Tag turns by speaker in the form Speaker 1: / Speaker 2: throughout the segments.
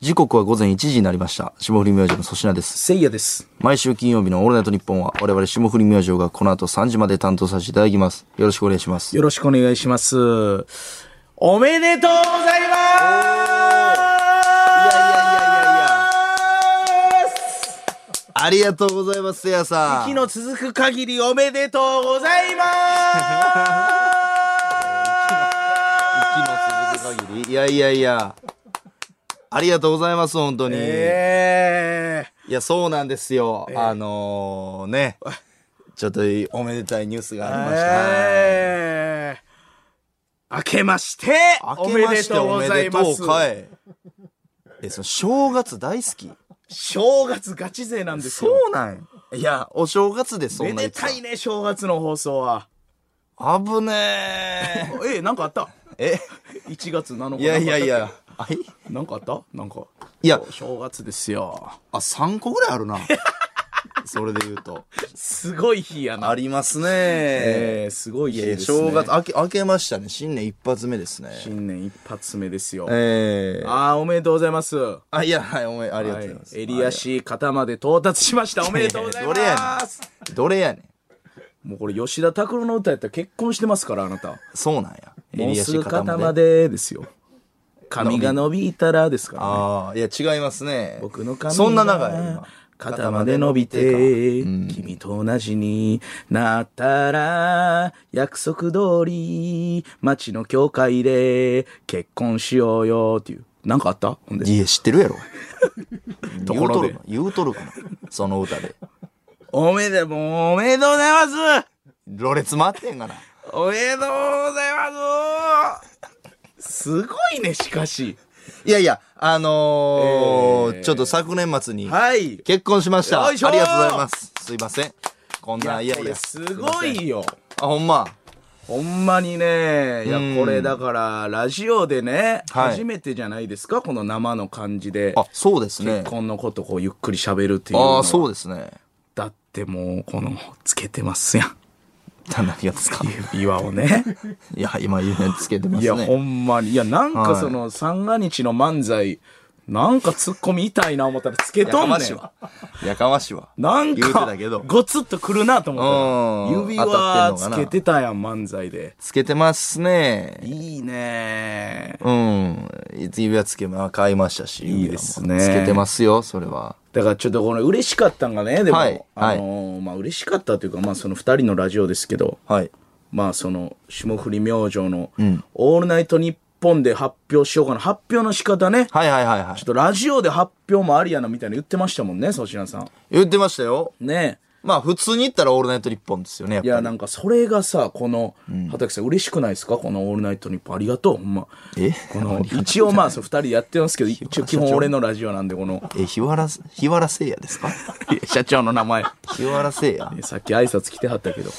Speaker 1: 時刻は午前1時になりました。霜降り明星の粗品です。
Speaker 2: せいやです。
Speaker 1: 毎週金曜日のオールナイトニッポンは、我々霜降り明星がこの後3時まで担当させていただきます。よろしくお願いします。
Speaker 2: よろしくお願いします。おめでとうございます
Speaker 1: ありがとうございます、せいやさ
Speaker 2: 息の続く限りおめでとうございます
Speaker 1: 息の続く限り。いやいやいや。ありがとうございます、本当に。
Speaker 2: え
Speaker 1: いや、そうなんですよ。あのー、ね。ちょっとおめでたいニュースがありました。
Speaker 2: えー明けましておめでとうございま
Speaker 1: 明けましておめですとうかい。え、その正月大好き
Speaker 2: 正月ガチ勢なんですよ
Speaker 1: そうなんいや、お正月でそ
Speaker 2: め
Speaker 1: んな言
Speaker 2: で
Speaker 1: って
Speaker 2: たいね正月の放送は
Speaker 1: 危ね
Speaker 2: えなんかあった
Speaker 1: え。
Speaker 2: 1月7
Speaker 1: え、
Speaker 2: 日
Speaker 1: いやいやいや。はい
Speaker 2: なんかあったなんか
Speaker 1: いや、
Speaker 2: 正月ですよ
Speaker 1: あ、3個ぐらいあるな。それで言うと。
Speaker 2: すごい日やな
Speaker 1: ありますね。
Speaker 2: えー、すごい
Speaker 1: い
Speaker 2: 日
Speaker 1: やい
Speaker 2: で
Speaker 1: や、
Speaker 2: すね
Speaker 1: 正月、明け、明けましたね。新年一発目ですね。
Speaker 2: 新年一発目ですよ
Speaker 1: ええ
Speaker 2: あーおめでとうございます
Speaker 1: あ、いや、はい、おめありがとうございます。
Speaker 2: エリア市肩まで到達しましたおめでとうござい
Speaker 1: いやいや
Speaker 2: ま
Speaker 1: ど
Speaker 2: す
Speaker 1: どれやねん。
Speaker 2: もうこれ吉田拓郎の歌やったら結婚してますからあなた
Speaker 1: そうなんや。
Speaker 2: もうすぐ肩
Speaker 1: ま
Speaker 2: までですよ髪が伸びたらですから、ね、
Speaker 1: ああ、いや、違いますね。
Speaker 2: 僕の髪
Speaker 1: そんな長いよ今
Speaker 2: が肩まで伸びて、君と同じになったら、約束通り、街の教会で結婚しようよっていう。なんかあったほんで。
Speaker 1: いや、知ってるやろ。 ところで
Speaker 2: で。
Speaker 1: 言うとるかな。その歌で。
Speaker 2: おめで、もうおめでとうございます
Speaker 1: ろれつ回ってんかな。
Speaker 2: おめでとうございますすごいね、しかし。
Speaker 1: いやいや、あのー
Speaker 2: えー
Speaker 1: ちょっと昨年末に
Speaker 2: はい。
Speaker 1: 結婚しました。あ
Speaker 2: よい
Speaker 1: り
Speaker 2: しょー
Speaker 1: がとうございます。すいません。こんな、いやい
Speaker 2: これ
Speaker 1: や。
Speaker 2: すごいよ。
Speaker 1: あ、ほんま。
Speaker 2: ほんまにね、いや
Speaker 1: うん、
Speaker 2: これだから、ラジオでね、
Speaker 1: はい
Speaker 2: 初めてじゃないですか、この生の感じで。
Speaker 1: あ、そうですね
Speaker 2: 結。婚のことこうゆっくり喋るっていうのは
Speaker 1: ああ、そうですね。
Speaker 2: だってもうこのつけてますやん
Speaker 1: 何がですか
Speaker 2: 指輪を ね
Speaker 1: いや、今言うのつけてま
Speaker 2: い
Speaker 1: す
Speaker 2: やほ
Speaker 1: ね。
Speaker 2: んまにいやなん
Speaker 1: はい
Speaker 2: かその三が日の漫才なんかツッコミ痛いな思ったらつけ
Speaker 1: や
Speaker 2: と
Speaker 1: か
Speaker 2: んね
Speaker 1: ましい
Speaker 2: ん
Speaker 1: わ。やかましいわ。
Speaker 2: なん
Speaker 1: 言うて
Speaker 2: か
Speaker 1: たけど
Speaker 2: ゴツッとくるなと思った
Speaker 1: う
Speaker 2: ら
Speaker 1: ん
Speaker 2: 指
Speaker 1: 当た
Speaker 2: 輪
Speaker 1: ってん
Speaker 2: つ
Speaker 1: のかな
Speaker 2: けてたやん漫才で
Speaker 1: つけてますね。
Speaker 2: いいね
Speaker 1: うん。指輪つけま、買いましたし。
Speaker 2: いいですね
Speaker 1: 指輪もつけてますよ、それは。
Speaker 2: だからちょっとこれ嬉しかったんがねでも、
Speaker 1: はい
Speaker 2: あのーまあ嬉しかったというかまあその二人のラジオですけど
Speaker 1: はい。
Speaker 2: まあその霜降り明星の「オールナイトニッポン」で発表しようかな発表の仕方ね
Speaker 1: はいはいはいはい
Speaker 2: ちょっ。とラジオで発表もありやなみたいな言ってましたもんね粗品さん
Speaker 1: 言ってましたよ。
Speaker 2: ね
Speaker 1: まあ、普通に言ったらオールナイト日本ですよね、やっ
Speaker 2: いや
Speaker 1: ぱり。
Speaker 2: なんかそれがさこの畑さん嬉しくないですかこの「オールナイトニッポン」ありがとうほんま
Speaker 1: え
Speaker 2: この一応 まあそう二人でやってますけど一応基本俺のラジオなんでこの
Speaker 1: え、日原、日原聖也ですか
Speaker 2: 社長の名前
Speaker 1: 日原聖也。
Speaker 2: さっき挨拶来てはったけど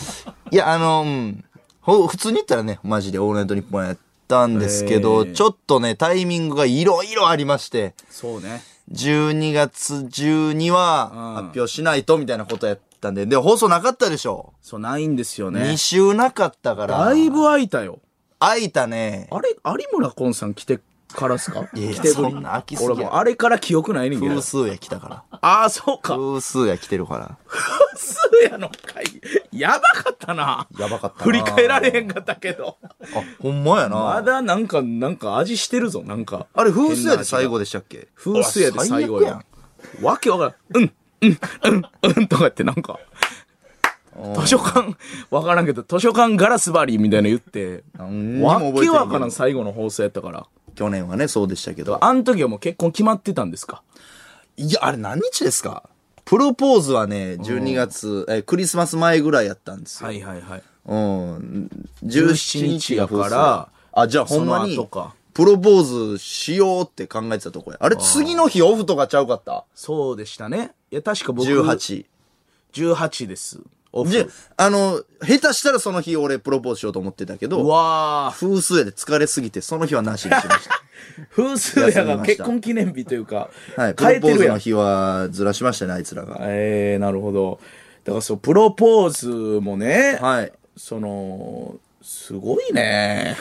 Speaker 1: いや、あの、うん。ほ、普通に言ったらね、マジでオールナイト日本やったんですけど、
Speaker 2: えー
Speaker 1: ちょっとね、タイミングがいろいろありまして、
Speaker 2: そうね
Speaker 1: 12月12は発表しないとみたいなことやったんで、で、放送なかったでしょ。
Speaker 2: そうないんですよね
Speaker 1: 2週なかったから、
Speaker 2: だいぶ空いたよ
Speaker 1: 空いたね。
Speaker 2: あれ、有村昆さん来てからっすか
Speaker 1: いやいや
Speaker 2: 来てぶ
Speaker 1: そんな飽きすぎや
Speaker 2: 俺もうあれから記憶ないねんけど
Speaker 1: 風。数や来たから。
Speaker 2: ああ、そうか。
Speaker 1: 風数や来てるから。
Speaker 2: すやの会。やばかったな。
Speaker 1: やばかったな
Speaker 2: 振り返られへんかったけど。
Speaker 1: あ、ほんまやな。
Speaker 2: まだなんか、なんか味してるぞ、なんか。
Speaker 1: あれ、風水屋で最後でしたっけ
Speaker 2: 風水やで最後や。わけわからん。うん、うん、うん、うん、とかってなんか。図書館、わからんけど、図書館ガラス張りみたいなの言って、
Speaker 1: 何にも
Speaker 2: わ
Speaker 1: 覚えてない
Speaker 2: けわからん最後の放送やったから。
Speaker 1: 去年はね、そうでしたけど。
Speaker 2: あの時はもう結婚決まってたんですか
Speaker 1: いや、あれ何日ですかプロポーズはね、12月、え、クリスマス前ぐらいやったんですよ。
Speaker 2: はいはいはい。
Speaker 1: うん。
Speaker 2: 17
Speaker 1: 17
Speaker 2: 日
Speaker 1: 日
Speaker 2: や
Speaker 1: が
Speaker 2: から
Speaker 1: 風水やあ、じゃあほんまに
Speaker 2: その後か、
Speaker 1: プロポーズしようって考えてたとこや。あれ、次の日オフとかちゃうかった
Speaker 2: そうでしたね。いや、確か僕、
Speaker 1: ?18。
Speaker 2: 18です。オフ。
Speaker 1: で、あの、下手したらその日俺プロポーズしようと思ってたけ
Speaker 2: う
Speaker 1: ど、
Speaker 2: わ
Speaker 1: 風水屋で疲れすぎて、その日はなしにしました。
Speaker 2: ー風水
Speaker 1: 休
Speaker 2: 屋
Speaker 1: み
Speaker 2: が
Speaker 1: ました
Speaker 2: 結婚記念日というか、
Speaker 1: はい、プ
Speaker 2: 変
Speaker 1: ロ
Speaker 2: え
Speaker 1: ポー
Speaker 2: てる
Speaker 1: ズ
Speaker 2: や
Speaker 1: の
Speaker 2: ん。
Speaker 1: 日はずらしましたね、あいつらが。
Speaker 2: えー、なるほど。だからそう、プロポーズもね、
Speaker 1: はい。
Speaker 2: その、すごい ね。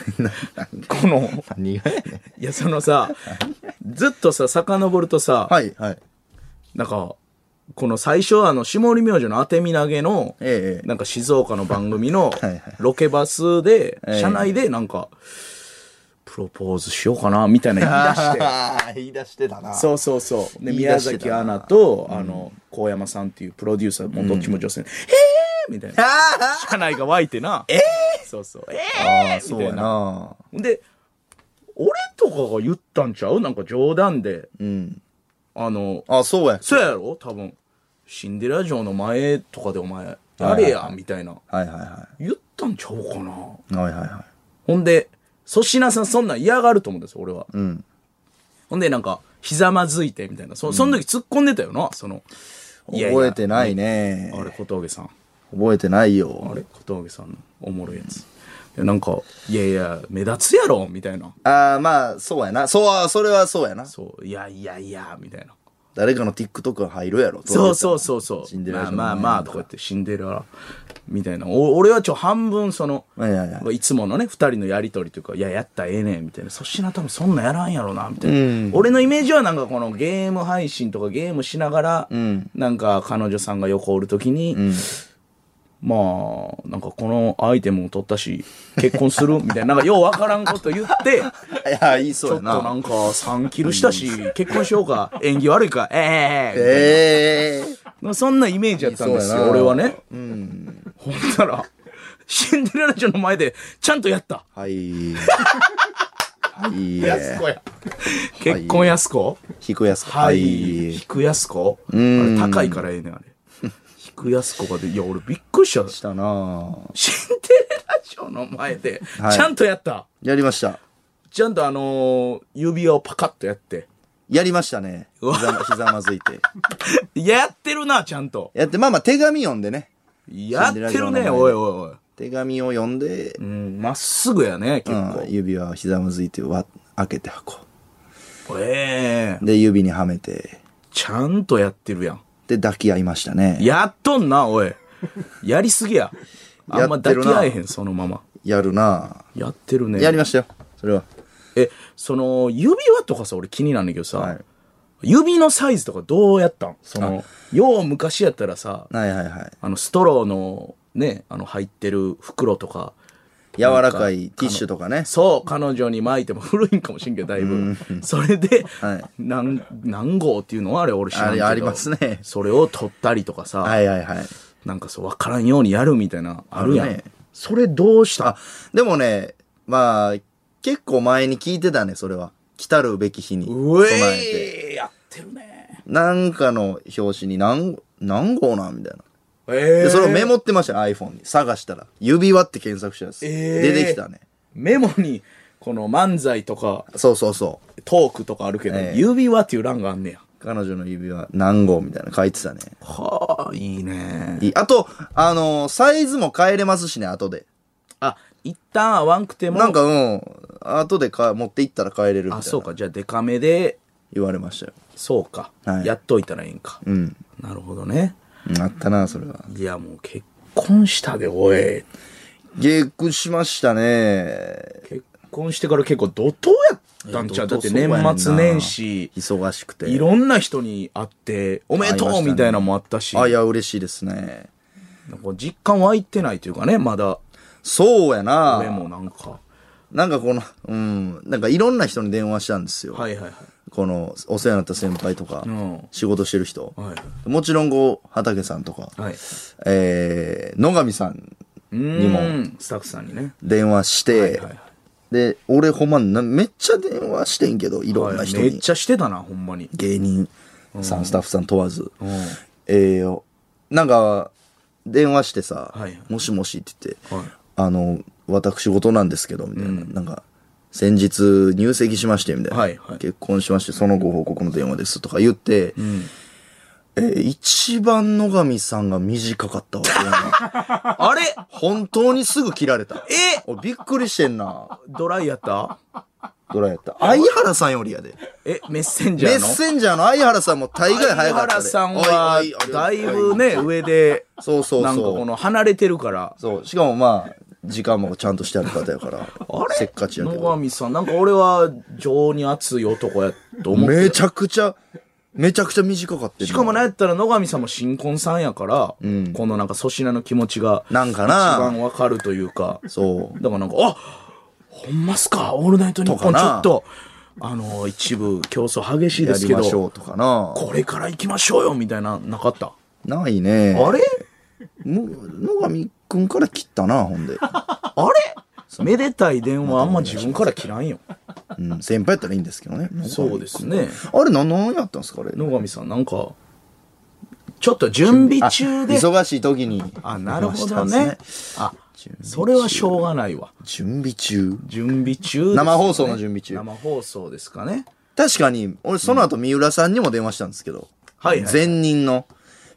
Speaker 2: この、
Speaker 1: 何がやねん。
Speaker 2: いや、そのさ、ずっとさ、遡るとさ、
Speaker 1: はい、はい。
Speaker 2: なんか、この最初はあの、下り明星の当て身投げの、
Speaker 1: ええ
Speaker 2: なんか静岡の番組の
Speaker 1: はいはい
Speaker 2: ロケバスで、
Speaker 1: え
Speaker 2: 車内でなんか、プロポーズしようかな、みたいな言い出して。
Speaker 1: し て。言い出してたな。
Speaker 2: そうそうそう。で、
Speaker 1: 言い出
Speaker 2: 宮
Speaker 1: してた
Speaker 2: 崎
Speaker 1: な
Speaker 2: アナと、あの、高山さんっていうプロデューサー、もどっちも女性、えーみたいな。
Speaker 1: あ
Speaker 2: 車内が湧いてな。えーそうそう。え
Speaker 1: あ、
Speaker 2: ー
Speaker 1: そ
Speaker 2: み
Speaker 1: う
Speaker 2: た
Speaker 1: や
Speaker 2: いな。
Speaker 1: な。
Speaker 2: で、俺とかが言ったんちゃうなんか冗談で、
Speaker 1: うん。
Speaker 2: あの、
Speaker 1: あ、そうや。
Speaker 2: そうやろ多分。シンデレラ城の前とかでお前、やれや、みたいな。
Speaker 1: はいはいは
Speaker 2: 言ったんちゃうかな。
Speaker 1: い。はいはいは
Speaker 2: ほんで、粗品さんそんなん嫌がると思うんですよ、俺は。
Speaker 1: い。うん。
Speaker 2: ほんで、なんか、ひざまずいて、みたいな。そその時突っ込んでたよな、その。いやいや
Speaker 1: 覚えてないね。
Speaker 2: あれ、小峠さん。
Speaker 1: 覚えてない
Speaker 2: あ
Speaker 1: よ。
Speaker 2: れ、小峠さんのおもろいやつ。いやなんか、いやいや、目立つやろ、みたいな。
Speaker 1: ああ、まあ、そうやな。そう、それはそうやな。
Speaker 2: そう、いやいやいや、みたいな。
Speaker 1: 誰かの TikTok が入るやろ。
Speaker 2: そうそうそうそう
Speaker 1: シンデ。レラ
Speaker 2: まあ
Speaker 1: 城の
Speaker 2: まあまあ、とか言って、シンデレラ、みたいな。お俺はちょ、半分、その、、
Speaker 1: はいはいはい
Speaker 2: つものね、二人のやりとりというか、いや、やったらええねん、みたいな。粗品多分そんなやらんやろな、みたいな。俺のイメージはなんかこのゲーム配信とかゲームしながら、なんか彼女さんが横おるときに、まあ、なんかこのアイテムを取ったし、結婚す るみたいな、なんかようわからんこと言って、
Speaker 1: いや、言いそ
Speaker 2: ち
Speaker 1: う
Speaker 2: ょっ
Speaker 1: や
Speaker 2: とな
Speaker 1: な。
Speaker 2: んか3キルしたし、結婚しようか、縁起悪いか、ええ
Speaker 1: え
Speaker 2: ー、
Speaker 1: え
Speaker 2: まあそんなイメージやったんです
Speaker 1: そうや
Speaker 2: よ、
Speaker 1: な
Speaker 2: 俺はね。ほんなら、シンデレラ城の前で、ちゃんとやった。
Speaker 1: はい。はい。
Speaker 2: 結婚安子
Speaker 1: 引くやすか。
Speaker 2: 引く安子あれ高いからええねん、あれ。引く安子がで、いや、俺びっくりした。
Speaker 1: したなぁ
Speaker 2: シンデレラ城の前で、
Speaker 1: はい
Speaker 2: ちゃんとやった。
Speaker 1: やりました。
Speaker 2: ちゃんとあのー指輪をパカッとやって。
Speaker 1: やりましたね。ひざまひざまずいて。
Speaker 2: やってるな、ちゃんと。
Speaker 1: やって、まあまあ手紙読んでね。
Speaker 2: や
Speaker 1: シン
Speaker 2: ってる
Speaker 1: デレラ城の前
Speaker 2: ね、
Speaker 1: で
Speaker 2: おいおいおい。
Speaker 1: 手紙を読んで
Speaker 2: う、ん、まっすぐやね、結
Speaker 1: うん、指輪をひざまずいてわ開けて箱。
Speaker 2: 構。ええ
Speaker 1: で、指にはめて、
Speaker 2: ちゃんとやってるやん。
Speaker 1: で、抱き合いましたね。
Speaker 2: やっとんな、おい。やりす ぎや。あんま抱き合えへん、そのまま。
Speaker 1: やるな
Speaker 2: やってるね。
Speaker 1: ぁやりましたよ。それは。
Speaker 2: え、その、指輪とかさ、俺気になるんだけどさ、
Speaker 1: はい
Speaker 2: 指のサイズとかどうやったんその、よう昔やったらさ、
Speaker 1: はいはいはい。
Speaker 2: あの、ストローの、ね、あの、入ってる袋とか、
Speaker 1: 柔らかいティッシュとかね。
Speaker 2: そう、彼女に巻いても古いんかもしんけど、だいぶ。それで、
Speaker 1: はい
Speaker 2: 何、何号っていうのはあれ俺知らんけど。
Speaker 1: あれありますね
Speaker 2: それを取ったりとかさ、
Speaker 1: はいはいはい。
Speaker 2: なんかそう、わからんようにやるみたいな、あるやん。
Speaker 1: あるね
Speaker 2: それどうした
Speaker 1: あ、でもね、まあ、結構前に聞いてたね、それは。来たるべき日に備え
Speaker 2: う
Speaker 1: て。
Speaker 2: えー、やってるね。
Speaker 1: なんかの表紙に何、何号なんみたいな。
Speaker 2: え
Speaker 1: で、それをメモってましたよ、iPhone に。探したら。指輪って検索したやつ。
Speaker 2: えー
Speaker 1: 出てきたね。
Speaker 2: メモに、この漫才とか
Speaker 1: そうそうそう。
Speaker 2: トークとかあるけど、
Speaker 1: ええ
Speaker 2: 指輪っていう欄があんねや。
Speaker 1: 彼女の指輪何号みたいなの書いてたね。
Speaker 2: はあ、いいね。
Speaker 1: いいあと、あのーサイズも変えれますしね、後で。
Speaker 2: あ、一旦合わんくても。
Speaker 1: なんかうん、後でか持って行ったら変えれるみたい
Speaker 2: あ、
Speaker 1: な。
Speaker 2: そうか。じゃあデカめで、
Speaker 1: 言われましたよ。
Speaker 2: そうか、
Speaker 1: はい
Speaker 2: やっといたらいいんか。
Speaker 1: うん。
Speaker 2: なるほどね。
Speaker 1: うんあったな、それは。
Speaker 2: いや、もう結婚したで、おい。
Speaker 1: ゲークしましたね。
Speaker 2: 結婚してから結構怒涛やったんちゃう、
Speaker 1: い
Speaker 2: だ
Speaker 1: や
Speaker 2: っ
Speaker 1: 怒涛そ
Speaker 2: て
Speaker 1: うやねんな
Speaker 2: 年末年始、
Speaker 1: 忙しくて。
Speaker 2: いろんな人に会って、おめでと
Speaker 1: 会いまし
Speaker 2: う
Speaker 1: たね
Speaker 2: みたいなのもあったし、
Speaker 1: あ、いや、嬉しいですね。
Speaker 2: なんか実感湧いてないというかね、まだ、
Speaker 1: そうや
Speaker 2: 俺
Speaker 1: な。
Speaker 2: もなんか。
Speaker 1: なんかこの、うん、なんかいろんな人に電話したんですよ。
Speaker 2: はいはいはい。
Speaker 1: この、お世話になった先輩とか、
Speaker 2: ん
Speaker 1: 仕事してる人。
Speaker 2: はい
Speaker 1: もちろん、こう、畑さんとか、
Speaker 2: はい。
Speaker 1: えー、野上さん
Speaker 2: にも、スタッフさんにね。
Speaker 1: 電話して、
Speaker 2: はい
Speaker 1: で、俺ほんまな、めっちゃ電話してんけど、いろんな人
Speaker 2: めっ
Speaker 1: に。
Speaker 2: ちゃしてたな、ほ んまに。
Speaker 1: 芸人さん、スタッフさん問わず。えー、なんか、電話してさ、
Speaker 2: はい
Speaker 1: もしもしって言って、
Speaker 2: はい
Speaker 1: あの、私事なんですけど、みたいな。なんか、先日入籍しまして、みたいな、
Speaker 2: はいはい
Speaker 1: 結婚しまして、そのご報告の電話です、とか言って、えー一番野上さんが短かったわ。電 話
Speaker 2: あれ
Speaker 1: 本当にすぐ切られた。
Speaker 2: え
Speaker 1: おびっくりしてんな。
Speaker 2: ドライやった
Speaker 1: ドラやった。相原さんよりやで。
Speaker 2: え、メッセンジ
Speaker 1: メ
Speaker 2: ャ
Speaker 1: ッ
Speaker 2: ーの
Speaker 1: センジャーの相原さんも大概早かったで。
Speaker 2: 原さんは
Speaker 1: おいおいありがとう
Speaker 2: だいぶね上で
Speaker 1: そうそうそう
Speaker 2: なんかこの離れてるから
Speaker 1: そう。しかもまあ、時間もちゃんとしてある方やから。せっかちやけ
Speaker 2: 野
Speaker 1: ど。
Speaker 2: 上さん、なんか俺は情に熱い男やと思って
Speaker 1: めちゃくちゃ、めちゃくちゃ短かった。
Speaker 2: しかも
Speaker 1: ね。
Speaker 2: なんやったら野上さんも新婚さんやから、このなんか粗品の気持ちが、
Speaker 1: なんか
Speaker 2: 一
Speaker 1: な。
Speaker 2: 番わかるというか、
Speaker 1: そう。
Speaker 2: だからなんか、あほんますか、オールナイトニッポン、
Speaker 1: と
Speaker 2: ち
Speaker 1: か
Speaker 2: ょ
Speaker 1: な
Speaker 2: っと、あの、一部競争激しい
Speaker 1: や
Speaker 2: です
Speaker 1: り
Speaker 2: け
Speaker 1: ましょ
Speaker 2: ど、
Speaker 1: うとかな。
Speaker 2: これから行きましょうよ、みたいな、なかった。
Speaker 1: ないね。
Speaker 2: あれ
Speaker 1: も野上くんから切ったな、ほ んで。
Speaker 2: あれめでたい電話あんま自分から切らんよ。
Speaker 1: うん、先輩やったらいいんですけどね。
Speaker 2: そうですね。
Speaker 1: あれ、な、何やったんですか、あれ。
Speaker 2: 野上さん、なんか、ちょっと準備中で、
Speaker 1: 忙しい時に。
Speaker 2: あ、なるほ
Speaker 1: した
Speaker 2: ど
Speaker 1: んです
Speaker 2: ね。あ、それはしょうがないわ。
Speaker 1: 準備中。
Speaker 2: 準備中ですね
Speaker 1: 生放送の準備中。
Speaker 2: 生放送ですかね。
Speaker 1: 確かに、俺その後三浦さんにも電話したんですけど。
Speaker 2: はいはい
Speaker 1: 前任の。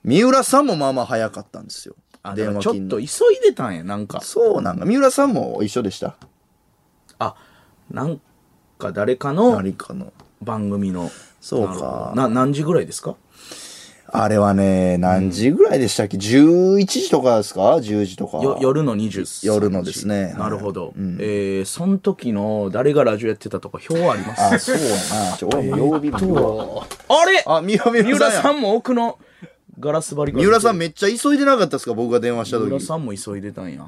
Speaker 1: 三浦さんもまあまあ早かったんですよ。
Speaker 2: あ、で
Speaker 1: 電
Speaker 2: も
Speaker 1: 話
Speaker 2: ちょっ
Speaker 1: 切ん
Speaker 2: と
Speaker 1: の
Speaker 2: 急いでたんや、なんか。
Speaker 1: そうなんか。三浦さんも一緒でした。
Speaker 2: あ、なんか誰かの
Speaker 1: 何かの。
Speaker 2: 番組の。
Speaker 1: そう
Speaker 2: なるほ
Speaker 1: か
Speaker 2: ど。な、何時ぐらいですか
Speaker 1: あれはね、何時ぐらいでしたっけ、?11 時とかですか ?10 時とか。
Speaker 2: よ夜の20
Speaker 1: 夜のですね
Speaker 2: なるほど。えー、その時の誰がラジオやってたとか表あります。
Speaker 1: あ、そうやな。ちょ、俺も曜日見るわ
Speaker 2: あれ
Speaker 1: あ、三浦
Speaker 2: 三浦さ
Speaker 1: んや。
Speaker 2: んも奥のガラス張りから
Speaker 1: 三浦さんめっちゃ急いでなかったですか僕が電話した
Speaker 2: 三浦
Speaker 1: 時。
Speaker 2: さんも急いでたんや。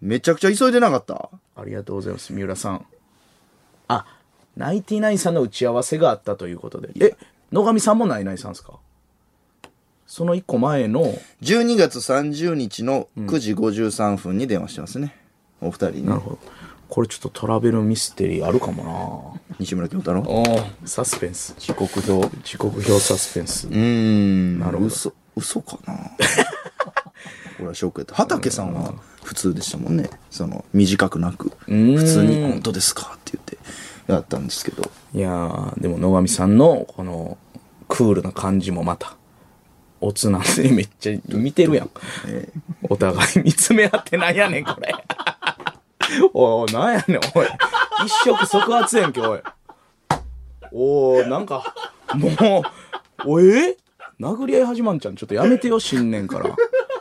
Speaker 1: めちゃくちゃ急いでなかった
Speaker 2: ありがとうございます、三浦さん。あ、ナインティナインさんの打ち合わせがあったということで。え、野上さんもナイナイさんですかその一個前の、
Speaker 1: 12月30日の9時53分に電話してますね。お二人に。
Speaker 2: なるほど。これちょっとトラベルミステリーあるかも
Speaker 1: 西村京太郎
Speaker 2: な。おおサスペンス。
Speaker 1: 時刻表。う
Speaker 2: 時刻表サスペンス。
Speaker 1: ーん。
Speaker 2: るほど
Speaker 1: 嘘、嘘か な俺はショックやった。畑さんは普通でしたもんね。その、短くなく。
Speaker 2: ん
Speaker 1: 普通に、本当ですかって言って、やったんですけど。
Speaker 2: いやー、でも野上さんのこのクールな感じもまた、おつなんで めっちゃ見てるやん。お互い見つめ合ってなんやねん、これ。 おいおい、なんやねん、おい。一触即発やんけ、おい。おー、なんか、もう、おえ殴り合い始まんちゃん。ちょっとやめてよ、新年から。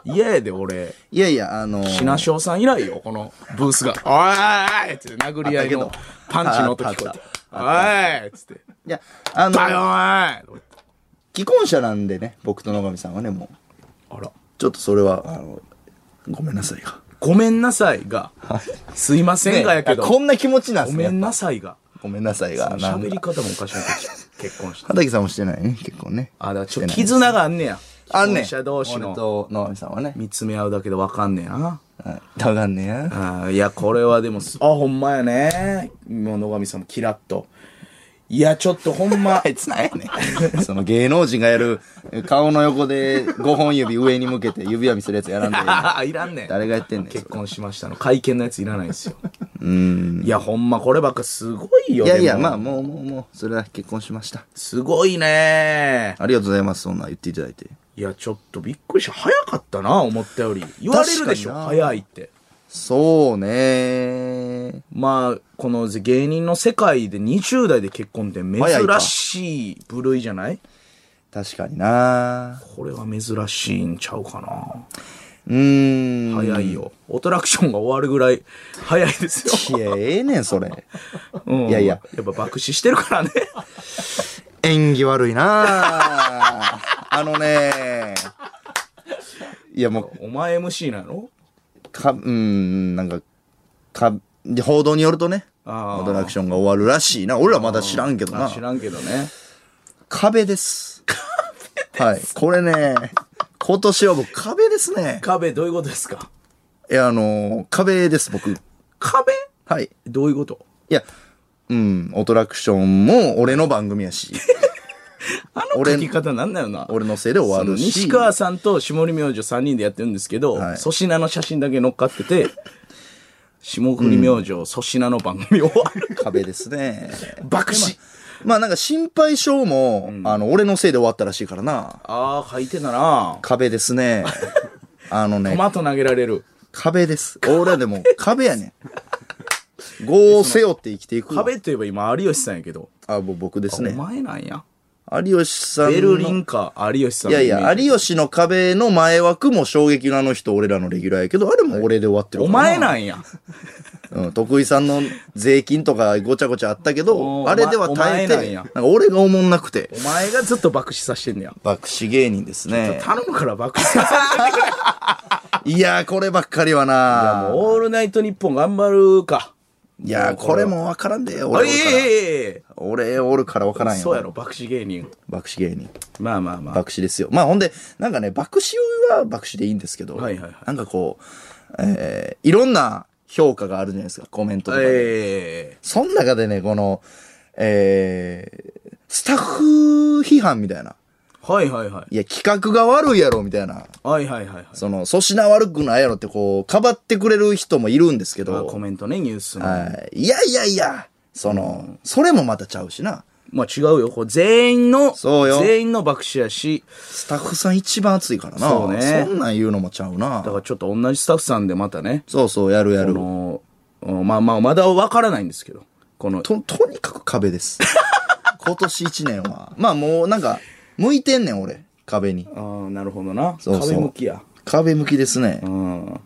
Speaker 2: 嫌やで、俺。
Speaker 1: いやいや、あのー
Speaker 2: 品翔さん以来よ、このブースが。おいっつって殴り合い
Speaker 1: あっ
Speaker 2: の
Speaker 1: たけど
Speaker 2: パンチの音聞こえて。おいっつって。
Speaker 1: いや、あの、
Speaker 2: だよおい
Speaker 1: 既婚者なんでね、僕と野上さんはね、もう、
Speaker 2: あら。
Speaker 1: ちょっとそれは、あの、ごめんなさいが。
Speaker 2: ごめんなさいが、すいませんがやけど、
Speaker 1: こんな気持ちなん
Speaker 2: ご
Speaker 1: すね。
Speaker 2: め
Speaker 1: やっ
Speaker 2: ん
Speaker 1: ぱ
Speaker 2: なさいが。
Speaker 1: ごめんなさいが。なんか
Speaker 2: 喋り方もおかしいな結婚して。
Speaker 1: 畑さんもしてないね、結婚ね。
Speaker 2: あ、だからちょっと絆があんねや。
Speaker 1: あんねん。
Speaker 2: 既婚者同士
Speaker 1: 俺
Speaker 2: の。
Speaker 1: と野上さんはね。
Speaker 2: 見つめ合うだけでわかんねえな。
Speaker 1: はい。だかんねや。
Speaker 2: あーいや、これはでもす、あ、ほんまやね。もう野上さんもキラッと。いや、ちょっとほんま
Speaker 1: あ、いつなんやねん。その芸能人がやる、顔の横で5本指上に向けて指輪見せるやつや らんでええねん。
Speaker 2: いらんねん。
Speaker 1: 誰がやってんねん。
Speaker 2: 結婚しましたの。会見のやついらないですよ。いや、ほんま、こればっかすごいよ。
Speaker 1: いやいや、
Speaker 2: でも
Speaker 1: まあ、もう、もう、もう、それは結婚しました。
Speaker 2: すごいね
Speaker 1: ありがとうございます、そんなん言っていただいて。
Speaker 2: いや、ちょっとびっくりした。早かったな、思ったより。言われるでしょ、
Speaker 1: 確かにな
Speaker 2: 早いって。
Speaker 1: そうね
Speaker 2: まあ、この芸人の世界で20代で結婚って
Speaker 1: 早いか
Speaker 2: 珍しい部類じゃない
Speaker 1: 確かにな
Speaker 2: これは珍しいんちゃうかな。
Speaker 1: うーん。
Speaker 2: 早いよ。オトラクションが終わるぐらい早いですよ。
Speaker 1: いや、ええねん、それ。
Speaker 2: う ん
Speaker 1: いやいや。
Speaker 2: やっぱ爆死してるからね。
Speaker 1: 演技悪いなあのねいや、も
Speaker 2: お前 MC なの
Speaker 1: う、か、うーん、なんか、か、で報道によるとね、
Speaker 2: あ
Speaker 1: ア
Speaker 2: あ
Speaker 1: トラクションが終わるらしいな。俺らまだ知らんけど
Speaker 2: あ
Speaker 1: な。
Speaker 2: 知らんけどね。
Speaker 1: 壁です。はい。これね、今年は僕壁ですね。
Speaker 2: 壁どういうことですか
Speaker 1: いや、あのー壁です、僕。
Speaker 2: 壁
Speaker 1: はい。
Speaker 2: どういうこと
Speaker 1: いや、うん、オトラクションも俺の番組やし、
Speaker 2: あの書き方なんだよな。
Speaker 1: 俺のせいで終わ
Speaker 2: その
Speaker 1: るし。
Speaker 2: 西川さんと下り明星3人でやってるんですけど、
Speaker 1: はい
Speaker 2: 粗品の写真だけ乗っかってて、下降り明星、粗品の番組終わる。
Speaker 1: 壁ですね。
Speaker 2: 爆死。
Speaker 1: まあなんか心配性も、あの、俺のせいで終わったらしいからな。
Speaker 2: ああ、書いてたな。
Speaker 1: 壁です ね。あの
Speaker 2: ト
Speaker 1: ね、
Speaker 2: マト投げられる。
Speaker 1: 壁です。俺はでも壁やね ん。業を背負って生きていくわ。
Speaker 2: 壁といえば今、有吉さんやけど。
Speaker 1: あ、ぼ僕ですね
Speaker 2: お。前なんや。
Speaker 1: 有吉さんの。
Speaker 2: ベルリンか、有吉さん
Speaker 1: い
Speaker 2: の
Speaker 1: や
Speaker 2: イ
Speaker 1: い
Speaker 2: メージ。
Speaker 1: や、有吉の壁の前枠も衝撃のあの人、俺らのレギュラーやけど、あれも俺で終わってる
Speaker 2: お
Speaker 1: からな
Speaker 2: 前なんや。
Speaker 1: うん、徳井さんの税金とかごちゃごちゃあったけ
Speaker 2: お
Speaker 1: ど、
Speaker 2: ー
Speaker 1: あれでは耐え
Speaker 2: お前お前なん
Speaker 1: て、な
Speaker 2: や
Speaker 1: んか俺がおもんなくて。
Speaker 2: お前がずっと爆死さしてんねや。
Speaker 1: 爆死芸人ですね。
Speaker 2: 頼むから爆死さ せてくれ。
Speaker 1: いやー、こればっかりはな
Speaker 2: もうオールナイトニッポン頑張るか。
Speaker 1: いやー、これもわからんで、俺お
Speaker 2: え
Speaker 1: る
Speaker 2: え
Speaker 1: から。
Speaker 2: ええ
Speaker 1: 俺おるからわからん
Speaker 2: そうや
Speaker 1: よ。
Speaker 2: ろ、爆死芸人。
Speaker 1: 爆死芸人。
Speaker 2: まあまあまあ。
Speaker 1: 爆死ですよ。まあほんで、なんかね、爆死は爆死でいいんですけど、
Speaker 2: はいはいはい
Speaker 1: なんかこう、えー、いろんな評価があるじゃないですか、コメントとかで。
Speaker 2: ええ
Speaker 1: そん中でね、この、えー、スタッフ批判みたいな。
Speaker 2: はいはいはい。
Speaker 1: いや、企画が悪いやろ、みたいな。
Speaker 2: はいはいはいはい。
Speaker 1: その、粗品悪くないやろってこう、かばってくれる人もいるんですけ
Speaker 2: まあ
Speaker 1: ど、
Speaker 2: コメントね、ニュースの。
Speaker 1: はい。いやいやいや、その、それもまたちゃうしな。
Speaker 2: まあ違うよ。こう全員の、
Speaker 1: そうよ
Speaker 2: 全員の爆死やし、
Speaker 1: スタッフさん一番熱いからな。
Speaker 2: そうね
Speaker 1: そんなん言うのもちゃう
Speaker 2: だ
Speaker 1: な。
Speaker 2: からちょっと同じスタッフさんでまたね、
Speaker 1: そうそう、やるやる
Speaker 2: あ。のうんまあまあ、まだわからないんですけど、この、
Speaker 1: と、とにかく壁です。 今年一年は。まあもうなんか、向いてんねん、俺。壁に。
Speaker 2: ああ、なるほどな。
Speaker 1: そうそう
Speaker 2: 壁向きや。
Speaker 1: 壁向きですね。
Speaker 2: うん。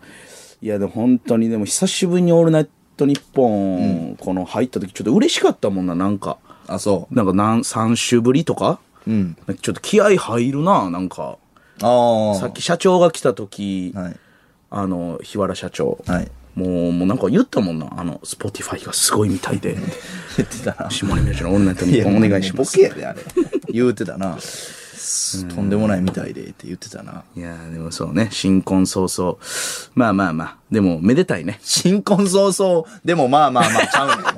Speaker 2: いや、でも本当に、でも久しぶりにオールナイトニッポン、この入った時、ちょっと嬉しかったもんな、なんか。
Speaker 1: あ、そう。
Speaker 2: なんか何、3週ぶりとか
Speaker 1: うん。
Speaker 2: なんかちょっと気合入るな、なんか。
Speaker 1: ああ。
Speaker 2: さっき社長が来た時、
Speaker 1: はい。
Speaker 2: あの、日原社長。
Speaker 1: はい。
Speaker 2: もう、もうなんか言ったもんな。あの、スポティファイがすごいみたいで。
Speaker 1: 言ってたな。
Speaker 2: 下根明治のオールナイトニッポンお願いしま
Speaker 1: ボ
Speaker 2: す。
Speaker 1: ケやで、あれ。言うてたな。すとんでもないみたいで、って言ってたな。
Speaker 2: いやーでもそうね、新婚早々。まあまあまあ、でもめでたいね。
Speaker 1: 新婚早々、でもまあまあまあ、ちゃうね んお前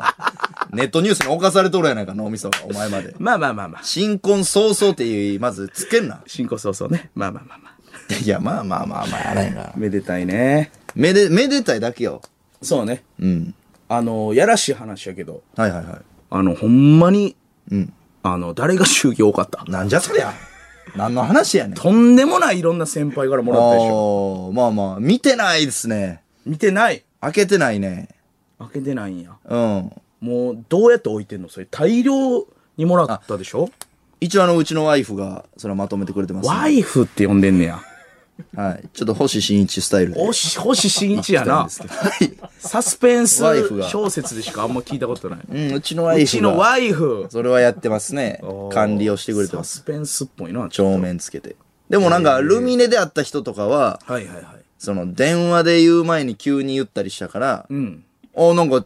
Speaker 1: ネットニュースに侵されとるやないか、脳みそが、お前まで。
Speaker 2: まあまあまあまあ、
Speaker 1: 新婚早々っていう、まずつけんな。
Speaker 2: 新婚早々ね。まあまあまあまあ、
Speaker 1: いや、まあまあまあまあ、あらへんから。
Speaker 2: めでたいね。
Speaker 1: めで、めでたいだけよ。
Speaker 2: そうね。
Speaker 1: うん。
Speaker 2: あの、やらしい話やけど、
Speaker 1: はいはいはい。
Speaker 2: あの、ほんまに、
Speaker 1: うん。
Speaker 2: あの、誰が祝儀多かった
Speaker 1: なんじゃそりゃ。何の話やねん。
Speaker 2: とんでもないいろんな先輩からもらったでしょ。
Speaker 1: あーまあまあ、見てないですね。
Speaker 2: 見てない。
Speaker 1: 開けてないね。
Speaker 2: 開けてないんや。
Speaker 1: うん。
Speaker 2: もう、どうやって置いてんのそれ、大量にもらったでしょ
Speaker 1: 一応あの、うちのワイフが、それはまとめてくれてます、
Speaker 2: ワイフって呼んでんねや。
Speaker 1: はい。ちょっと星新一スタイルで。
Speaker 2: おし、星新一や
Speaker 1: なん
Speaker 2: な
Speaker 1: で。すけど。はい。
Speaker 2: サスペンス
Speaker 1: ワイフが
Speaker 2: 小説でしかあんま聞いたことない。
Speaker 1: うん、うちのワイ
Speaker 2: う
Speaker 1: フ
Speaker 2: ち
Speaker 1: が。
Speaker 2: のワイフ。
Speaker 1: それはやってますね。管理をしてくれてま
Speaker 2: サ
Speaker 1: す。
Speaker 2: スペンスっぽいな、ちょ
Speaker 1: 帳面つけて。でもなんか、ルミネで会った人とかは、
Speaker 2: はいはいはい。
Speaker 1: その、電話で言う前に急に言ったりしたから、
Speaker 2: うん。
Speaker 1: あ、なんか、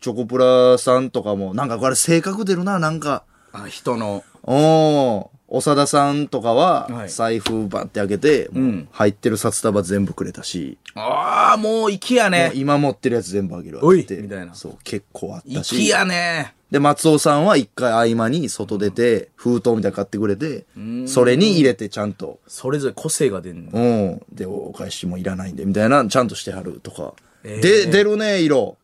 Speaker 1: チョコプラさんとかも、なんかこれ性格出るな、なんか。
Speaker 2: あ、人の。
Speaker 1: おー、長田さんとか
Speaker 2: は
Speaker 1: は、
Speaker 2: い
Speaker 1: 財布バンって開けて、もう入ってる札束全部くれたし、
Speaker 2: ああ、もう粋や
Speaker 1: もう
Speaker 2: ね。
Speaker 1: 今持ってるやつ全部あげる
Speaker 2: お
Speaker 1: わ
Speaker 2: い
Speaker 1: って。
Speaker 2: みたいな
Speaker 1: そう、結構あったし。
Speaker 2: 粋やね。
Speaker 1: で、松尾さんは一回合間に外出て、封筒みたいなの買ってくれて、それに入れてちゃんと、
Speaker 2: それぞれ個性が出んの。
Speaker 1: うん、で、お返しもいらないんで、みたいな、ちゃんとしてはるとか。
Speaker 2: えー
Speaker 1: で、出るね、色。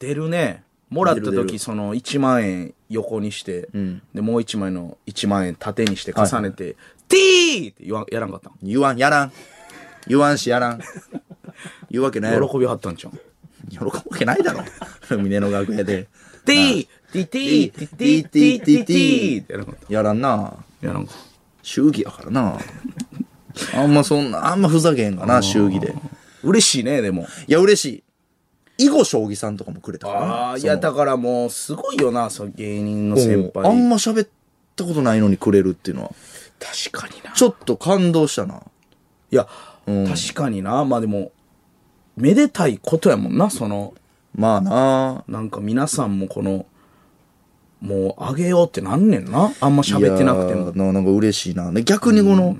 Speaker 2: 出るね。もらった
Speaker 1: 出る出
Speaker 2: 時、
Speaker 1: る
Speaker 2: その1万円横にして、で、もう1枚の1万円縦にして重ねて、ティーって言わんやらんかったん
Speaker 1: 言わん、やらん。言わんし、やらん。言うわけ ないやろ。
Speaker 2: 喜びはったんちゃうん。
Speaker 1: 喜ぶわけないだろ。 ルミネの楽屋で。
Speaker 2: ティーティティティティティティティってやらんかった。
Speaker 1: やらんな。
Speaker 2: やらんか。
Speaker 1: 祝儀やからな。あんまそんな、あんまふざけへんかな、祝儀で。
Speaker 2: 嬉しいね、でも。
Speaker 1: いや、嬉しい。囲碁将棋さんとかもくれたからな。
Speaker 2: ああ、い
Speaker 1: その
Speaker 2: や、だからもう、すごいよな、その芸人の
Speaker 1: うん
Speaker 2: 先
Speaker 1: あん
Speaker 2: 輩。
Speaker 1: ま喋ったことないのにくれるっていうのは。
Speaker 2: 確かにな。
Speaker 1: ちょっと感動したな。
Speaker 2: いや、確かにな。まあでも、めでたいことやもんな、その、
Speaker 1: まあな
Speaker 2: なんか皆さんもこの、もう、あげようってなんねんな。あんま喋ってなくて
Speaker 1: いや
Speaker 2: も。
Speaker 1: ーななんか嬉しいな。で逆にこの、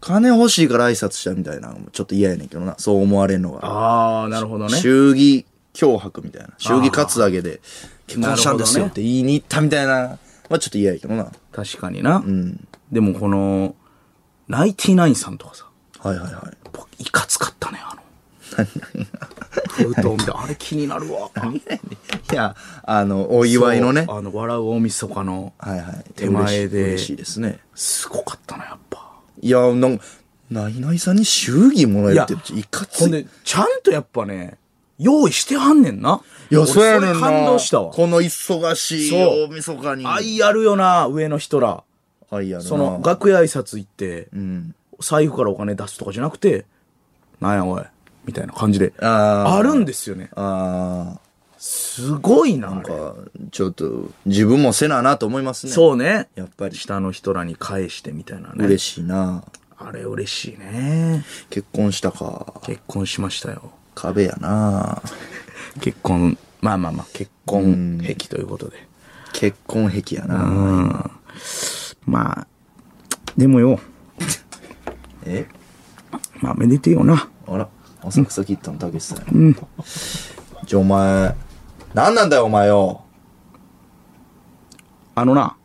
Speaker 1: 金欲しいから挨拶したみたいなのもちょっと嫌やねんけどな。そう思われるのが。
Speaker 2: ああ、なるほどね。
Speaker 1: 祝儀脅迫みたいな。祝儀カツアゲで、結婚したんですよって言いに行ったみたいな。まあちょっと嫌やけどな。
Speaker 2: 確かにな。でもこの、ナイティナインさんとかさ、
Speaker 1: はいはいはい。
Speaker 2: 僕、いかつかったね、あの。封筒見て、あれ気になるわ。
Speaker 1: いや、あの、お祝いのね
Speaker 2: そ。うあの、笑う大晦日の、
Speaker 1: はいはい。
Speaker 2: 手前
Speaker 1: 嬉しい
Speaker 2: で
Speaker 1: 嬉しいですね。
Speaker 2: すごかったな、やっぱ。
Speaker 1: いや、なんか、ないないさんに祝儀もらえるって、いかつ
Speaker 2: ほん
Speaker 1: い。
Speaker 2: で、ちゃんとやっぱね、用意してはんねんな。
Speaker 1: いや、そうやね
Speaker 2: 俺
Speaker 1: んな。
Speaker 2: れ感動したわ。
Speaker 1: この忙しい
Speaker 2: そう
Speaker 1: 大晦日に。
Speaker 2: 愛あるよな、上の人ら。
Speaker 1: はいやろな
Speaker 2: その、楽屋挨拶行って、
Speaker 1: うん。
Speaker 2: 財布からお金出すとかじゃなくて、なんやおい、みたいな感じで。
Speaker 1: あー
Speaker 2: あるんですよね。
Speaker 1: あ
Speaker 2: すごいな、あ
Speaker 1: ー、
Speaker 2: れ
Speaker 1: かちょっと、自分もせななと思いますね。う。
Speaker 2: そうね。
Speaker 1: やっぱり、
Speaker 2: 下の人らに返してみたいなね。
Speaker 1: 嬉しいな。
Speaker 2: あれ嬉しいね。
Speaker 1: 結婚したか。
Speaker 2: 結婚しましたよ。
Speaker 1: 壁やな。
Speaker 2: 結婚、まあまあまあ、結婚癖ということで。
Speaker 1: 結婚癖やな。
Speaker 2: まあ、でもよ、
Speaker 1: え
Speaker 2: まあめでてえよな。
Speaker 1: あら、浅草キッドのたけしさん。うん。じゃあお前、何なんだよお前よ。
Speaker 2: あのな、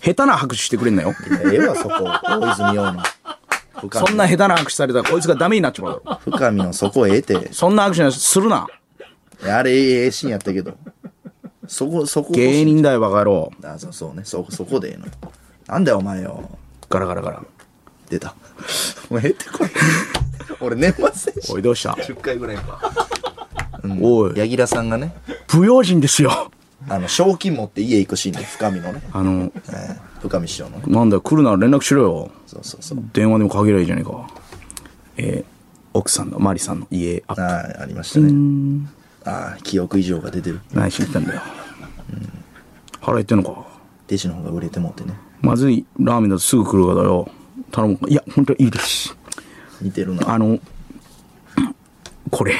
Speaker 2: 下手な拍手してくれん なよ。
Speaker 1: ええわ、そこ。大泉洋の。深
Speaker 2: そんな下手な拍手されたらこいつがダメになっちまうだろ。
Speaker 1: 深見のそこええて。
Speaker 2: そんな拍手なんてするな。
Speaker 1: あれ、ええシーンやったけど。そこ、そこ。
Speaker 2: 芸人だよ、バカ野郎。
Speaker 1: あ、そうそうね。そ、そこでええの。なんだよお前よ。
Speaker 2: ガラガラガラ。
Speaker 1: 出た。もうええってこれ。俺年末年始
Speaker 2: おい、どうした
Speaker 1: 10回ぐらいか。
Speaker 2: おい、
Speaker 1: 柳楽さんがね、
Speaker 2: 不用心ですよ。
Speaker 1: あの、賞金持って家行くシーンで、深見のね。
Speaker 2: あの、
Speaker 1: ええ深見師匠のね。
Speaker 2: なんだよ、来るなら連絡しろよ。
Speaker 1: そうそうそう。
Speaker 2: 電話でもかけりゃいいじゃねえか。えー奥さんの、マリさんの家、あ、
Speaker 1: ああ、ありましたね。ああ、記憶異常が出てる。
Speaker 2: 何しに行ったんだよ。腹減ってんのか。
Speaker 1: 弟子の方が売れてもってね。
Speaker 2: まずいラーメンだとすぐ来るからよ。頼むか。いや、本当はいいです。
Speaker 1: 似てるな。
Speaker 2: あの、 これ、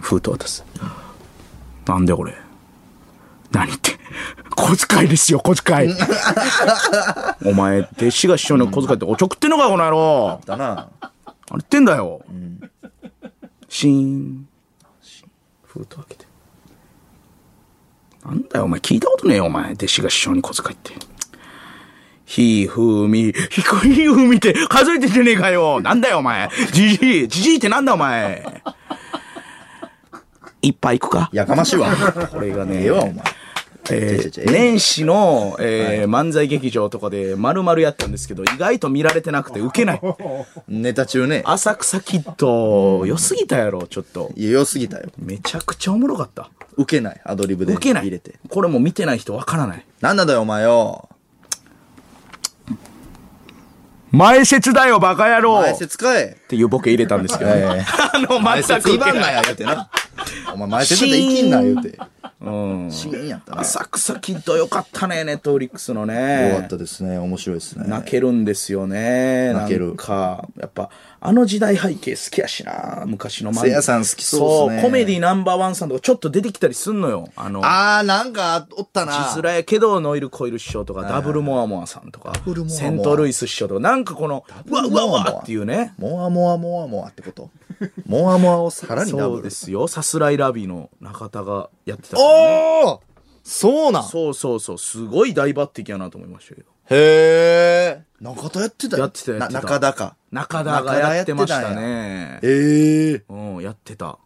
Speaker 2: 封筒渡す。なんだよこれ。何って。小遣いですよ、小遣い。お前、弟子が師匠の小遣いっておちょくってんのか、この野郎。
Speaker 1: だな。
Speaker 2: あれ言ってんだよ。シーン。封筒開けて。なんだよ、お前聞いたことねえよ、お前。弟子が師匠に小遣いって。ひふみ、ひこひふみって数えてんじゃねえかよ。なんだよ、お前。じじい、じじいってなんだ、お前。いっぱい行くか
Speaker 1: やかましいわ。
Speaker 2: これが
Speaker 1: え
Speaker 2: ね
Speaker 1: え、わ、お前。
Speaker 2: え
Speaker 1: ちょちょ
Speaker 2: ー年始の、えー漫才劇場とかで丸々やったんですけど、意外と見られてなくてウケない。
Speaker 1: ネタ中ね。
Speaker 2: 浅草キッド、良すぎたやろ、ちょっと。
Speaker 1: いや良すぎたよ。
Speaker 2: めちゃくちゃおもろかった。
Speaker 1: 受けない、アドリブで。
Speaker 2: ウケな
Speaker 1: 入れ
Speaker 2: い
Speaker 1: て。。
Speaker 2: これもう見てない人わからない。
Speaker 1: なんなんだよ、お前よ。
Speaker 2: 前説だよ、バカ野郎
Speaker 1: 前
Speaker 2: っ
Speaker 1: 説かえ。
Speaker 2: ていうボケ入れたんですけど、
Speaker 1: ええ。
Speaker 2: ね。あの、
Speaker 1: 前
Speaker 2: 全
Speaker 1: 説言
Speaker 2: くウケ
Speaker 1: わん
Speaker 2: な。
Speaker 1: ないや、言うてな。お前前説で生きんな、言うて。
Speaker 2: うん。
Speaker 1: シーンやったな。
Speaker 2: 浅草キッドよかったね、ネットフリックスのね。
Speaker 1: よかったですね。面白いですね。
Speaker 2: 泣けるんですよね。
Speaker 1: 泣ける
Speaker 2: なんか、やっぱ、あの時代背景好きやしな、昔の漫
Speaker 1: せ
Speaker 2: 才
Speaker 1: やさん好きそうっすね
Speaker 2: コメディナンバーワンさんとかちょっと出てきたりすんのよ。あの、
Speaker 1: あー、なんか、おったな。
Speaker 2: 地面やけどノイル・コイル師匠とかダブルモアモアさんとか
Speaker 1: ブルモアモア
Speaker 2: セントルイス師匠とかなんかこのうわうわうわっていうね
Speaker 1: モアモアモアモアってこと。モアモアをさらにダ
Speaker 2: そ
Speaker 1: ブ
Speaker 2: う
Speaker 1: ル
Speaker 2: で。すよさすらいラビーの中田がやってた
Speaker 1: おーそうなんへ
Speaker 2: そうそうそうすごい大抜擢やなと思いましたけど
Speaker 1: え。中田やってたよ
Speaker 2: やってたやってた
Speaker 1: な中田か。
Speaker 2: 中田がやってましたね
Speaker 1: ええ
Speaker 2: うんやってた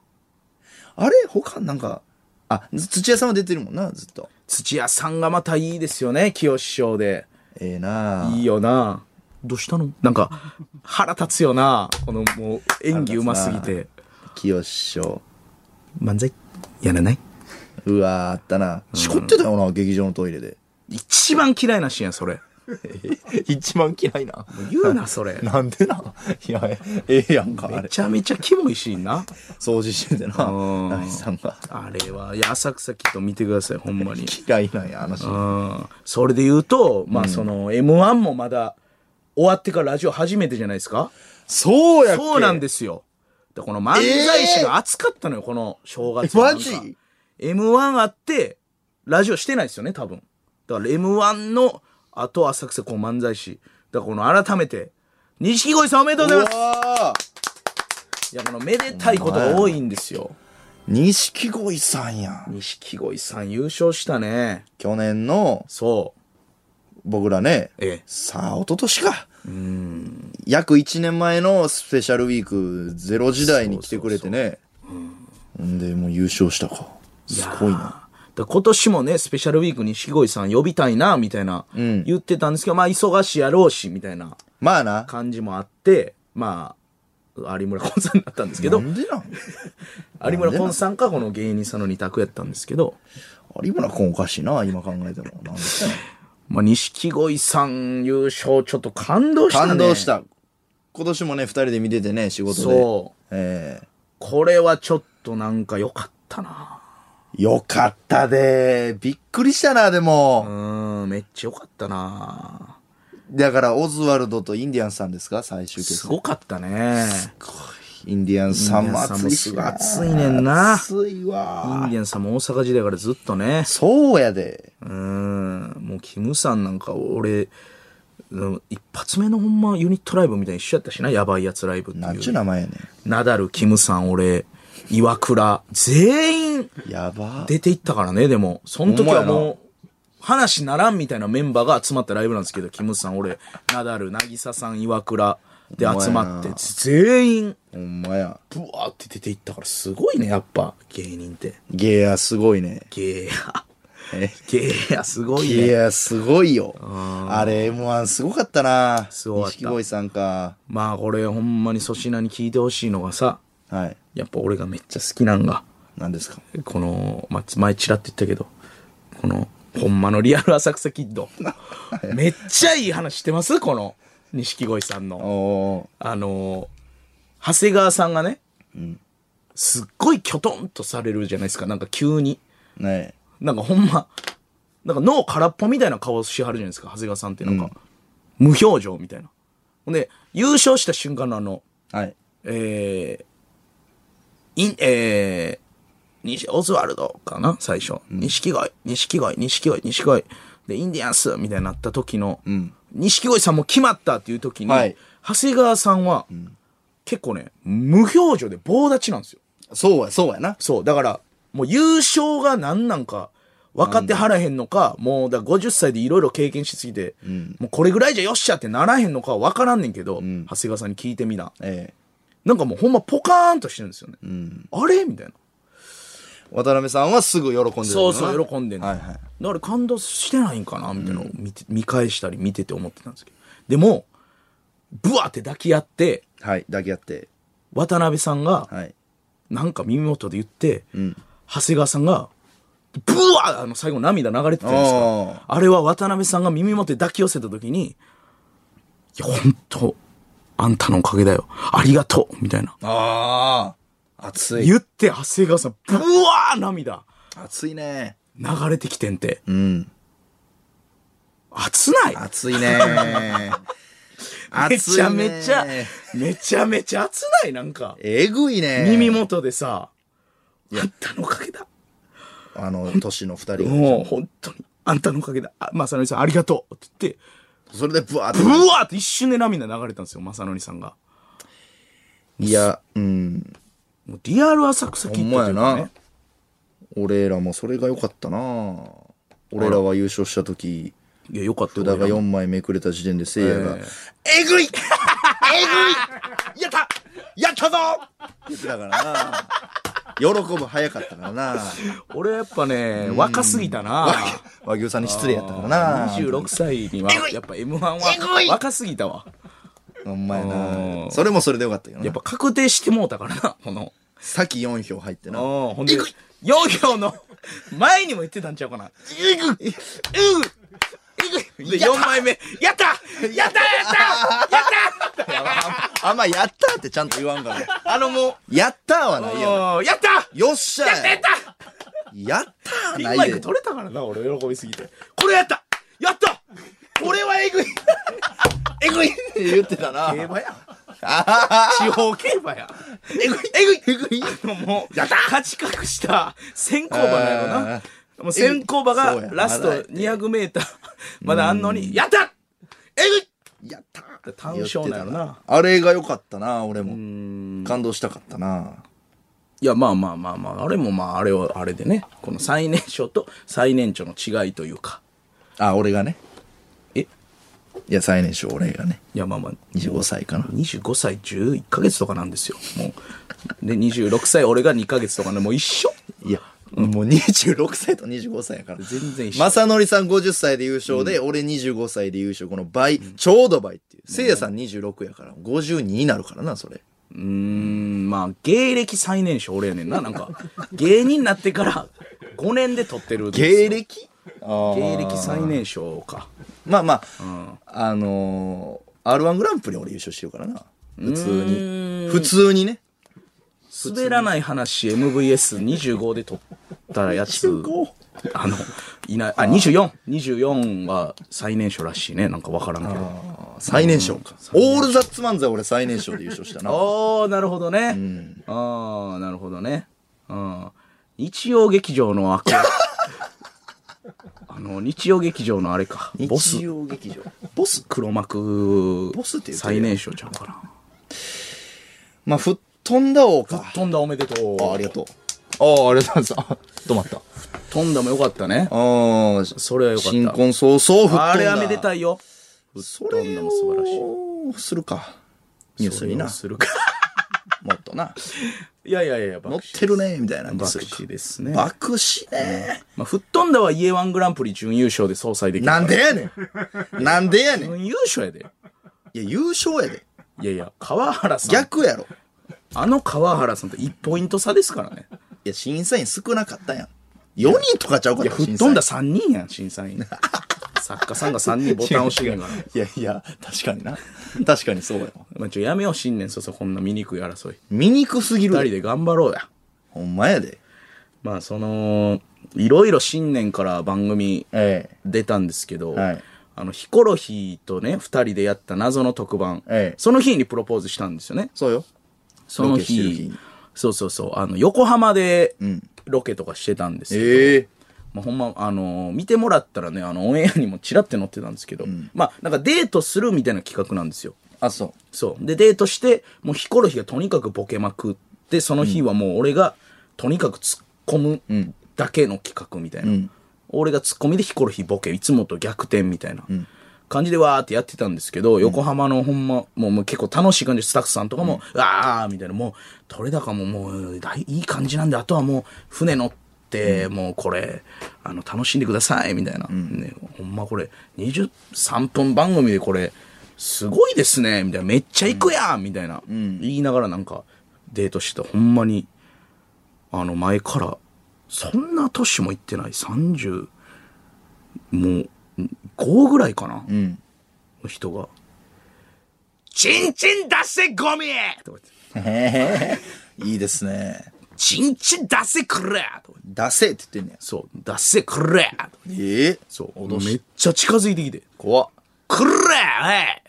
Speaker 1: あれ他なんか、あ、ず土屋さんは出てるもんな、ずっと。
Speaker 2: 土屋さんがまたいいですよね清師匠で
Speaker 1: ええなあ
Speaker 2: いいよなどうしたのなんか腹立つよなこのもう演技うますぎて
Speaker 1: 清志師匠。
Speaker 2: 漫才やらないう
Speaker 1: わーあったな。しこってたよな、劇場のトイレで。
Speaker 2: 一番嫌いなシーンやそれ
Speaker 1: 一番嫌いな。
Speaker 2: 言うなそ れ
Speaker 1: なんでな。いや、ええやんか、あ
Speaker 2: め
Speaker 1: れ。
Speaker 2: ちゃめちゃキモいシーンな。
Speaker 1: 掃除しててな、
Speaker 2: ん
Speaker 1: ナミさんが。
Speaker 2: あれは、いや、浅草キッド見てください、ほんまに。
Speaker 1: 嫌いなんや、話。
Speaker 2: うん。それで言うと、まあ、その、M1 もまだ、終わってからラジオ初めてじゃないですか
Speaker 1: そうやっけ
Speaker 2: そうなんですよ。でこの漫才師が熱かったのよ、この正月のなんか。
Speaker 1: えマジ
Speaker 2: ?M1 あって、ラジオしてないですよね、多分。だから M1 の、あと浅草こう漫才師。だからこの改めて、錦鯉さんおめでとうございます
Speaker 1: わー
Speaker 2: いや、このめでたいことが多いんですよ。
Speaker 1: 錦鯉さんやん。
Speaker 2: 錦鯉さん優勝したね。
Speaker 1: 去年の、
Speaker 2: そ
Speaker 1: 僕らね、
Speaker 2: う。ええ。
Speaker 1: さあ、一昨年か。約1年前のスペシャルウィーク、ゼロ時代に来てくれてね。んで、もう優勝したか。すごいな。
Speaker 2: だ今年もね、スペシャルウィークに錦鯉さん呼びたいな、みたいな、
Speaker 1: ん
Speaker 2: 言ってたんですけど、まあ、忙しいやろうし、みたいな
Speaker 1: まあな。
Speaker 2: 感じもあって、まあ、有村昆さんだったんですけ
Speaker 1: な
Speaker 2: ど、
Speaker 1: んでなん
Speaker 2: 有村昆さんかこの芸人さんの二択やったんですけど、
Speaker 1: 有村君おかしいな、今考えても。なんで
Speaker 2: まあ、錦鯉さん優勝、ちょっと感動したね。
Speaker 1: 感動し。た。今年もね、二人で見ててね、仕事で。
Speaker 2: そう。
Speaker 1: ええ
Speaker 2: これはちょっとなんか良かったな。
Speaker 1: よかったで。びっくりしたな、で
Speaker 2: う
Speaker 1: も。
Speaker 2: ん、めっちゃ良かったな。
Speaker 1: だから、オズワルドとインディアンスさんですか最終決
Speaker 2: す
Speaker 1: 戦。
Speaker 2: ごかったね。
Speaker 1: インディアンスさんも
Speaker 2: インディアンスさん
Speaker 1: 熱
Speaker 2: も
Speaker 1: いしな。
Speaker 2: すごい熱いねんな
Speaker 1: 熱い
Speaker 2: イ
Speaker 1: わ。
Speaker 2: ンディアンスさんも大阪時代からずっとね。
Speaker 1: そうやで。
Speaker 2: うん。もう、キムさんなんか俺、うん一発目のほんまユニットライブみたいに一緒やったしな、やばいやつライブって
Speaker 1: なんち
Speaker 2: い
Speaker 1: ゅう
Speaker 2: う。
Speaker 1: 名前やね
Speaker 2: ナダル、キムさん、俺、岩倉、全員
Speaker 1: ん。やば。
Speaker 2: 出ていったからね、でも。その時
Speaker 1: ほ
Speaker 2: は
Speaker 1: んまや
Speaker 2: もう、話ならんみたいなメンバーが集まったライブなんですけど、キムさん、俺、ナダル、渚さん、岩倉で
Speaker 1: ほんま
Speaker 2: 集
Speaker 1: やな
Speaker 2: まって、全員、
Speaker 1: ほんまや。
Speaker 2: ブワーって出ていったから、すごいね、やっぱ、芸人って。
Speaker 1: ゲーアすごいね。
Speaker 2: ゲーや。
Speaker 1: え
Speaker 2: ゲーや、すごい
Speaker 1: い
Speaker 2: ね。
Speaker 1: や、すごいよ。あれ、M1 すごかったな。
Speaker 2: すごかった
Speaker 1: 錦鯉さんか。
Speaker 2: まあ、これ、ほんまに粗品に聞いてほしいのがさ、
Speaker 1: はい。
Speaker 2: やっぱ俺がめっちゃ好きなんが、
Speaker 1: 何ですか。
Speaker 2: この、まあ、前ちらって言ったけど、この、ほんまのリアル浅草キッ ド。めっちゃいい話してますこの、錦鯉さんの。
Speaker 1: おー
Speaker 2: あのー、長谷川さんがね、すっごいキョトンとされるじゃないですか。なんか急に。
Speaker 1: ね
Speaker 2: なんかほんま、なんか脳空っぽみたいな顔しはるじゃないですか。長谷川さんってなんか、無表情みたいな。ほんで、優勝した瞬間のあの、
Speaker 1: はい。
Speaker 2: えー、いん、えー、にオズワルドかな最初。錦鯉、錦鯉、錦鯉、錦鯉。で、インディアンスみたいになった時の、錦鯉さんも決まったっていう時に、
Speaker 1: はい
Speaker 2: 長谷川さんは、結構ね、無表情で棒立ちなんですよ。
Speaker 1: そうや、そうやな。
Speaker 2: そう。だから、もう優勝が何なんか、分かってはらへんのか、もう、だから50歳でいろいろ経験しすぎて、もうこれぐらいじゃよっしゃってならへんのかは分からんねんけど、長谷川さんに聞いてみな。
Speaker 1: ええ
Speaker 2: なんかもうほんまポカーンとしてるんですよね。あれみたいな。
Speaker 1: 渡辺さんはすぐ喜んでるな。
Speaker 2: そうそう、喜んでんの。
Speaker 1: はいはい。
Speaker 2: だから感動してないんかなみたいなのを見て見返したり見てて思ってたんですけど。でも、ブワーって抱き合って、
Speaker 1: はい、抱き合って。
Speaker 2: 渡辺さんが、
Speaker 1: はい。
Speaker 2: なんか耳元で言って、長谷川さんが、ブワーあの、最後涙流れてたじゃない
Speaker 1: お
Speaker 2: です
Speaker 1: ー
Speaker 2: か。あれは渡辺さんが耳元で抱き寄せた時に、いや、ほんと、あんたのおかげだよ。ありがとうみたいな。
Speaker 1: ああ。熱い。
Speaker 2: 言って、長谷川さん、ブワー涙。
Speaker 1: 熱いね。
Speaker 2: 流れてきてんて。
Speaker 1: うん。
Speaker 2: 熱ない
Speaker 1: 熱いね。
Speaker 2: め
Speaker 1: 熱い
Speaker 2: ち
Speaker 1: ね
Speaker 2: ゃめちゃ、めちゃめちゃ熱ないなんか。
Speaker 1: えぐいね。
Speaker 2: 耳。元でさ、あんたのおかげだ。
Speaker 1: あの、年の二人が。
Speaker 2: もう本当に。あんたのおかげだ。あ、まさのりさんありがとうって
Speaker 1: それでブワーって
Speaker 2: 言って、うわーって一瞬で涙流れたんですよ、まさのりさんが。
Speaker 1: いや、うん。
Speaker 2: もうリアル浅草キッドっていうか
Speaker 1: ほんまや
Speaker 2: ね
Speaker 1: な。俺らもそれが良かったな俺らは優勝した時
Speaker 2: いや、よかった。
Speaker 1: 宇田が
Speaker 2: 俺ら
Speaker 1: 4枚めくれた時点でせいやが
Speaker 2: え
Speaker 1: 「えぐい えぐいやったやったぞ!」って言ってたからな喜ぶ早かったからな
Speaker 2: 俺はやっぱね、若すぎたな。
Speaker 1: 和牛さんに失礼やったからな
Speaker 2: 26歳には、やっぱ M1 は若すぎたわ。
Speaker 1: ほんまや
Speaker 2: うん
Speaker 1: なそれもそれでよかったけど
Speaker 2: や
Speaker 1: な
Speaker 2: っぱ確定してもうたからな、この。
Speaker 1: さっき4票入ってな
Speaker 2: うん、ほんで、4票の前にも言ってたんちゃうかな。えぐえぐえぐで、4枚目。やったやったやったやっ
Speaker 1: あんま「やった!」ってちゃんと言わんから
Speaker 2: たあのも
Speaker 1: 「やった!」は
Speaker 2: う、
Speaker 1: ないよ
Speaker 2: おーやった
Speaker 1: よっしゃ
Speaker 2: やったやっ
Speaker 1: やった
Speaker 2: た
Speaker 1: ー
Speaker 2: ピ
Speaker 1: な
Speaker 2: ンマイ
Speaker 1: い
Speaker 2: ク
Speaker 1: で
Speaker 2: 取れたからな、俺喜びすぎて。これやったやったこれはえぐい
Speaker 1: えぐいって言ってたな
Speaker 2: 競馬や。地方競馬や。えぐいえぐいえぐいもう、やった勝ち隠した先行馬なんやろ
Speaker 1: あ
Speaker 2: な。もう先行馬
Speaker 1: そうや
Speaker 2: がラスト
Speaker 1: まだ
Speaker 2: 200メーター、まだあんのに、やったえぐい
Speaker 1: やったー
Speaker 2: 単勝なんやろな。
Speaker 1: あれが良かったな、俺も。感動したかったな。
Speaker 2: いや、まあまあまあまあ、あれもまあ、あれはあれでね、この最年少と最年長の違いというか、
Speaker 1: あ、俺がね。
Speaker 2: えい
Speaker 1: いや、最年少俺がね。
Speaker 2: や、まあまあ、
Speaker 1: 25歳かな。
Speaker 2: 25歳11ヶ月とかなんですよ、もう。で、26歳俺が2ヶ月とかね、もう一緒
Speaker 1: いや、もう26歳と25歳やから。
Speaker 2: 全然一緒。
Speaker 1: まさのりさん50歳で優勝で、俺25歳で優勝。この倍、ちょうど倍っていう。せいやさん26やから、52になるから な、それ。
Speaker 2: うーん、まあ、芸歴最年少俺やねんな、なんか。芸人になってから5年で撮ってる。
Speaker 1: 芸歴あー
Speaker 2: 芸歴最年少か
Speaker 1: まあまあ、あのー、r 1グランプリ俺優勝してるからな普通に普通にね
Speaker 2: 滑らない話 MVS25 で撮ったやつあのいないあ2424は最年少らしいねなんかわからんけど
Speaker 1: 最年少かオールザッツ漫才俺最年少で優勝したな
Speaker 2: おーなるほどね、ああなるほどねうん日曜劇場 のああの日曜劇場のあれかボス
Speaker 1: 日曜劇場
Speaker 2: ボス黒幕
Speaker 1: ボスって言うてる
Speaker 2: 最年少ちゃうかな
Speaker 1: まあ吹っ飛んだ王か
Speaker 2: 飛んだおめでとう
Speaker 1: あありがとうああありがとうございますあ止まった
Speaker 2: 飛んだもよかったね
Speaker 1: ああ
Speaker 2: それはよかった
Speaker 1: 新婚早々吹っ飛んだ
Speaker 2: あれはめでたいよ
Speaker 1: そ
Speaker 2: 飛ん
Speaker 1: れ
Speaker 2: だ
Speaker 1: を
Speaker 2: も素晴らしい
Speaker 1: するかニュースにな
Speaker 2: それをするか
Speaker 1: もっとない
Speaker 2: やいやいや
Speaker 1: 乗
Speaker 2: 乗
Speaker 1: ってるねみたいなにす
Speaker 2: 爆
Speaker 1: るか
Speaker 2: 死ですね、
Speaker 1: 爆死ね
Speaker 2: まあ、吹っ飛んだは EA1 グランプリ準優勝で総裁できる
Speaker 1: なんでやねんなんでやねん
Speaker 2: 準優勝やで
Speaker 1: いや優勝やで
Speaker 2: いやいや川原さん
Speaker 1: 逆やろ
Speaker 2: あの川原さんと1ポイント差ですからね。
Speaker 1: いや審査員少なかったやん4人とかちゃうかっ
Speaker 2: いや、
Speaker 1: た
Speaker 2: 吹っ飛んだ3人やん、審査員。作家さんが3人ボタン押してんから。
Speaker 1: いやいや確かにな確かにそうやわ
Speaker 2: まあ、ちょ、やめよう、新年そそ、こんな醜い争い。
Speaker 1: 醜すぎ
Speaker 2: 二人
Speaker 1: る
Speaker 2: で頑張ろうや。
Speaker 1: ほんまやで
Speaker 2: まあ、その、いろいろ新年から番組
Speaker 1: ええ
Speaker 2: 出たんですけど、
Speaker 1: はい
Speaker 2: あの、ヒコロヒーとね、二人でやった謎の特番、
Speaker 1: ええ
Speaker 2: その日にプロポーズしたんですよね。
Speaker 1: そうよ
Speaker 2: その
Speaker 1: ロケしてる日
Speaker 2: 日
Speaker 1: に、
Speaker 2: そうそうそう、あの、横浜で
Speaker 1: ん
Speaker 2: ロケとかしてたんですよ
Speaker 1: ええ
Speaker 2: まあ、ほんま、あのー見てもらったらね、あの、オンエアにもチラって載ってたんですけど、まあ、なんかデートするみたいな企画なんですよ。
Speaker 1: あそう
Speaker 2: そう。で、デートして、もうヒコロヒーがとにかくボケまくって、その日はもう俺がとにかく突っ込むだけの企画みたいな。俺が突っ込みでヒコロヒーボケ、いつもと逆転みたいな感じでわーってやってたんですけど、横浜のほんま、もうもう結構楽しい感じでスタッフさんとかも、あーみたいな、もう、取れ高ももう、だいいい感じなんで、あとはもう、船乗って、もうこれあの楽しんでくださいみたいな、ね、ほんまこれ23分番組でこれすごいですねみたいなめっちゃ行くやんみたいな、言いながらなんかデートしてたほんまにあの前からそんな年も行ってない30もう5ぐらいかな、の人が「チンチン出せゴミ!」とか言って
Speaker 1: いいですね
Speaker 2: 「チンチン出せくれ!」とか言って
Speaker 1: 出せって言ってんね
Speaker 2: そう「出せくれ!」とか言って
Speaker 1: やええ
Speaker 2: そうめっちゃ近づいてきて
Speaker 1: 怖っ
Speaker 2: 「くれ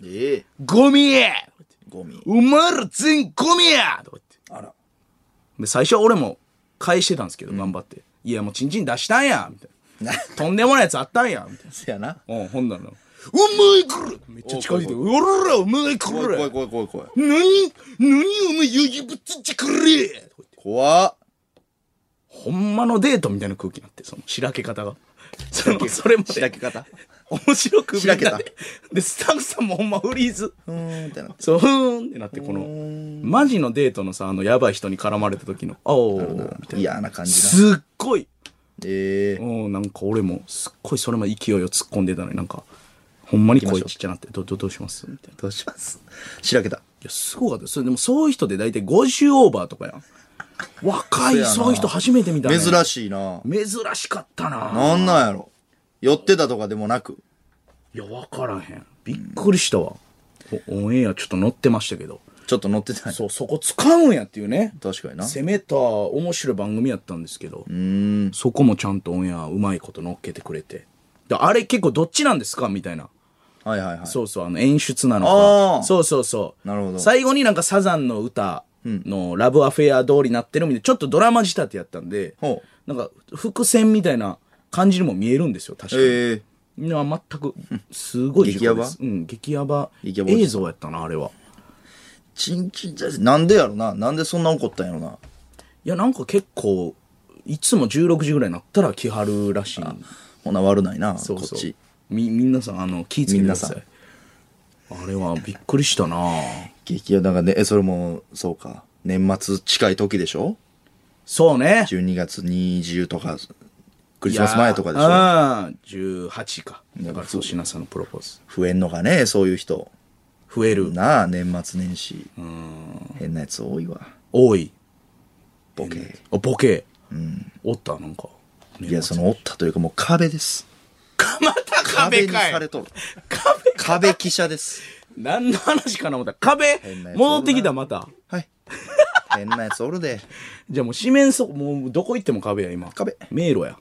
Speaker 2: えい
Speaker 1: ええ
Speaker 2: ゴミや!」とか言って
Speaker 1: ゴミ
Speaker 2: お前ら全ゴミやとか言って。
Speaker 1: あら
Speaker 2: で、最初は俺も返してたんですけど、頑張って。いや、もうチンチン出したんやみたいな。とんでもないやつあったんやみたい
Speaker 1: せやな
Speaker 2: な。うん、ほんなら。お前来るめっちゃ近づいて、おらら、お前来
Speaker 1: 怖い
Speaker 2: る
Speaker 1: 怖い怖い怖い怖い
Speaker 2: 何何お前余裕ぶっつっちゃくれとか言って
Speaker 1: 怖っ
Speaker 2: ほんまのデートみたいな空気になって、その、しらけ方が。そのそれも、
Speaker 1: 開き方
Speaker 2: 面白くみんな
Speaker 1: しらけ
Speaker 2: で。で、スタッフさんもほんまフリーズ。
Speaker 1: うーんってなって
Speaker 2: そう、ふーんってなって、この、マジのデートのさ、あの、やばい人に絡まれた時の、おー、みたいな。
Speaker 1: 嫌な感じだ
Speaker 2: すっごい、
Speaker 1: ええ
Speaker 2: うん、なんか俺も、すっごいそれまで勢いを突っ込んでたのになんか、ほんまに声ちっちゃなって、ど、ど、どうしますみたいな。い
Speaker 1: どうします開けた
Speaker 2: や、すごかった。それでもそういう人で大体50オーバーとかやん。若い、そういう人初めて見たね。
Speaker 1: 珍しいな
Speaker 2: 珍しかったな。
Speaker 1: なんなんやろ寄ってたとかでもなく
Speaker 2: いや、わからへん。びっくりしたわ。おオンエアちょっと乗ってましたけど。
Speaker 1: ちょっと乗ってたんや
Speaker 2: そう、そこ使うんやっていうね。
Speaker 1: 確かにな
Speaker 2: 攻めた面白い番組やったんですけど、
Speaker 1: うん
Speaker 2: そこもちゃんとオンエアうまいこと乗っけてくれて。であれ結構どっちなんですかみたいな。
Speaker 1: はいはいはい
Speaker 2: そうそう、あの演出なの
Speaker 1: あ
Speaker 2: か。
Speaker 1: ー
Speaker 2: そうそうそう。
Speaker 1: なるほど
Speaker 2: 最後になんかサザンの歌のラブアフェア通りなってるみたいな、ちょっとドラマ仕立てやったんで、
Speaker 1: ほ
Speaker 2: なんか伏線みたいな感じにも見えるんですよ、確かに。
Speaker 1: ええ
Speaker 2: いや、全く、すごい時間です。うん、激ヤバ
Speaker 1: 激ヤバおじさん
Speaker 2: 映像やったな、あれは。
Speaker 1: チンチンじゃなんでやろななんでそんな怒ったんやろない
Speaker 2: や、なんか結構、いつも16時ぐらいになったら来はるらしいんで
Speaker 1: ほな悪ないな
Speaker 2: そう
Speaker 1: こ
Speaker 2: そう
Speaker 1: っち
Speaker 2: み皆さんあの気ぃつけてくださいあれはびっくりしたな
Speaker 1: 激ヤだからねえそれもそうか年末近い時でしょ
Speaker 2: そうね
Speaker 1: 12月20とかクリスマス前とかでし
Speaker 2: い
Speaker 1: ょ
Speaker 2: やうん18かだから粗品さんのプロポーズ
Speaker 1: 増えんのかねそういう人
Speaker 2: 増える
Speaker 1: なあ年末年始変なやつ多いわ
Speaker 2: 多い
Speaker 1: ボケ
Speaker 2: あボケおったなんか
Speaker 1: いやそのおったというかもう壁です
Speaker 2: また
Speaker 1: 壁に
Speaker 2: 壁かい
Speaker 1: されとる。
Speaker 2: 壁
Speaker 1: 壁記者です。
Speaker 2: 何の話かな思った壁
Speaker 1: 変なやつ
Speaker 2: 戻ってきたまた
Speaker 1: はい。変なやつおるで。
Speaker 2: じゃあもう四面楚もうどこ行っても壁や今
Speaker 1: 壁。
Speaker 2: 迷路や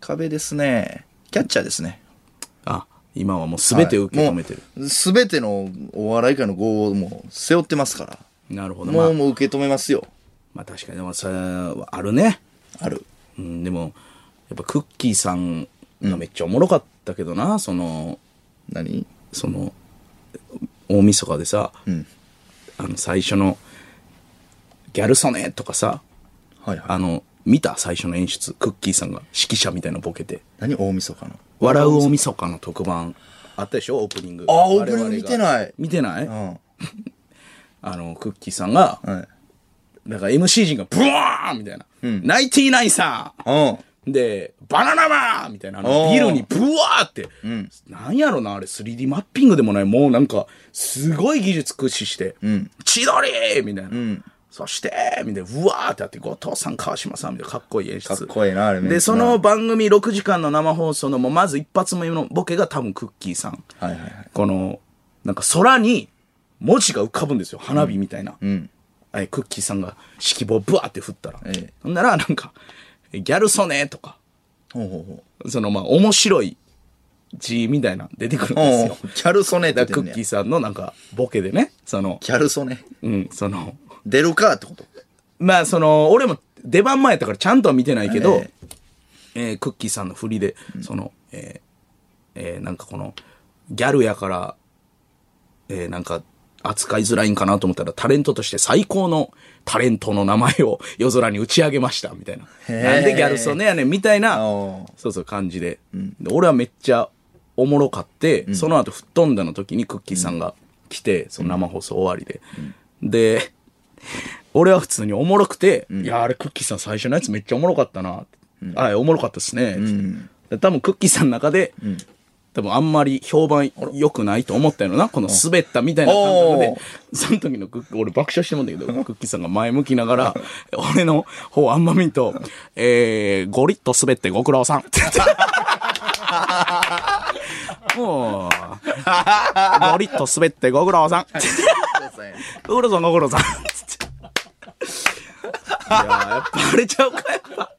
Speaker 1: 壁ですね。キャッチャーですね。
Speaker 2: あ今はもう全て受け止めてる、
Speaker 1: る。すべてのお笑い界の業をもう背負ってますから。
Speaker 2: なるほどま
Speaker 1: も
Speaker 2: あ
Speaker 1: う、もう受け止めますよ。
Speaker 2: まあ確かにでもさはあるね
Speaker 1: ある。
Speaker 2: うんでもやっぱクッキーさんがめっちゃおもろかったけどな、その
Speaker 1: 何
Speaker 2: その大晦日でさ、
Speaker 1: うん。
Speaker 2: あの最初の「ギャル曽根」とかさ
Speaker 1: はいはい。
Speaker 2: あの見た最初の演出クッキーさんが指揮者みたいなボケて
Speaker 1: 何大晦日の。
Speaker 2: 「笑う大晦日の特番あったでしょオープニング
Speaker 1: あー
Speaker 2: 我
Speaker 1: オー
Speaker 2: 々
Speaker 1: プニング見て
Speaker 2: が
Speaker 1: ない。
Speaker 2: 見てない、
Speaker 1: うん。
Speaker 2: あのクッキーさんが、
Speaker 1: はい。
Speaker 2: だから MC 陣がブワーンみたいな「ナインティナインさん!」
Speaker 1: うん。
Speaker 2: で、バナナマンみたいな、あの
Speaker 1: おー
Speaker 2: ビルにブワーって、なんやろな、あれ 3D マッピングでもない、もうなんか、すごい技術駆使して、千鳥みたいな。そして、みたいな、うわーってあって、後藤さん、川島さん、みたいな、かっこいい演出。
Speaker 1: かっこええなあれめっちゃ
Speaker 2: で、その番組6時間の生放送の、もうまず一発目のボケが多分クッキーさん。
Speaker 1: はいはいはい。
Speaker 2: この、なんか空に文字が浮かぶんですよ。花火みたいな。
Speaker 1: うん。
Speaker 2: あれクッキーさんが指揮棒ブワーって振ったら。
Speaker 1: ええ
Speaker 2: ほんなら、なんか、ギャル曽根とか、
Speaker 1: ほうほうほう。
Speaker 2: そのまあ面白い字みたいな出てくるんです
Speaker 1: お
Speaker 2: よ
Speaker 1: う。キャルソネって言
Speaker 2: だ
Speaker 1: って
Speaker 2: から
Speaker 1: んね
Speaker 2: クッ
Speaker 1: や
Speaker 2: キーさんのなんかボケでね、その、
Speaker 1: キャルソネ。
Speaker 2: うん、その、
Speaker 1: 出るかってこと。
Speaker 2: まあその、俺も出番前やったからちゃんとは見てないけど
Speaker 1: え、
Speaker 2: えークッキーさんの振りで、その、えーえーなんかこの、ギャルやから、えーなんか、扱いづらいんかなと思ったら、タレントとして最高のタレントの名前を 夜空に打ち上げました、みたいな。
Speaker 1: へー
Speaker 2: なんでギャルソネやねん、みたいな、
Speaker 1: おう
Speaker 2: そうそう、感じで。で俺はめっちゃおもろかって、その後、吹っ飛んだの時にクッキーさんが来て、その生放送終わりで。で、俺は普通におもろくて、いや、あれクッキーさん最初のやつめっちゃおもろかったな。あれおもろかったっすね。で多分クッキーさんの中で、多分あんまり評判良くないと思ったよな。この滑ったみたいな感覚
Speaker 1: お
Speaker 2: で
Speaker 1: ー、
Speaker 2: その時のクッキー、俺爆笑してもんだけど、クッキーさんが前向きながら、俺の方あんま見んと、えー、ゴリッと滑ってご苦労さんって言って。もう、ゴリッと滑ってご苦労さん。ご苦労さんご苦労 さん。つっていやーやっぱあれちゃうか、やっぱ。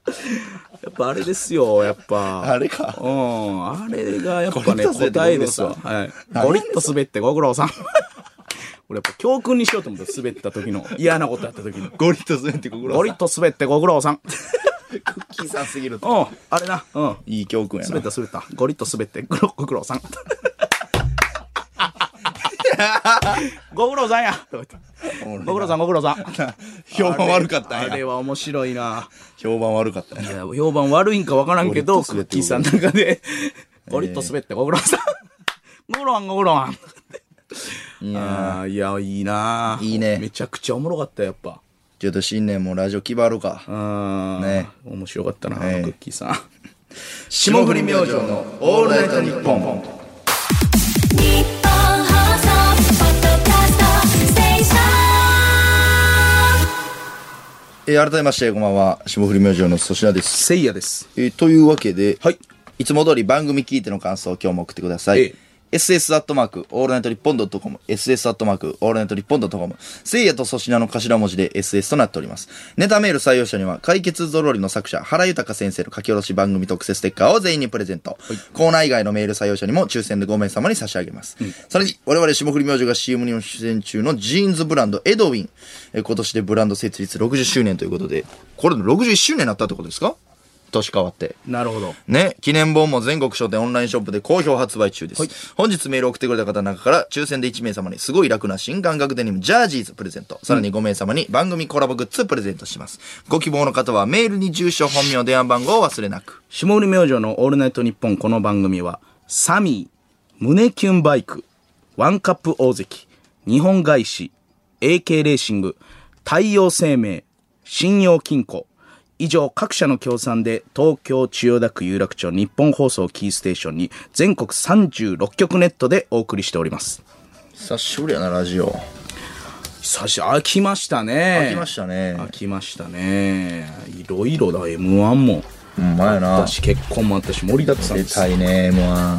Speaker 2: やっぱあれですよ、やっぱ。
Speaker 1: あれか。
Speaker 2: うん、あれがやっぱね、
Speaker 1: ゴリッと滑って
Speaker 2: 答えですわ。
Speaker 1: ご苦
Speaker 2: はい。ゴリッと滑ってご苦労さん。俺やっぱ教訓にしようと思った、滑った時の。嫌なことあった時の。
Speaker 1: ゴリッとするって心
Speaker 2: ゴリッと滑ってご苦労さん。
Speaker 1: クッキーさんすぎる
Speaker 2: うん、あれな。うん。
Speaker 1: いい教訓や
Speaker 2: 滑
Speaker 1: な
Speaker 2: っ。た滑った。ゴリッと滑ってごご苦労 さん。ご苦労さんやとか言ってご苦労さんご苦労さん。
Speaker 1: 評判悪かった
Speaker 2: あ
Speaker 1: ん
Speaker 2: れ
Speaker 1: や。
Speaker 2: は面白いな。
Speaker 1: 評判悪かったん
Speaker 2: い
Speaker 1: や。
Speaker 2: や、評判悪いんかわからんけど、
Speaker 1: ゴ
Speaker 2: ク
Speaker 1: リッと滑
Speaker 2: ッ
Speaker 1: って
Speaker 2: キーさんの 中で、ゴリッと滑って、ご苦労さん。ご苦労はん、ご苦労はん。
Speaker 1: いや
Speaker 2: あーいや、いいない
Speaker 1: いね
Speaker 2: めちゃくちゃおもろかった、やっぱ。
Speaker 1: ちょっと新年もラジオ気張ろうか。
Speaker 2: うん。
Speaker 1: ね
Speaker 2: 面白かったな、
Speaker 1: ね
Speaker 2: クッキーさん。
Speaker 1: 霜降り明星のオールナイトニッポン。
Speaker 3: 日本放送ポッドキャストステーション
Speaker 1: えー改めまして、こんばんは。霜降り明星の粗品です。
Speaker 2: せいやです。
Speaker 1: えーというわけで、
Speaker 2: はい。
Speaker 1: いつも通り番組聞いての感想を今日も送ってください。
Speaker 2: ええ
Speaker 1: SS アットマーク、オールナイトリッポンドットコム、SS アットマーク、オールナイトリッポンドットコム、聖夜と粗品の頭文字で SS となっております。ネタメール採用者には、解決ぞろりの作者、原豊先生の書き下ろし番組特設ステッカーを全員にプレゼント。コーナー以外のメール採用者にも抽選で5名様に差し上げます。さらに、我々霜降り明星が CM にも出演中のジーンズブランド、エドウィン。えー今年でブランド設立60周年ということで、これで61周年になったってことですか年変わって。
Speaker 2: なるほど。
Speaker 1: ね、記念本も全国書店オンラインショップで好評発売中です。
Speaker 2: はい
Speaker 1: 本日メールを送ってくれた方の中から、抽選で1名様にすごい楽な新感覚デニムジャージーズプレゼント。さらに5名様に番組コラボグッズプレゼントします。ご希望の方はメールに住所、本名、電話番号を忘れなく。
Speaker 2: 霜降り明星のオールナイトニッポンこの番組は、サミー、胸キュンバイク、ワンカップ大関、日本外資、AK レーシング、太陽生命、信用金庫、以上各社の協賛で東京千代田区有楽町日本放送キーステーションに全国36局ネットでお送りしております。
Speaker 1: 久しぶりやな、ラジオ。
Speaker 2: 久し、飽きました
Speaker 1: 飽
Speaker 2: ね。
Speaker 1: きましたね
Speaker 2: 飽きましたね。いろいろだ、M1 も。
Speaker 1: ほんまやな。
Speaker 2: 私結婚もあったし盛りだくさん
Speaker 1: 出
Speaker 2: です
Speaker 1: たいね、M1。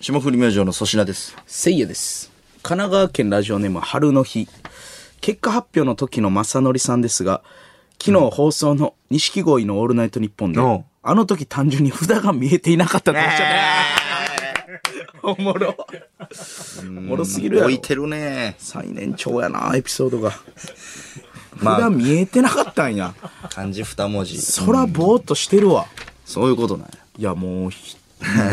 Speaker 1: 霜降り明星の粗品です。
Speaker 2: せいやです。神奈川県ラジオネーム春の日。結果発表の時の正則さんですが、昨日放送の錦鯉のオールナイトニッポンで、
Speaker 1: うん
Speaker 2: あの時単純に札が見えていなかったとおっしゃってましたおもろ。おもろすぎるやろ
Speaker 1: 置い。てるね。
Speaker 2: 最年長やな、エピソードが。
Speaker 1: まあ
Speaker 2: 札見えてなかったんや。
Speaker 1: 漢字二文字。
Speaker 2: そらぼーっとしてるわ。
Speaker 1: そういうことなんや。
Speaker 2: いや、もう ひ、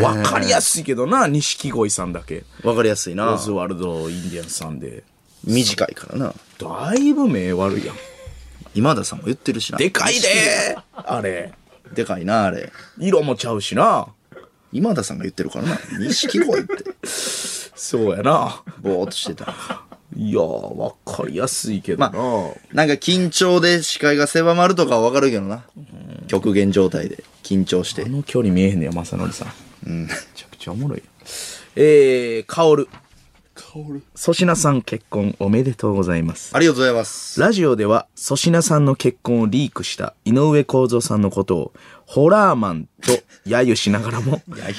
Speaker 2: わかりやすいけどな、錦鯉さんだけ。
Speaker 1: わかりやすい
Speaker 2: オ
Speaker 1: な。
Speaker 2: ズワルド・インディアンスさんで。
Speaker 1: 短いからな。
Speaker 2: だいぶ目悪いやん。
Speaker 1: 今田さんも言ってるしな。
Speaker 2: でかいでーあれ。
Speaker 1: でかいな、あれ。
Speaker 2: 色もちゃうしな。
Speaker 1: 今田さんが言ってるからな。錦鯉って。
Speaker 2: そうやな。
Speaker 1: ぼーっとしてた。
Speaker 2: いやー、わかりやすいけど
Speaker 1: ま
Speaker 2: な。
Speaker 1: あ、なんか緊張で視界が狭まるとかはわかるけどな。極限状態で緊張して
Speaker 2: あ。の距離見えへんねや、正則さん。うん。めちゃくちゃおもろいよ。えー、カオル。粗品さん結婚おめでとうございます。
Speaker 1: ありがとうございます。
Speaker 2: ラジオでは粗品さんの結婚をリークした井上公造さんのことをホラーマンと揶揄しながら も、
Speaker 1: いやいや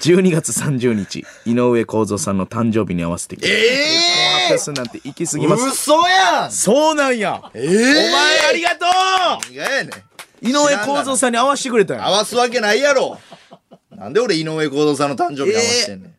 Speaker 2: 12月30日、井上公造さんの誕生日に合わせて結婚発
Speaker 1: え
Speaker 2: 表するなんて行き過ぎ
Speaker 1: ー、
Speaker 2: ます。
Speaker 1: 嘘やん
Speaker 2: そうなんや、
Speaker 1: えー、お
Speaker 2: お前ありがと
Speaker 1: 何がやねん。
Speaker 2: う井上公造さんに合わせてくれたん
Speaker 1: 合
Speaker 2: や
Speaker 1: わすわけないやろ。なんで俺井上公造さんの誕生日に合わせてんねん。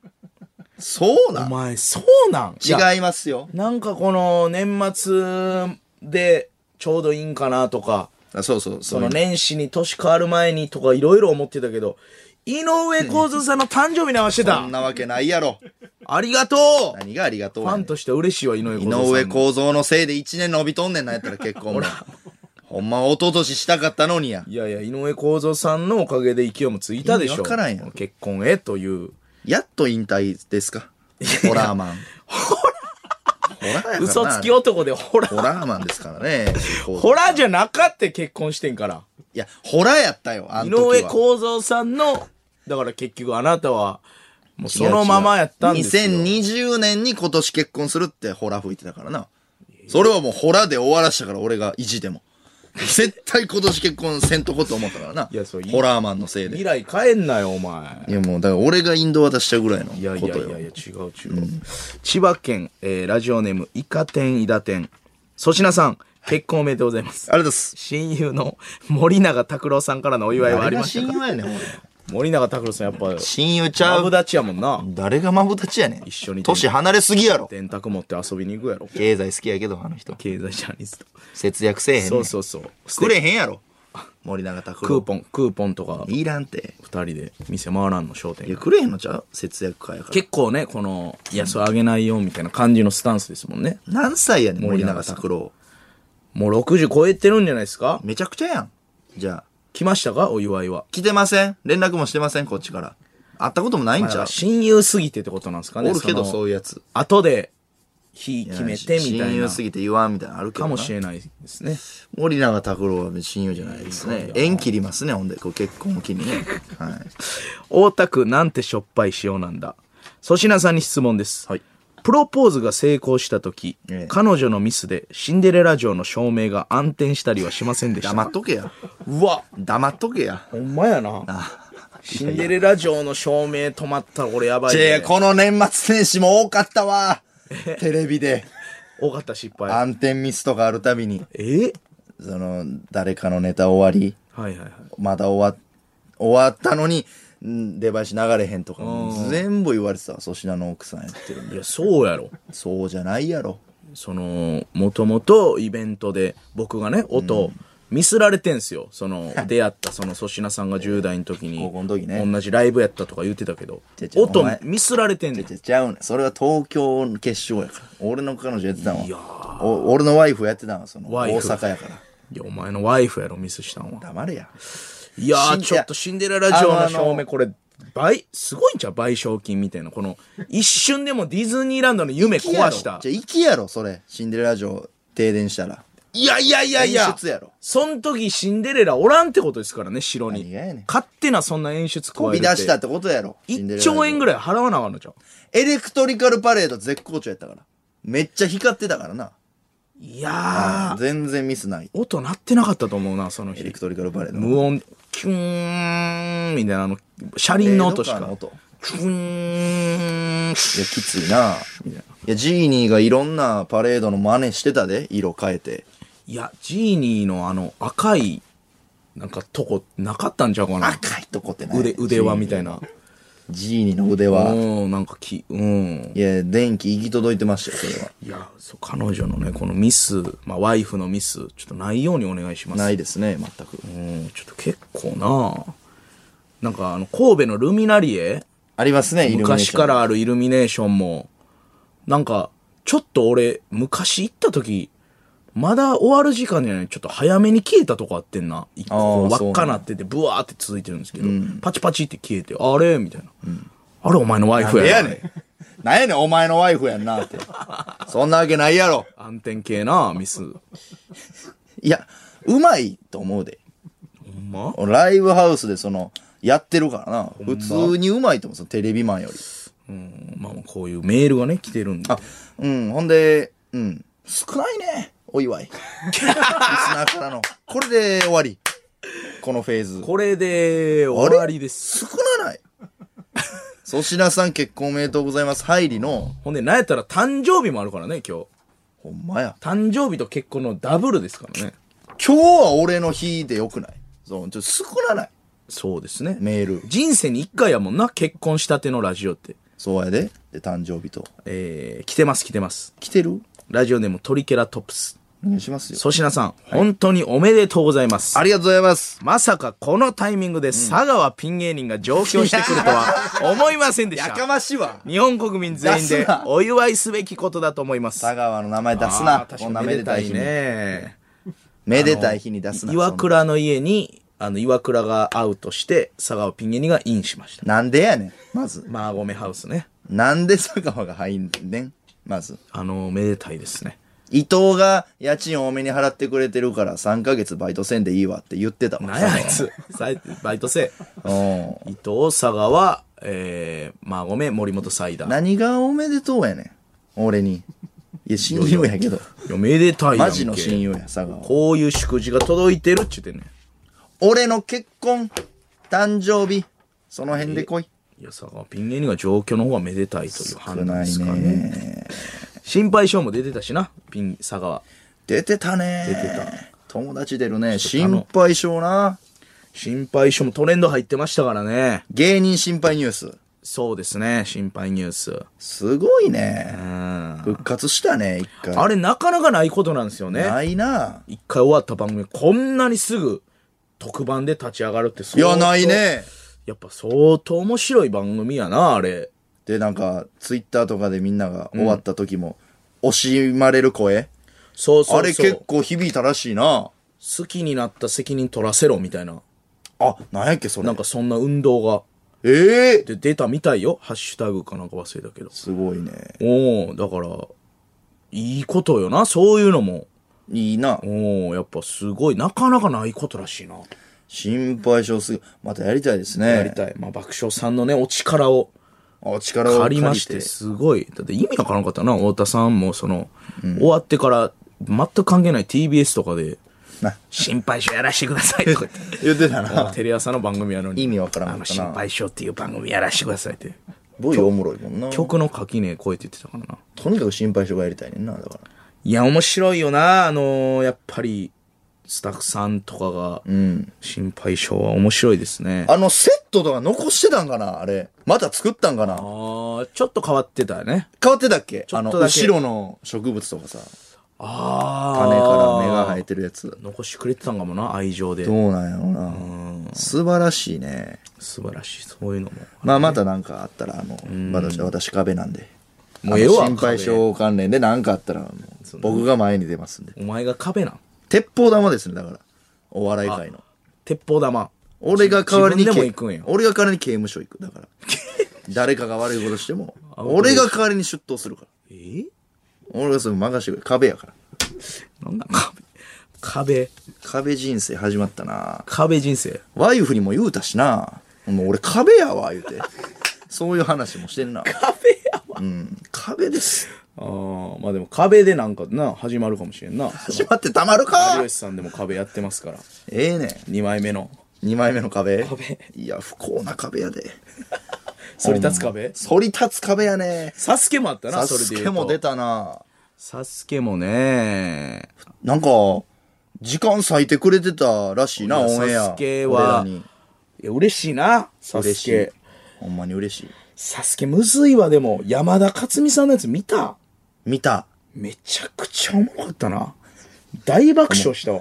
Speaker 1: そうな
Speaker 2: お
Speaker 1: ん
Speaker 2: 前、そうなんいや
Speaker 1: 違いますよ。
Speaker 2: なんかこの年末でちょうどいいんかなとか、
Speaker 1: あそうそう、そ
Speaker 2: その
Speaker 1: のね。
Speaker 2: 年始に年変わる前にとかいろいろ思ってたけど、井上公造さんの誕生日に合わせて
Speaker 1: そ
Speaker 2: た
Speaker 1: ん。なわけないやろ。
Speaker 2: ありがとう
Speaker 1: 何がありがとう
Speaker 2: フ
Speaker 1: や
Speaker 2: ァ
Speaker 1: ねん
Speaker 2: ンとしては嬉しいわ、井上公
Speaker 1: 井
Speaker 2: 造さんの。
Speaker 1: 上公造のせいで1年伸びとんねんなんやったら結婚も。ほんま一昨年したかったのにや。
Speaker 2: いやいや、井上公造さんのおかげで勢いもついたでし
Speaker 1: 意味
Speaker 2: ょ。
Speaker 1: わからんやん
Speaker 2: 結婚へという。
Speaker 1: やっと引退ですかホラーマン。ホラーやからな
Speaker 2: 嘘つき男でホラ
Speaker 1: ホラーマンですからね。
Speaker 2: ホラじゃなかって結婚してんから。
Speaker 1: いや、ホラーやったよ、あ
Speaker 2: 井
Speaker 1: の時は。
Speaker 2: 上公造さんの、だから結局あなたは、もうそのままやったんですよ。
Speaker 1: 2020年に今年結婚するってホラー吹いてたからな。それはもうホラーで終わらしたから俺が意地でも。絶対今年結婚せんとこって思ったからな。
Speaker 2: いやそういい
Speaker 1: ホラーマンのせいで。
Speaker 2: 未
Speaker 1: い
Speaker 2: 来変えんなよ、お前。
Speaker 1: やもう、だから俺がインド渡したぐらいのこと
Speaker 2: い
Speaker 1: よ
Speaker 2: や。いやいやいや、違う違う。千葉県、えーラジオネーム、イカ天、イダ天。粗品さん、結婚おめでとうございます。
Speaker 1: あれです。
Speaker 2: 親友の森永拓郎さんからのお祝いはあ
Speaker 1: 誰
Speaker 2: り
Speaker 1: が
Speaker 2: ました
Speaker 1: 親
Speaker 2: か
Speaker 1: 友やねん、俺
Speaker 2: 森永拓郎さんやっぱ、
Speaker 1: 親友ちゃ
Speaker 2: マブ
Speaker 1: う。
Speaker 2: ダチやもんな。
Speaker 1: 誰がマブダチやねん。
Speaker 2: 一緒に
Speaker 1: 年離れすぎやろ。
Speaker 2: 電卓持って遊びに行くやろ。
Speaker 1: 経済好きやけど、あの人。
Speaker 2: 経済ジャーナリスト。
Speaker 1: 節約せえへんねん。
Speaker 2: そうそうそう。
Speaker 1: くれへんやろ。森永拓
Speaker 2: クー
Speaker 1: 郎。
Speaker 2: ポン、クーポンとか、
Speaker 1: いらんて。
Speaker 2: 二人で店回らんの商店
Speaker 1: いや、
Speaker 2: 街
Speaker 1: くれへんのちゃう節約家やから。
Speaker 2: 結構ね、この、いや、それあげないよ、みたいな感じのスタンスですもんね。
Speaker 1: 何歳やねん、森永拓郎。
Speaker 2: もう60超えてるんじゃないですか
Speaker 1: めちゃくちゃやん。じゃあ、
Speaker 2: 来ましたかお祝いは。
Speaker 1: 来てません連絡もしてませんこっちから。会ったこともないん
Speaker 2: だ
Speaker 1: ち
Speaker 2: か
Speaker 1: ゃう
Speaker 2: ら親友すぎてってことなんですかね
Speaker 1: おるけど、
Speaker 2: の
Speaker 1: そういうやつ。
Speaker 2: 後で、日決めてみた
Speaker 1: 親
Speaker 2: い
Speaker 1: 友
Speaker 2: な。
Speaker 1: すぎて言わんみたいなのあるけど
Speaker 2: か
Speaker 1: な。
Speaker 2: もしれないですね。
Speaker 1: 森永拓郎は親友じゃないですね。縁切りますね、ほんで。こう結婚を機にね。はい。
Speaker 2: 大田区なんてしょっぱい塩なんだ粗品さんに質問です、
Speaker 1: はい
Speaker 2: プロポーズが成功した時、
Speaker 1: ええ
Speaker 2: 彼女のミスでシンデレラ城の照明が暗転したりはしませんでした
Speaker 1: 黙っとけや。
Speaker 2: うわ
Speaker 1: 黙っとけや。
Speaker 2: ほんまやなシンデレラ城の照明止まったら俺やばい、
Speaker 1: じゃ
Speaker 2: ね、
Speaker 1: この年末年始も多かったわ。テレビで。
Speaker 2: 多かった失敗
Speaker 1: 暗転ミスとかあるたびに、
Speaker 2: え
Speaker 1: その、誰かのネタ終わり、
Speaker 2: はいはいはい
Speaker 1: まだ終わ、終わったのに、ん出囃子流れへんとか、全部言われてたわ粗品の奥さんやってるんで。
Speaker 2: いやそうやろ
Speaker 1: そうじゃないやろ。
Speaker 2: そのもともとイベントで僕がね音、ミスられてんすよ その出会ったその粗品さんが10代の時に
Speaker 1: 高校の時ね
Speaker 2: 同じライブやったとか言ってたけど
Speaker 1: ちゃちゃお
Speaker 2: 音
Speaker 1: 前
Speaker 2: ミスられてんねん
Speaker 1: ちゃちゃうねんそれは東京の決勝やから。俺の彼女やってたわ。お俺のワイフやってたわ、その、
Speaker 2: ワ
Speaker 1: 大
Speaker 2: イフ
Speaker 1: 阪やから。
Speaker 2: いやお前のワイフやろミスしたんは
Speaker 1: 黙れや。
Speaker 2: いや
Speaker 1: し
Speaker 2: ー
Speaker 1: ん
Speaker 2: ちょっとシンデレラ城
Speaker 1: あのあ
Speaker 2: の
Speaker 1: の
Speaker 2: 照明これ倍すごいんちゃう賠償金みたいなこの一瞬でもディズニーランドの夢
Speaker 1: 行きやろ
Speaker 2: 壊した
Speaker 1: じゃ、行きやろ、それ。シンデレラ城停電したら。
Speaker 2: いやいやいやいや
Speaker 1: 演出やろ
Speaker 2: そん時シンデレラおらんってことですからね城に
Speaker 1: 何がやねん
Speaker 2: 勝手なそんな演出加
Speaker 1: 飛
Speaker 2: える
Speaker 1: び
Speaker 2: って
Speaker 1: 出したってことやろ。シンデレ
Speaker 2: 1
Speaker 1: ラ城
Speaker 2: 兆円ぐらい払わなあかんのじゃん。
Speaker 1: エレクトリカルパレード絶好調やったから。めっちゃ光ってたからな。
Speaker 2: いやー、
Speaker 1: 全然ミスない。
Speaker 2: 音鳴ってなかったと思うな、その
Speaker 1: エ
Speaker 2: 日
Speaker 1: レ。クトリカルバレーの。
Speaker 2: 無音、キューンみたいな、あの、車輪の音し
Speaker 1: レードカー
Speaker 2: か
Speaker 1: の。音
Speaker 2: キューン
Speaker 1: いや、きついな。
Speaker 2: みたいない
Speaker 1: や、ジーニーがいろんなパレードの真似してたで、色変えて。
Speaker 2: いや、ジーニーのあの赤い、なんかとこ、なかったんちゃうかな。
Speaker 1: 赤いとこってない
Speaker 2: 腕、腕輪みたいな。
Speaker 1: ジーニーの腕は。
Speaker 2: うん、なんかき、うん。
Speaker 1: いや、電気行き届いてましたよ、それは。
Speaker 2: いや、そう、彼女のね、このミス、まあ、ワイフのミス、ちょっとないようにお願いします。
Speaker 1: ないですね、全く。
Speaker 2: うん、ちょっと結構ななんかあの、神戸のルミナリエ
Speaker 1: ありますね、イルミネーシ
Speaker 2: 昔
Speaker 1: ョン
Speaker 2: からあるイルミネーションも、なんか、ちょっと俺、昔行った時、まだ終わる時間じゃない、ちょっと早めに消えたとこあってんな。一個
Speaker 1: あー
Speaker 2: こう
Speaker 1: そう
Speaker 2: 輪っかなってて、ブワーって続いてるんですけど、パチパチって消えて、あれみたいな。あれお前のワイフ
Speaker 1: なんで
Speaker 2: や
Speaker 1: や
Speaker 2: な
Speaker 1: ねん。なんやねん、お前のワイフやんなって。そんなわけないやろ。
Speaker 2: 暗転系な、ミス。ほ
Speaker 1: いや、うまいと思うで。
Speaker 2: んま
Speaker 1: ライブハウスでその、やってるからな。普通にうまいと思う、そのテレビマンより。
Speaker 2: うん、まあまあこういうメールがね、来てるんで。
Speaker 1: あ、うん、ほんで、うん。少ないね、お祝い。リスナーからの。これで終わり。このフェーズ。
Speaker 2: これで終わりです。
Speaker 1: 少なない。粗品さん結婚おめでとうございます。入りの、
Speaker 2: ほんで、なんやったら誕生日もあるからね、今日。
Speaker 1: ほんまや。
Speaker 2: 誕生日と結婚のダブルですからね。
Speaker 1: 今日は俺の日でよくないそう、ちょっと少なない。
Speaker 2: そうですね。
Speaker 1: メール。
Speaker 2: 人生に一回やもんな、結婚したてのラジオって。
Speaker 1: そうやで。で、誕生日と。
Speaker 2: えー、来てます来てます。
Speaker 1: 来てる
Speaker 2: ラジオネームトリケラトプス。
Speaker 1: お願いしますよ。
Speaker 2: 粗品さん、本当におめでとうございます
Speaker 1: あ。りがとうございます。
Speaker 2: まさかこのタイミングで佐川ピン芸人が上京してくる とは思いませんでし
Speaker 1: や
Speaker 2: た
Speaker 1: か。ましいわ。
Speaker 2: 日本国民全員
Speaker 1: 出
Speaker 2: です
Speaker 1: な
Speaker 2: お祝いすべきことだと思います。
Speaker 1: 佐川の名前出す
Speaker 2: あー
Speaker 1: な。
Speaker 2: 確
Speaker 1: こん
Speaker 2: か
Speaker 1: な
Speaker 2: に
Speaker 1: めでたい日に。
Speaker 2: ね。
Speaker 1: めでたい日に出すな。
Speaker 2: 岩
Speaker 1: そんな
Speaker 2: 倉の家に、あの、岩倉がアウトして、佐川ピン芸人がインしました。
Speaker 1: なんでやねん。まず。
Speaker 2: マーゴメハウスね。
Speaker 1: なんで佐川が入んねん。まず。
Speaker 2: あの、めでたいですね。
Speaker 1: 伊藤が家賃多めに払ってくれてるから3ヶ月バイトせんでいいわって言ってたもん。
Speaker 2: なんやあいつ。さいバイトせ
Speaker 1: うん。
Speaker 2: 伊藤、佐川、えー、マーゴメ、森本サイダー。
Speaker 1: 何がおめでとうやねん。俺に。いや、親友やけど。
Speaker 2: いや、めでたいやんけ。
Speaker 1: マジの親友や、佐川。
Speaker 2: こういう祝辞が届いてるっちゅうてんね
Speaker 1: 俺の結婚、誕生日、その辺で来い。
Speaker 2: ん。いや、佐川ピン芸人が上京の方がめでたいという
Speaker 1: 少
Speaker 2: 判断
Speaker 1: な
Speaker 2: で
Speaker 1: い
Speaker 2: すかね。
Speaker 1: ね。
Speaker 2: 心配性も出てたしな、ピン、佐川。
Speaker 1: 出てたね。
Speaker 2: 出てた。
Speaker 1: 友達出るね。
Speaker 2: ちょっとあの
Speaker 1: 心配性な。
Speaker 2: 心配性もトレンド入ってましたからね。
Speaker 1: 芸人心配ニュース。
Speaker 2: そうですね、心配ニュース。
Speaker 1: すごいうね。
Speaker 2: ん。
Speaker 1: 復活したね、一回。
Speaker 2: あれなかなかないことなんですよね。
Speaker 1: ないな。
Speaker 2: 一回終わった番組、こんなにすぐ特番で立ち上がるって
Speaker 1: い
Speaker 2: 相当
Speaker 1: や、ない。ね。
Speaker 2: やっぱ相当面白い番組やな、あれ。
Speaker 1: で、なんか、ツイッターとかでみんなが終わった時も、惜しまれる声。
Speaker 2: そうそうそう。
Speaker 1: あれ結構響いたらしいな。
Speaker 2: 好きになった責任取らせろみたいな。
Speaker 1: あ、なんやっけ、それ。
Speaker 2: なんかそんな運動が。
Speaker 1: ええ
Speaker 2: で、出たみたいよ。ハッシュタグかなんか忘れたけど。
Speaker 1: すごいね。
Speaker 2: おおだから、いいことよな、そういうのも。
Speaker 1: いいな。
Speaker 2: おおやっぱすごい、なかなかないことらしいな。
Speaker 1: 心配性すぐ。またやりたいですね。
Speaker 2: やりたい。まあ、爆笑さんのね、お力を
Speaker 1: お力を借り
Speaker 2: 借り
Speaker 1: て
Speaker 2: まして、すごい。だって意味わからんかったな、太田さんも、その、終わってから、全く関係ない TBS とかで
Speaker 1: な、
Speaker 2: 心配性やらしてくださいとか言って。
Speaker 1: 言ってたな。
Speaker 2: テレ朝の番組やのに。
Speaker 1: 意味わからんかったな
Speaker 2: あの心配性っていう番組やらしてくださいって。
Speaker 1: ボイおもろいもんな。
Speaker 2: 曲の垣根超えて言ってたからな。
Speaker 1: とにかく心配性がやりたいねんな、だから。
Speaker 2: いや、面白いよな。あのーやっぱり、スタッフさんとかが、心配性は面白いですね。あ
Speaker 1: あの、セットとか残してたんかなあれ。また作ったんかな
Speaker 2: あーちょっと変わってたよね。
Speaker 1: 変わってたっけ
Speaker 2: ょっ
Speaker 1: あの、
Speaker 2: とだけ
Speaker 1: 後ろの植物とかさ、
Speaker 2: ああ。
Speaker 1: 種から芽が生えてるやつ。
Speaker 2: 残してくれてたんかもな、愛情で
Speaker 1: ど。うなんやろうな。素晴らしいね。
Speaker 2: 素晴らしい、そういうのも。
Speaker 1: まあ、またなんかあったら、あの、私、私壁なんで。
Speaker 2: もうええわ
Speaker 1: あの心配性関連で何かあったら、もう僕が前に出ますんで。
Speaker 2: お前が壁なん。
Speaker 1: 鉄砲玉ですね、だから。お笑い界の。
Speaker 2: 鉄砲玉。
Speaker 1: 俺が代わりに
Speaker 2: 自分で
Speaker 1: け
Speaker 2: も行くんや。
Speaker 1: 俺が代わりに刑務所行く。だ から。誰かが悪いことしても、俺が代わりに出頭するから。
Speaker 2: えー、
Speaker 1: 俺がすぐ任してくれ。壁やから。
Speaker 2: なんだ壁。壁。
Speaker 1: 壁人生始まったな
Speaker 2: 壁人生。
Speaker 1: ワイフにも言うたしなもう俺壁やわ、言うて。そういう話もしてんな。
Speaker 2: 壁やわ。
Speaker 1: うん。壁です。
Speaker 2: あーまあでも壁でなんかな始まるかもしれんな
Speaker 1: 始まってたまるか
Speaker 2: 有吉さんでも壁やってますから
Speaker 1: ええねん。
Speaker 2: 2枚目の
Speaker 1: 2枚目の壁
Speaker 2: 壁
Speaker 1: いや不幸な壁やで
Speaker 2: 反り立つ壁
Speaker 1: 反り立つ壁やね
Speaker 2: サスケもあったな
Speaker 1: サ
Speaker 2: それで
Speaker 1: ス
Speaker 2: 言う
Speaker 1: ケ
Speaker 2: と
Speaker 1: も出たな
Speaker 2: サスケもね
Speaker 1: なんか時間割いてくれてたらしいなオ
Speaker 2: いや
Speaker 1: ンエア
Speaker 2: サスケは
Speaker 1: 俺らに
Speaker 2: いや嬉しいなサ
Speaker 1: 嬉
Speaker 2: ス
Speaker 1: しい
Speaker 2: ケ
Speaker 1: ほんまに嬉しい
Speaker 2: サスケむずいわでも山田勝美さんのやつ見た
Speaker 1: 見た
Speaker 2: めちゃくちゃおもろかったな大爆笑したわ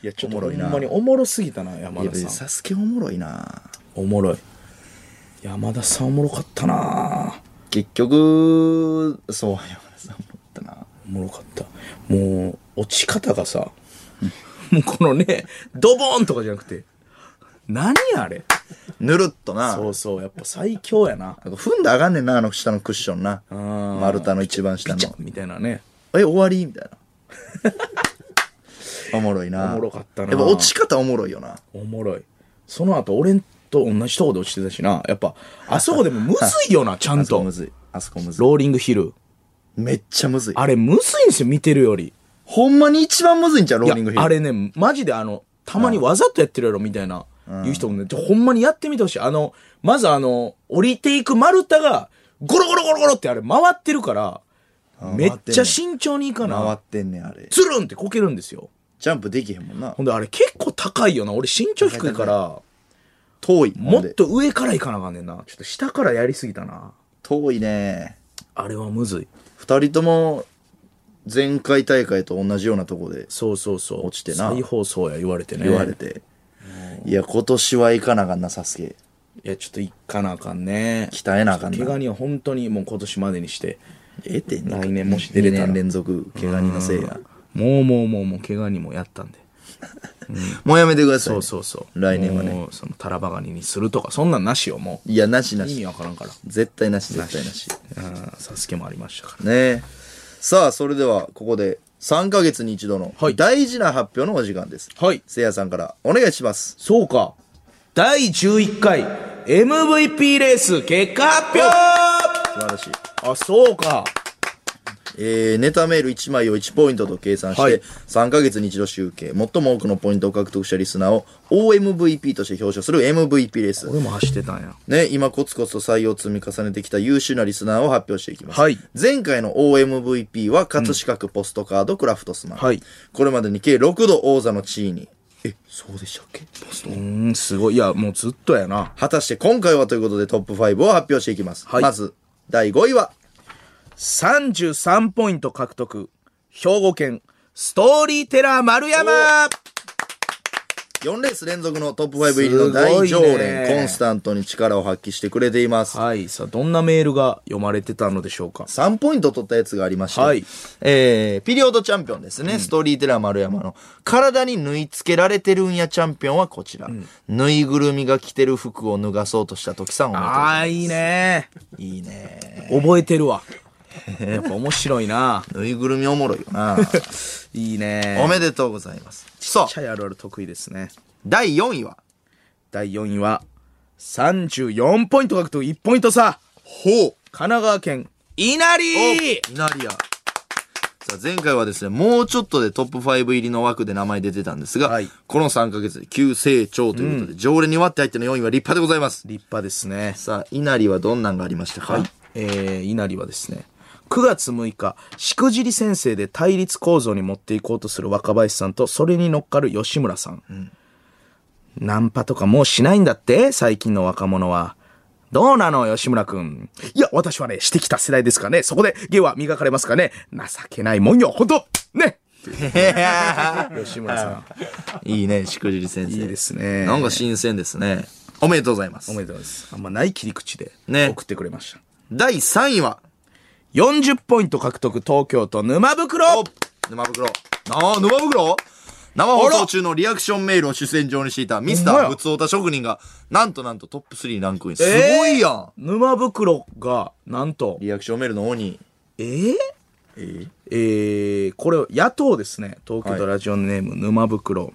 Speaker 2: いやちょっと
Speaker 1: おも
Speaker 2: ほ
Speaker 1: ろい
Speaker 2: ん
Speaker 1: な
Speaker 2: まにおもろすぎたない山
Speaker 1: や
Speaker 2: 田さん
Speaker 1: サスケおもろいな
Speaker 2: おもろい山田さんおもろかったな
Speaker 1: 結局そう山田さん思ったな
Speaker 2: おもろかったもう落ち方がさもうこのねドボーンとかじゃなくて何あれ
Speaker 1: ぬるっとな
Speaker 2: そうそうやっぱ最強やな
Speaker 1: なんか踏んだらあかんねんなあの下のクッションな
Speaker 2: うん
Speaker 1: 丸太の一番下の
Speaker 2: ピチャみたいなね
Speaker 1: え終わりみたいな おもろいな
Speaker 2: おもろかったな
Speaker 1: やっぱ落ち方おもろいよな
Speaker 2: おもろいその後俺と同じとこで落ちてたしなやっぱあそこでもむずいよなちゃん
Speaker 1: あそ
Speaker 2: と
Speaker 1: こむずいあそこむずい
Speaker 2: ローリングヒル
Speaker 1: めっちゃむずい
Speaker 2: あれむずいんですよ見てるより
Speaker 1: ほんまに一番むずいんじゃうロー
Speaker 2: いや
Speaker 1: リングヒル
Speaker 2: あれねマジであのたまにわざとやってるやろみたいな言う人もねちょほんまにやってみてほしいあのまずあの降りていく丸太がゴロゴロゴロゴロってあれ回ってるから
Speaker 1: ー
Speaker 2: めっちゃ慎重にいか
Speaker 1: 回
Speaker 2: な
Speaker 1: ってんねんあれ
Speaker 2: つるんってこけるんですよ
Speaker 1: ジャンプできへんもんな
Speaker 2: ほんであれ結構高いよな俺身長低いから
Speaker 1: 遠い
Speaker 2: も
Speaker 1: も
Speaker 2: っと上から行かなあかんねんな。ちょっと下からやりすぎたな。
Speaker 1: 遠いね
Speaker 2: あれはむずい。
Speaker 1: 二人とも前回大会と同じようなとこで
Speaker 2: そうそうそう。
Speaker 1: 落ちてな
Speaker 2: 再放送や言われてね。
Speaker 1: 言われて、いや今年はいかなあかんなサスケ
Speaker 2: いや、ちょっと行かなあかんね。
Speaker 1: 鍛えなあかんな
Speaker 2: ちょっと怪我には本当にもう今年までにして。
Speaker 1: ええってん
Speaker 2: 来年もし出れたら
Speaker 1: 2年連続怪我人のせいや
Speaker 2: もうもうもうもう怪我にもやったんで。
Speaker 1: もうやめてください
Speaker 2: そうそうそう。
Speaker 1: 来年はね
Speaker 2: もうそのタラバガニにするとか、そんなんなしよ、も
Speaker 1: いやなしな
Speaker 2: う。意味
Speaker 1: し
Speaker 2: わからんから。
Speaker 1: 絶対なし絶対なし
Speaker 2: うん、サスケもありましたから。
Speaker 1: ねえさあそれではここで3ヶ月に一度の
Speaker 2: はい
Speaker 1: 大事な発表のお時間です、
Speaker 2: はい
Speaker 1: せいやさんからお願いします
Speaker 2: そうか。第11回 MVP レース結果発表
Speaker 1: 素晴らしい
Speaker 2: あ、そうか。
Speaker 1: えーネタメール1枚を1ポイントと計算して、
Speaker 2: はい
Speaker 1: 3ヶ月に一度集計、最も多くのポイントを獲得したリスナーを OMVP として表彰する MVP レース。
Speaker 2: 俺も走ってたんや。
Speaker 1: ね、今コツコツと採用を積み重ねてきた優秀なリスナーを発表していきます。
Speaker 2: はい
Speaker 1: 前回の OMVP は葛飾区ポストカードクラフトスマン。
Speaker 2: はい
Speaker 1: これまでに計6度王座の地位に。え、そうでしたっけポスト
Speaker 2: うーん、すごい。いや、もうずっとやな。
Speaker 1: 果たして今回はということでトップ5を発表していきます。
Speaker 2: はい
Speaker 1: まず、第5位は、
Speaker 2: 33ポイント獲得。兵庫県、ストーリーテラー丸山
Speaker 1: 4レース連続のトップ5入りの大常
Speaker 2: すごいね
Speaker 1: 連、コンスタントに力を発揮してくれています。
Speaker 2: はい。さあ、どんなメールが読まれてたのでしょうか。
Speaker 1: 3ポイント取ったやつがありまして、
Speaker 2: はい
Speaker 1: えー、ピリオドチャンピオンですね、ストーリーテラー丸山の、体に縫い付けられてるんやチャンピオンはこちら、ぬいぐるみが着てる服を脱がそうとした時さんをめでとうござい
Speaker 2: ああ、いいね。
Speaker 1: ますいいね
Speaker 2: 覚えてるわ。 やっぱ面白いな。
Speaker 1: ぬいぐるみおもろいよ な
Speaker 2: いいね。
Speaker 1: お
Speaker 2: めっ
Speaker 1: めでとうございます。さ
Speaker 2: ち
Speaker 1: あ、
Speaker 2: ゃいあるある得意ですね。
Speaker 1: 第4位は、
Speaker 2: 第4位は、34ポイント獲得、1ポイント差。
Speaker 1: ほう
Speaker 2: 神奈川県、稲荷
Speaker 1: お稲荷屋さあ前回はですね、もうちょっとでトップ5入りの枠で名前出てたんですが、
Speaker 2: はい
Speaker 1: この3ヶ月で急成長ということで、常連に割って入っての4位は立派でございます。
Speaker 2: 立派ですね。
Speaker 1: さあ、稲荷はどんなんがありましたか、
Speaker 2: えー、稲荷はですね、9月6日、しくじり先生で対立構造に持っていこうとする若林さんと、それに乗っかる吉村さん。ナンパとかもうしないんだって最近の若者は。どうなの吉村くん。いや、私はね、してきた世代ですからね。そこで芸は磨かれますかね。情けないもんよ、ほんと ね吉村さん。
Speaker 1: いいね、しくじり先生。
Speaker 2: いいですね
Speaker 1: なんか新鮮ですね。おめでとうございます
Speaker 2: お。めでとうございます。あんまない切り口で
Speaker 1: ね
Speaker 2: 送ってくれました。
Speaker 1: 第3位は、
Speaker 2: 40ポイント獲得東京都沼袋
Speaker 1: お沼袋。ああ、沼袋生放送中のリアクションメールを主戦場にしていたミスタ
Speaker 2: ほんまや
Speaker 1: ー仏オタ職人が、なんとなんとトップ3にランクイン。すごいやん、
Speaker 2: 沼袋が、なんと、
Speaker 1: リアクションメールの鬼。
Speaker 2: えー、えーこれ、野党ですね。東京都ラジオネーム、沼袋。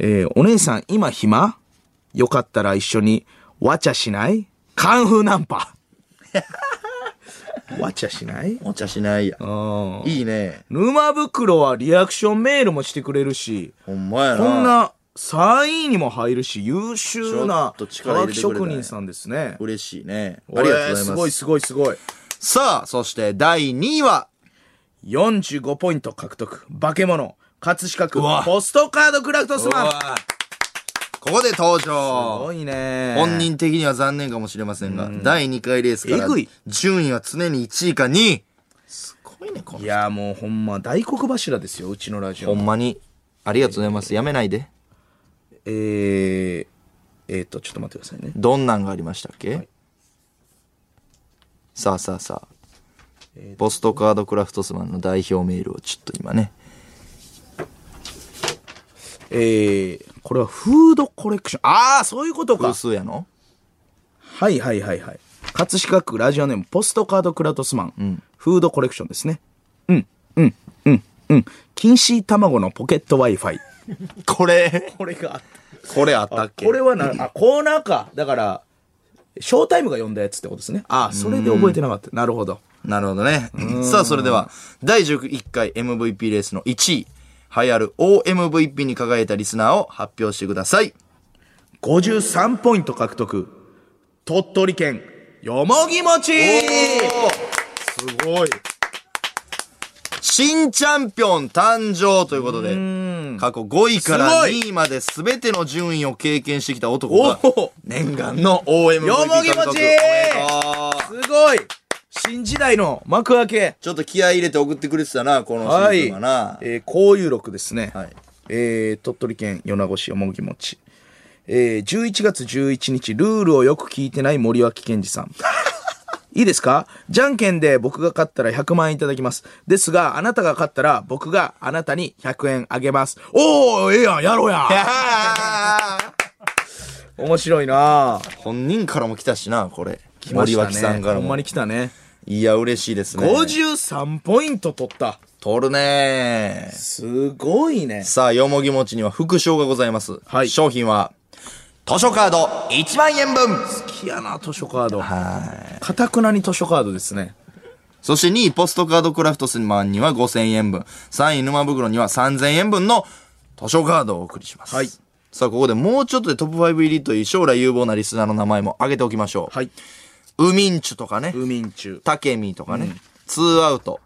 Speaker 2: えーお姉さん、今暇よ かったら一緒に、わちゃしないカンフーナンパ。わちゃしない
Speaker 1: お茶しないや。
Speaker 2: うん。
Speaker 1: いいね。
Speaker 2: 沼袋はリアクションメールもしてくれるし、
Speaker 1: ほんまやな。
Speaker 2: こんな3位にも入るし、優秀な
Speaker 1: ちょっと
Speaker 2: 科
Speaker 1: 力入れ
Speaker 2: 学
Speaker 1: てくれたね
Speaker 2: 職人さんですね。
Speaker 1: 嬉しいね。ありがとうございます。
Speaker 2: えーすごいすごいすごい。
Speaker 1: さあ、そして第2位は、
Speaker 2: 45ポイント獲得。化け物。葛飾区
Speaker 1: うわ
Speaker 2: ポストカードクラフトスマン。す
Speaker 1: ここで登
Speaker 2: ご
Speaker 1: 場。
Speaker 2: いね。
Speaker 1: 本人的には残念かもしれませんが、第2回レースから
Speaker 2: えぐい、
Speaker 1: 順位は常に1位か2位。すごいね、こ
Speaker 2: いや、もうほんま大黒柱ですよ、うちのラジ
Speaker 1: ほ
Speaker 2: オ。
Speaker 1: んまに。ありがとうございます。やめないで。
Speaker 2: えー、えー、と、ちょっと待ってくださいね。
Speaker 1: どんなんがありましたっけ、さあさあさあ、ポストカードクラフトスマンの代表メールをちょっと今ね
Speaker 2: えー、これはフードコレクション。ああ、そういうことか
Speaker 1: 偶。数やの
Speaker 2: はいはいはいはい。葛飾区ラジオネームポストカードクラトスマン、フードコレクションですね。うん、うん、うん、うん。錦糸卵のポケット Wi-Fi。
Speaker 1: これ
Speaker 2: これがあっ
Speaker 1: これあったっけ
Speaker 2: これはな、あ、コーナーか。だから、ショータイムが呼んだやつってことですね。ああ、それで覚えてなかった。なるほど。
Speaker 1: なるほどね。さあ、それでは、第11回 MVP レースの1位、流行る OMVP に輝いたリスナーを発表してください。
Speaker 2: 53ポイント獲得。鳥取県、よもぎもち
Speaker 1: すごい。新チャンピオン誕生ということで、過去5位から
Speaker 2: すごい
Speaker 1: 2位まで全ての順位を経験してきた男が
Speaker 2: おお、
Speaker 1: 念願の OMVP 獲得。
Speaker 2: よもぎもち
Speaker 1: おめでとう
Speaker 2: すごい新時代の幕開け。
Speaker 1: ちょっと気合い入れて送ってくれてたな、このシ
Speaker 2: はい。
Speaker 1: ー
Speaker 2: え
Speaker 1: ズンはな。
Speaker 2: ー、交友録ですね。
Speaker 1: はい
Speaker 2: えー、鳥取県米子市よもぎもち。えー、11月11日、ルールをよく聞いてない森脇健児さん。 いいですかじゃんけんで僕が勝ったら100万円いただきます。ですが、あなたが勝ったら僕があなたに100円あげます。おー、ええやん、やろうや 面白いなぁ。
Speaker 1: 本人からも来たしな、これ。
Speaker 2: 来ま
Speaker 1: 森
Speaker 2: したね
Speaker 1: 脇さんから
Speaker 2: ほんま
Speaker 1: も。
Speaker 2: に来たね。
Speaker 1: いや、嬉しいですね。
Speaker 2: 53ポイント取った。
Speaker 1: 取るね
Speaker 2: すごいね。
Speaker 1: さあ、よもぎ餅には副賞がございます。
Speaker 2: はい
Speaker 1: 商品は、図書カード1万円分
Speaker 2: 好きやな、図書カード。はい。かたくなに図書カードですね。
Speaker 1: そして2位、ポストカードクラフトスマンには5000円分。3位、沼袋には3000円分の図書カードをお送りします。
Speaker 2: はい
Speaker 1: さあ、ここでもうちょっとでトップ5入りという将来有望なリスナーの名前も挙げておきましょう。
Speaker 2: はい。
Speaker 1: ウミンチュとかね。
Speaker 2: ウミンチュ、
Speaker 1: タケミとかね、ツーアウト、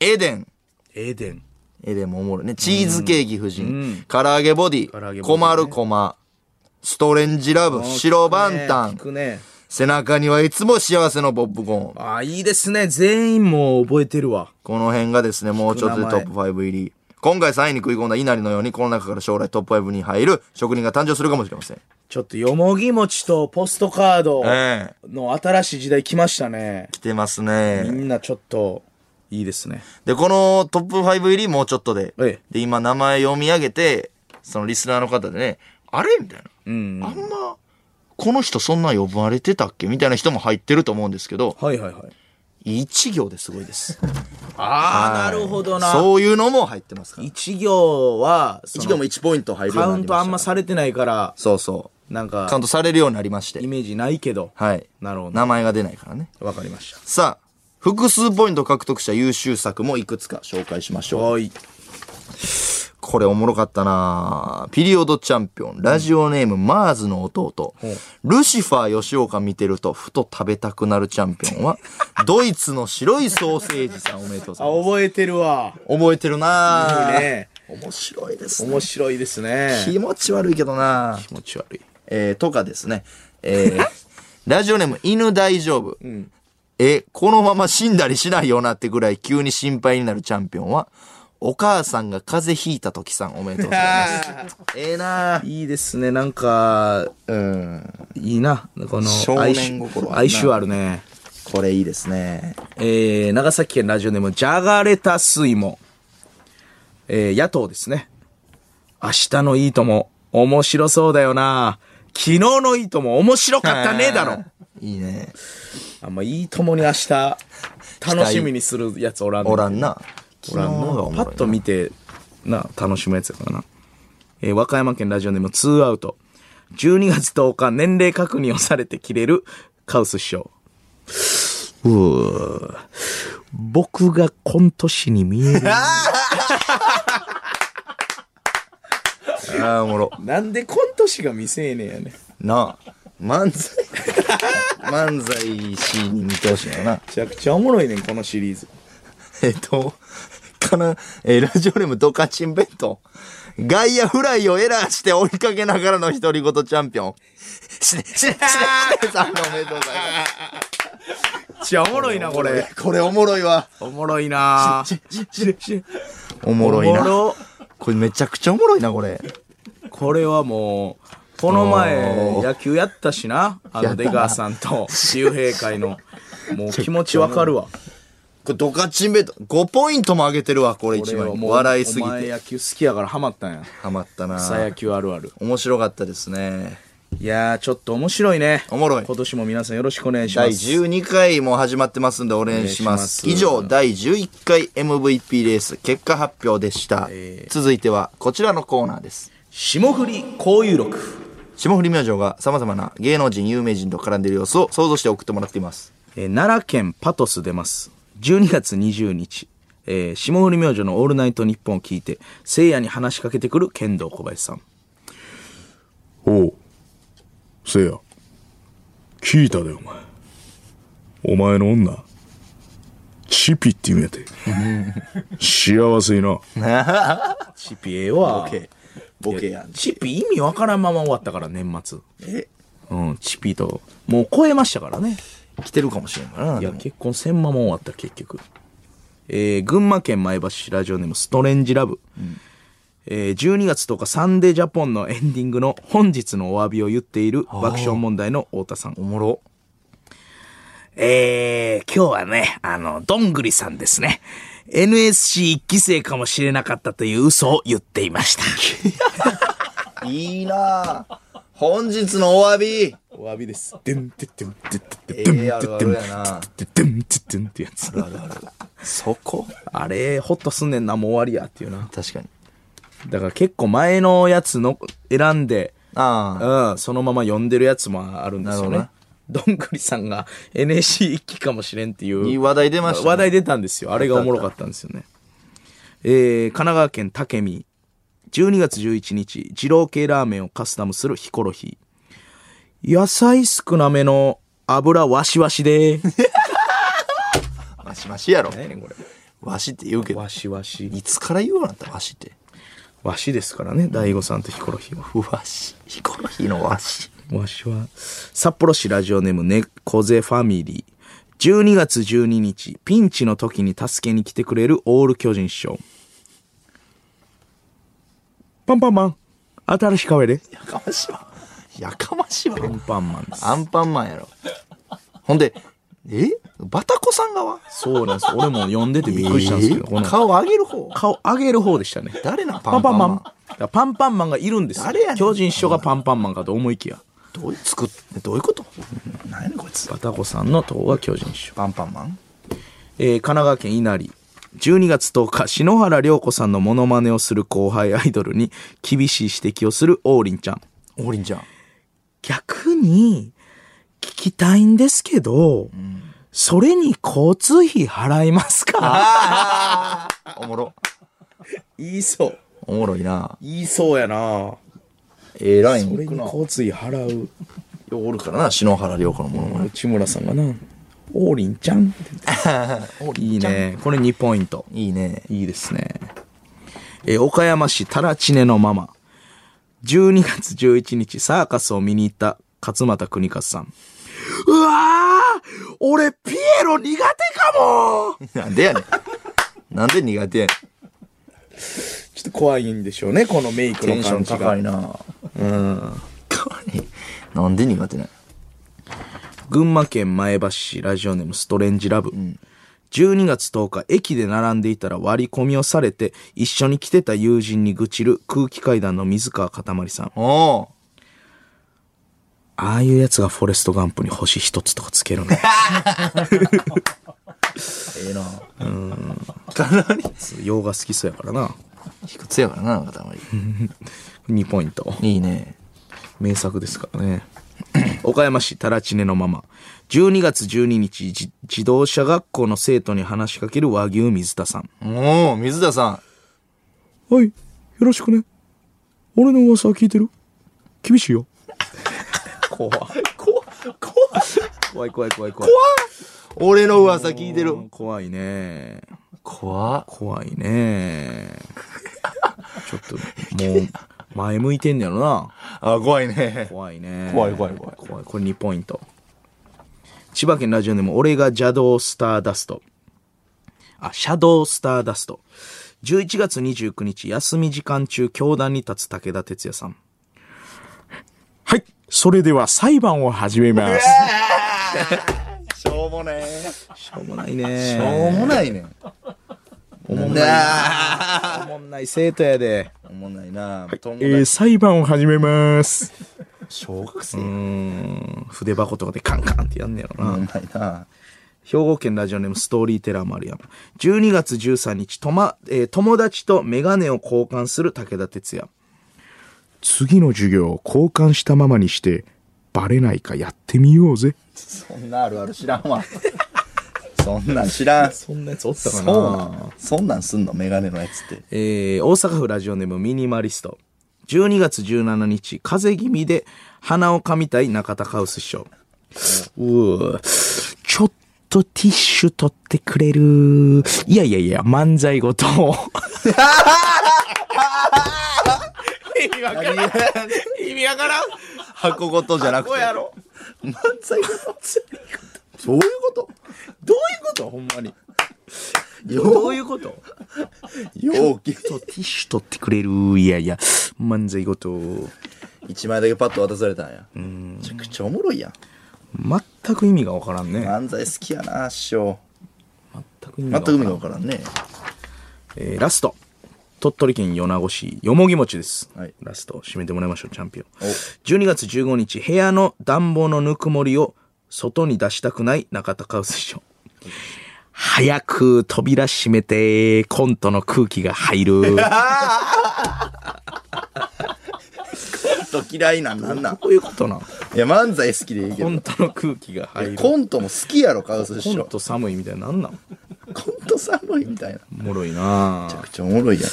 Speaker 1: エデン、
Speaker 2: エデン、
Speaker 1: エデンもおもろいね、チーズケーキ夫人、唐揚げボデ
Speaker 2: 唐揚
Speaker 1: ィ、
Speaker 2: げボディね
Speaker 1: コマルコマ、ストレンジラブ、白バンタ
Speaker 2: 聞
Speaker 1: ン、
Speaker 2: くね。
Speaker 1: 背中にはいつも幸せのポップコーン。
Speaker 2: ああ、いいですね。全員もう覚えてるわ。
Speaker 1: この辺がですね、もうちょっとで
Speaker 2: 聞く
Speaker 1: ト
Speaker 2: 名
Speaker 1: ッ
Speaker 2: 前
Speaker 1: プ5入り。今回3位に食い込んだ稲荷のように、この中から将来トップ5に入る職人が誕生するかもしれません。
Speaker 2: ちょっとよもぎ餅とポストカード
Speaker 1: ええ
Speaker 2: の新しい時代来ましたね。
Speaker 1: 来てます
Speaker 2: み
Speaker 1: ね。
Speaker 2: んなちょっと、いいですね。
Speaker 1: で、このトップ5入りもうちょっとで、
Speaker 2: ええ
Speaker 1: で、今名前読み上げて、そのリスナーの方でね、あれみたいな。
Speaker 2: うん。
Speaker 1: あんま、この人そんな呼ばれてたっけみたいな人も入ってると思うんですけど、
Speaker 2: はいはいはい。
Speaker 1: 一行ですごいです。
Speaker 2: ああ、なるほどな。
Speaker 1: そういうのも入ってますから。
Speaker 2: 一行は、その
Speaker 1: 一行も1ポイント入るよ
Speaker 2: カ
Speaker 1: う
Speaker 2: ウ
Speaker 1: にな
Speaker 2: ン
Speaker 1: り
Speaker 2: ト
Speaker 1: ま
Speaker 2: あ
Speaker 1: した
Speaker 2: んまされてないから、
Speaker 1: そうそう。
Speaker 2: なん
Speaker 1: カウン
Speaker 2: か、
Speaker 1: トされるようになりまして
Speaker 2: イ。メージないけど。
Speaker 1: はい。
Speaker 2: なるほど。
Speaker 1: 名前が出ないからね。
Speaker 2: わかりまし。
Speaker 1: さあ、複数ポイント獲得した優秀作もいくつか紹介しましたょう。
Speaker 2: い。
Speaker 1: これおもろかったなぁピリオドチャンピオン、ラジオネーム、マーズの弟、ルシファー吉岡見てると、ふと食べたくなるチャンピオン は、ドイツの白いソーセージさんおめでとうございます
Speaker 2: あ、。覚えてるわ。
Speaker 1: 覚えてるないぁ
Speaker 2: いね。
Speaker 1: 面白いですね。
Speaker 2: 面白いですね。
Speaker 1: 気持ち悪いけどなぁ
Speaker 2: 気持ち悪い。
Speaker 1: えー、とかですね。えー、 ラジオネーム、犬大丈夫。え、このまま死んだりしないよなってぐらい急に心配になるチャンピオンは、お母さんが風邪ひいた時さんおめでとうございます。 ええなぁ
Speaker 2: いいですね。なんか、
Speaker 1: うん。
Speaker 2: いいな。この、
Speaker 1: 少
Speaker 2: 哀
Speaker 1: 年
Speaker 2: 愁
Speaker 1: 心あるな
Speaker 2: 哀愁あるね。
Speaker 1: これいいですね。
Speaker 2: えー、長崎県ラジオネーム、じゃがれた水も。えー、野党ですね。明日のいいとも、面白そうだよな。昨日のいいとも、面白かったねだろ。。
Speaker 1: いいね。
Speaker 2: あんまいいともに明日、楽しみにするやつおらんね
Speaker 1: おらんな。
Speaker 2: おら
Speaker 1: 昨日
Speaker 2: ん
Speaker 1: がおも
Speaker 2: な。
Speaker 1: ろい
Speaker 2: パッと見て、な、楽しむやつやからな。えー和歌山県ラジオネーム2アウト。12月10日、年齢確認をされて切れる、カウス師匠。
Speaker 1: う
Speaker 2: うー僕が今年に見える。
Speaker 1: ああ、おもろ。
Speaker 2: なんで今年が未成年やねん。
Speaker 1: なあ。漫 才。漫才師に見てほしいよな。
Speaker 2: めちゃくちゃおもろいねん、このシリーズ。
Speaker 1: えっと、かな、えーラジオネームドカチン弁当。外野フライをエラーして追いかけながらの独り言チャンピオン。しね、しね、しね、しねさんのおめでとうござい
Speaker 2: めっちゃおもろいな、
Speaker 1: ます。
Speaker 2: これ。。
Speaker 1: これおもろいわ。
Speaker 2: おもろいな
Speaker 1: おもろいな。これめちゃくちゃおもろいな、これ。
Speaker 2: これはもう、この前、
Speaker 1: おー
Speaker 2: 野球やったしな。あ
Speaker 1: や
Speaker 2: の、
Speaker 1: った
Speaker 2: 出
Speaker 1: な
Speaker 2: 川さん と、竜兵会の。もう気持ちわかるわ。
Speaker 1: これドカチン弁当。5ポイントも上げてるわ、これ一
Speaker 2: 俺は
Speaker 1: 枚。
Speaker 2: もう
Speaker 1: 笑いすぎ
Speaker 2: お前
Speaker 1: て。
Speaker 2: 野球好きやからハマったんや。
Speaker 1: ハマったな。
Speaker 2: 草野球あるある。
Speaker 1: 面白かったですね。
Speaker 2: いやー、ちょっと面白いね。
Speaker 1: おもろい
Speaker 2: 今年も皆さんよろしくお願いします。
Speaker 1: 第12回も始まってますんでお願いします。
Speaker 2: お願い
Speaker 1: 以
Speaker 2: します
Speaker 1: 上、第11回 MVP レース結果発表でした。続いてはこちらのコーナーです。
Speaker 2: 霜降り交友録。
Speaker 1: 霜降り明星が様々な芸能人、有名人と絡んでいる様子を想像して送ってもらっています。
Speaker 2: えー奈良県パトス出ます。12月20日。えー霜降り明星のオールナイトニッポンを聞いて、聖夜に話しかけてくる剣道小林さん。
Speaker 4: おうせいや聞いたでお前お前の女チピって言うんやて幸せいな
Speaker 2: チピエは、
Speaker 1: ボケやん。
Speaker 2: チピ意味わからんまま終わったから、年末。うん、チピと、もう超えましたからね。。
Speaker 1: 来てるかもしれんからない
Speaker 2: や、結婚せんまま終わった、結局。えー群馬県前橋市ラジオネームストレンジラブ。えー12月10日サンデージャポンのエンディングの本日のお詫びを言っている爆笑問題の太田さん。
Speaker 1: おもろ。
Speaker 2: えー、今日はね、あの、どんぐりさんですね。NSC1 期生かもしれなかったという嘘を言っていま した。
Speaker 1: いいなぁ。本日のお詫び。
Speaker 2: お詫びです。
Speaker 4: てんてってんてって
Speaker 1: え
Speaker 4: てんて
Speaker 1: えあ
Speaker 4: って
Speaker 1: るあ
Speaker 4: て
Speaker 1: る
Speaker 4: ん
Speaker 1: やな
Speaker 4: てってんてってんってやつ
Speaker 1: そこ
Speaker 2: あれ、ホッとすんねんな、もう終わりやっていうな。
Speaker 1: 確かに。
Speaker 2: だから結構前のやつの選んで、
Speaker 1: ああ。
Speaker 2: うん、そのまま読んでるやつもあるんです
Speaker 1: な
Speaker 2: よ
Speaker 1: るほど
Speaker 2: ね
Speaker 1: な。
Speaker 2: どんぐりさんが NSC1 期かもしれんっていう。
Speaker 1: いい話題出ました、ね。
Speaker 2: 話題出たんですよ。あれがおもろかったんですよね。えー、神奈川県武見。12月11日、二郎系ラーメンをカスタムするヒコロヒー。野菜少なめの油わしわしで。
Speaker 1: マシマシやろ。
Speaker 2: 何やねんこれ。
Speaker 1: わしって言うけど
Speaker 2: わ。しわし。
Speaker 1: いつから言うようになったわしって。
Speaker 2: わしですからね、大悟さんとヒコロヒーは。
Speaker 1: わし。ヒコロヒーのわし。
Speaker 2: わしは。札幌市ラジオネーム猫背ファミリー。12月12日、ピンチの時に助けに来てくれるオール巨人師匠。パンパンマン、新しいカフェで。
Speaker 1: やかましいわ。やかましいわ。
Speaker 2: アンパンマンです。
Speaker 1: アンパンマンやろ。ほんで、えバタコさん側
Speaker 2: そうなんです。俺も読んでてびっくりしたんですけど、
Speaker 1: え
Speaker 2: この
Speaker 1: 顔上げる方
Speaker 2: 顔上げる方でしたね。
Speaker 1: 誰なんパ
Speaker 2: パ
Speaker 1: ン
Speaker 2: ン
Speaker 1: パ
Speaker 2: パ
Speaker 1: ン
Speaker 2: ン
Speaker 1: マ
Speaker 2: マ
Speaker 1: ン
Speaker 2: ン。だからパンパンマンがいるんですよ
Speaker 1: 誰やねん
Speaker 2: 巨人師匠がパンパンマンかと思いきや。
Speaker 1: どうい作っどういうこと何やねんこいつ。
Speaker 2: バタコさんの党は巨人師匠。
Speaker 1: パンパンマン
Speaker 2: えー神奈川県稲荷。12月10日、篠原涼子さんのモノマネをする後輩アイドルに厳しい指摘をする王林ちゃん。
Speaker 1: 王林ちゃん。
Speaker 2: 逆に、聞きたいんですけど、それに交通費払いますか
Speaker 1: おもろ。
Speaker 2: 言いそう。
Speaker 1: おもろいな。
Speaker 2: 言いそうやな
Speaker 1: ええライン
Speaker 2: 俺に交通費払う。
Speaker 1: おるからな、篠原涼子のものまね。
Speaker 2: 内村さんがな、王林ちゃ んって言って。いいね。これ2ポイント。
Speaker 1: いいね。
Speaker 2: いいですね。えー岡山市タラチネのママ。12月11日、サーカスを見に行った勝俣邦和さん。うわー俺、ピエロ苦手かも
Speaker 1: なんでやねん。なんで苦手やねん。
Speaker 2: ちょっと怖いんでしょうね、このメイク
Speaker 1: テ
Speaker 2: の
Speaker 1: ンショ
Speaker 2: 感
Speaker 1: ン
Speaker 2: じ
Speaker 1: 高
Speaker 2: が
Speaker 1: い。な。うん。かわいい。なんで苦手なん
Speaker 2: 群馬県前橋市ラジオネームストレンジラブ。12月10日、駅で並んでいたら割り込みをされて、一緒に来てた友人に愚痴る空気階段の水川かたまりさん。
Speaker 1: おー。
Speaker 2: ああいうやつがフォレストガンプに星一つとかつけるの。
Speaker 1: ええな。
Speaker 2: 洋画好きそうやからな。
Speaker 1: 卑屈やからな、なんかたまに。
Speaker 2: 2ポイント。
Speaker 1: いいね。
Speaker 2: 名作ですからね。岡山市タラチネのママ。 12月12日、じ自動車学校の生徒に話しかける和牛水田さん。
Speaker 1: もう、水田さ
Speaker 4: はい、よろしくね。俺の噂は聞いてる厳しいよ。
Speaker 2: 怖怖怖い怖い怖い怖い。
Speaker 1: ん。
Speaker 2: 怖
Speaker 1: 俺の噂聞いてる。
Speaker 2: 怖いね。
Speaker 1: 怖っ。
Speaker 2: 怖いね。ちょっと、もう、前向いてんねやろな。
Speaker 1: あ、怖いね。
Speaker 2: 怖いね。
Speaker 1: 怖い怖い怖い
Speaker 2: 怖い。これ2ポイント。千葉県ラジオでも、俺が邪道スターダスト。あ、シャドースターダスト。11月29日、休み時間中、教壇に立つ武田哲也さん。
Speaker 4: はい、それでは裁判を始めます。
Speaker 1: しょうもね
Speaker 2: しょうもない
Speaker 1: しょう
Speaker 2: ね。
Speaker 1: もないね。おもんない
Speaker 2: しょうもんない生徒やで。
Speaker 1: おもんないなとん
Speaker 4: え
Speaker 1: もない
Speaker 4: ー、裁判を始めます。
Speaker 1: 小学生
Speaker 2: う
Speaker 1: お
Speaker 2: ーん。筆箱とかでカンカンってやんねやろな。
Speaker 1: もんないな
Speaker 2: 兵庫県ラジオネームストーリーテラー丸山。12月13日、とま、えー友達とメガネを交換する武田鉄矢。
Speaker 4: 次の授業を交換したままにして、バレないかやってみようぜ。
Speaker 1: そんなあるある知らんわ。そんなん知らん。
Speaker 2: そんなやつおった
Speaker 1: そう
Speaker 2: かな
Speaker 1: なんそんなんすんのメガネのやつって。
Speaker 2: えー大阪府ラジオネームミニマリスト。12月17日、風邪気味で鼻を噛みたい中田カウス師匠。うー
Speaker 4: ちょっとティッシュ取ってくれる。いやいやいや、漫才ごと。
Speaker 2: 意味わからん
Speaker 1: 箱ごとじゃなくて。
Speaker 2: こうやろ
Speaker 1: 漫才ごと。そういうこと
Speaker 2: どういうことほんまに。どういうこと
Speaker 1: 容器。
Speaker 4: ティッシュ取ってくれる。いやいや、
Speaker 2: 漫才ごと。
Speaker 1: 一枚だけパッと渡されたんや。めちゃくちゃおもろいやん。
Speaker 2: 全く意味がわからんね。
Speaker 1: 漫才好きやな、師匠。
Speaker 2: 全く意味が
Speaker 1: 全
Speaker 2: わ
Speaker 1: く
Speaker 2: から
Speaker 1: 意
Speaker 2: ん
Speaker 1: 味がわからんね。
Speaker 2: えーラスト。鳥取県米子市、よもぎ餅です。
Speaker 1: はい
Speaker 2: ラスト、締めてもらいましょう、チャンピオン。12月15日、部屋の暖房のぬくもりを外に出したくない中田カウス師匠。早く扉閉めて、コントの空気が入る。
Speaker 1: コント嫌いなんなんなん。
Speaker 2: こういうことな。
Speaker 1: いや、漫才好きでいいけ
Speaker 2: コ
Speaker 1: ど。
Speaker 2: ントの空気が入る。コ
Speaker 1: コントも好きやろ、カウス師
Speaker 2: ン
Speaker 1: 匠。
Speaker 2: ト寒いみたいな、なんなん
Speaker 1: コント寒いみたいな。
Speaker 2: おもろいな
Speaker 1: めちゃくちゃおもろいや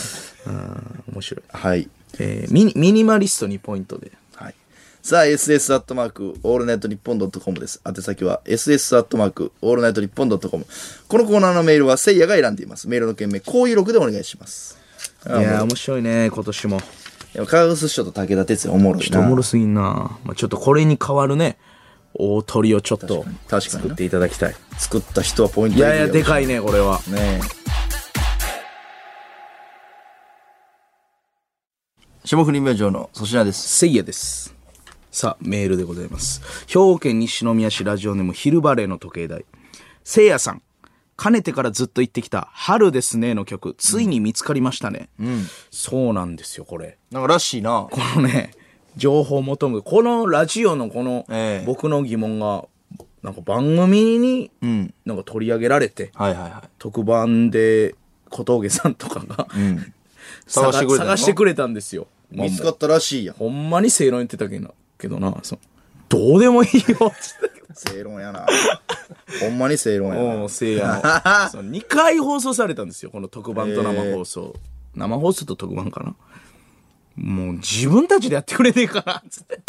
Speaker 1: ん。
Speaker 2: 面白い。
Speaker 1: はい。
Speaker 2: えーミニ、ミニマリスト2ポイントで。
Speaker 1: はい。さあ、ss アットマーク、オールナイトニッポンドットコムです。宛先は、ss アットマーク、オールナイトニッポンドットコム。このコーナーのメールは、せいやが選んでいます。メールの件名、こういう録でお願いします。
Speaker 2: いやー、面白いね、今年も。
Speaker 1: でも、カウス師匠と武田鉄矢おもろい
Speaker 2: ちょっとおもろ
Speaker 1: な。
Speaker 2: すぎんな、まあ、ちょっとこれに代わるね大鳥をちょっと
Speaker 1: 確かに
Speaker 2: 作っていただきたい
Speaker 1: 作った人はポイント
Speaker 2: いやいやで
Speaker 1: い。
Speaker 2: かいねこれは
Speaker 1: ねえ。霜降り明星の粗品です。
Speaker 2: せいやですさあメールでございます兵庫県西宮市ラジオネーム昼バレーの時計台せいやさんかねてからずっと言ってきた「春ですね」の曲ついに見つかりましたね、そうなんですよこれ
Speaker 1: なんからしいな。
Speaker 2: このね情報を求むこのラジオのこの、
Speaker 1: ええ
Speaker 2: 僕の疑問がなんか番組に
Speaker 1: ん
Speaker 2: なんか取り上げられて、
Speaker 1: はいはいはい。
Speaker 2: 特番で小峠さんとかが、
Speaker 1: 探
Speaker 2: 探
Speaker 1: して
Speaker 2: し
Speaker 1: くれたの
Speaker 2: 探してくれたんですよ。
Speaker 1: 見つかったらしいやん。
Speaker 2: ほんまに正論言ってたけどな、けどなそのどうでもいいよっつって。
Speaker 1: 正論や な。ほんまに正論や
Speaker 2: も
Speaker 1: な
Speaker 2: う。せいやの その2回放送されたんですよこの特番と生放送、生放送と特番かなもう自分たちでやってくれねえか なっつって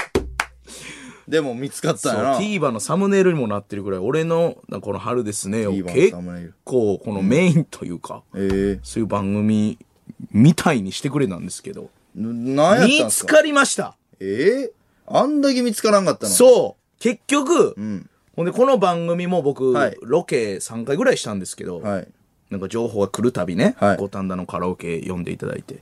Speaker 1: でも見つかった
Speaker 2: そ
Speaker 1: ん
Speaker 2: う
Speaker 1: やな。
Speaker 2: TVer のサムネイルにもなってるぐらい俺の「この春ですね」を
Speaker 1: TVer の
Speaker 2: 結
Speaker 1: サムネイル
Speaker 2: 構このメインというか、
Speaker 1: ええー。
Speaker 2: そういう番組みたいにしてくれたんですけど
Speaker 1: な何やった
Speaker 2: 見
Speaker 1: んす
Speaker 2: つ
Speaker 1: か
Speaker 2: かりました
Speaker 1: ええあんだけ見つからんかったのう。
Speaker 2: そう結局、
Speaker 1: ん
Speaker 2: ほんでこの番組も僕、
Speaker 1: はい
Speaker 2: ロケ3回ぐらいしたんですけど、
Speaker 1: はい。
Speaker 2: なんか情報が来るたびね
Speaker 1: はい
Speaker 2: 五反田のカラオケ呼んでいただいて、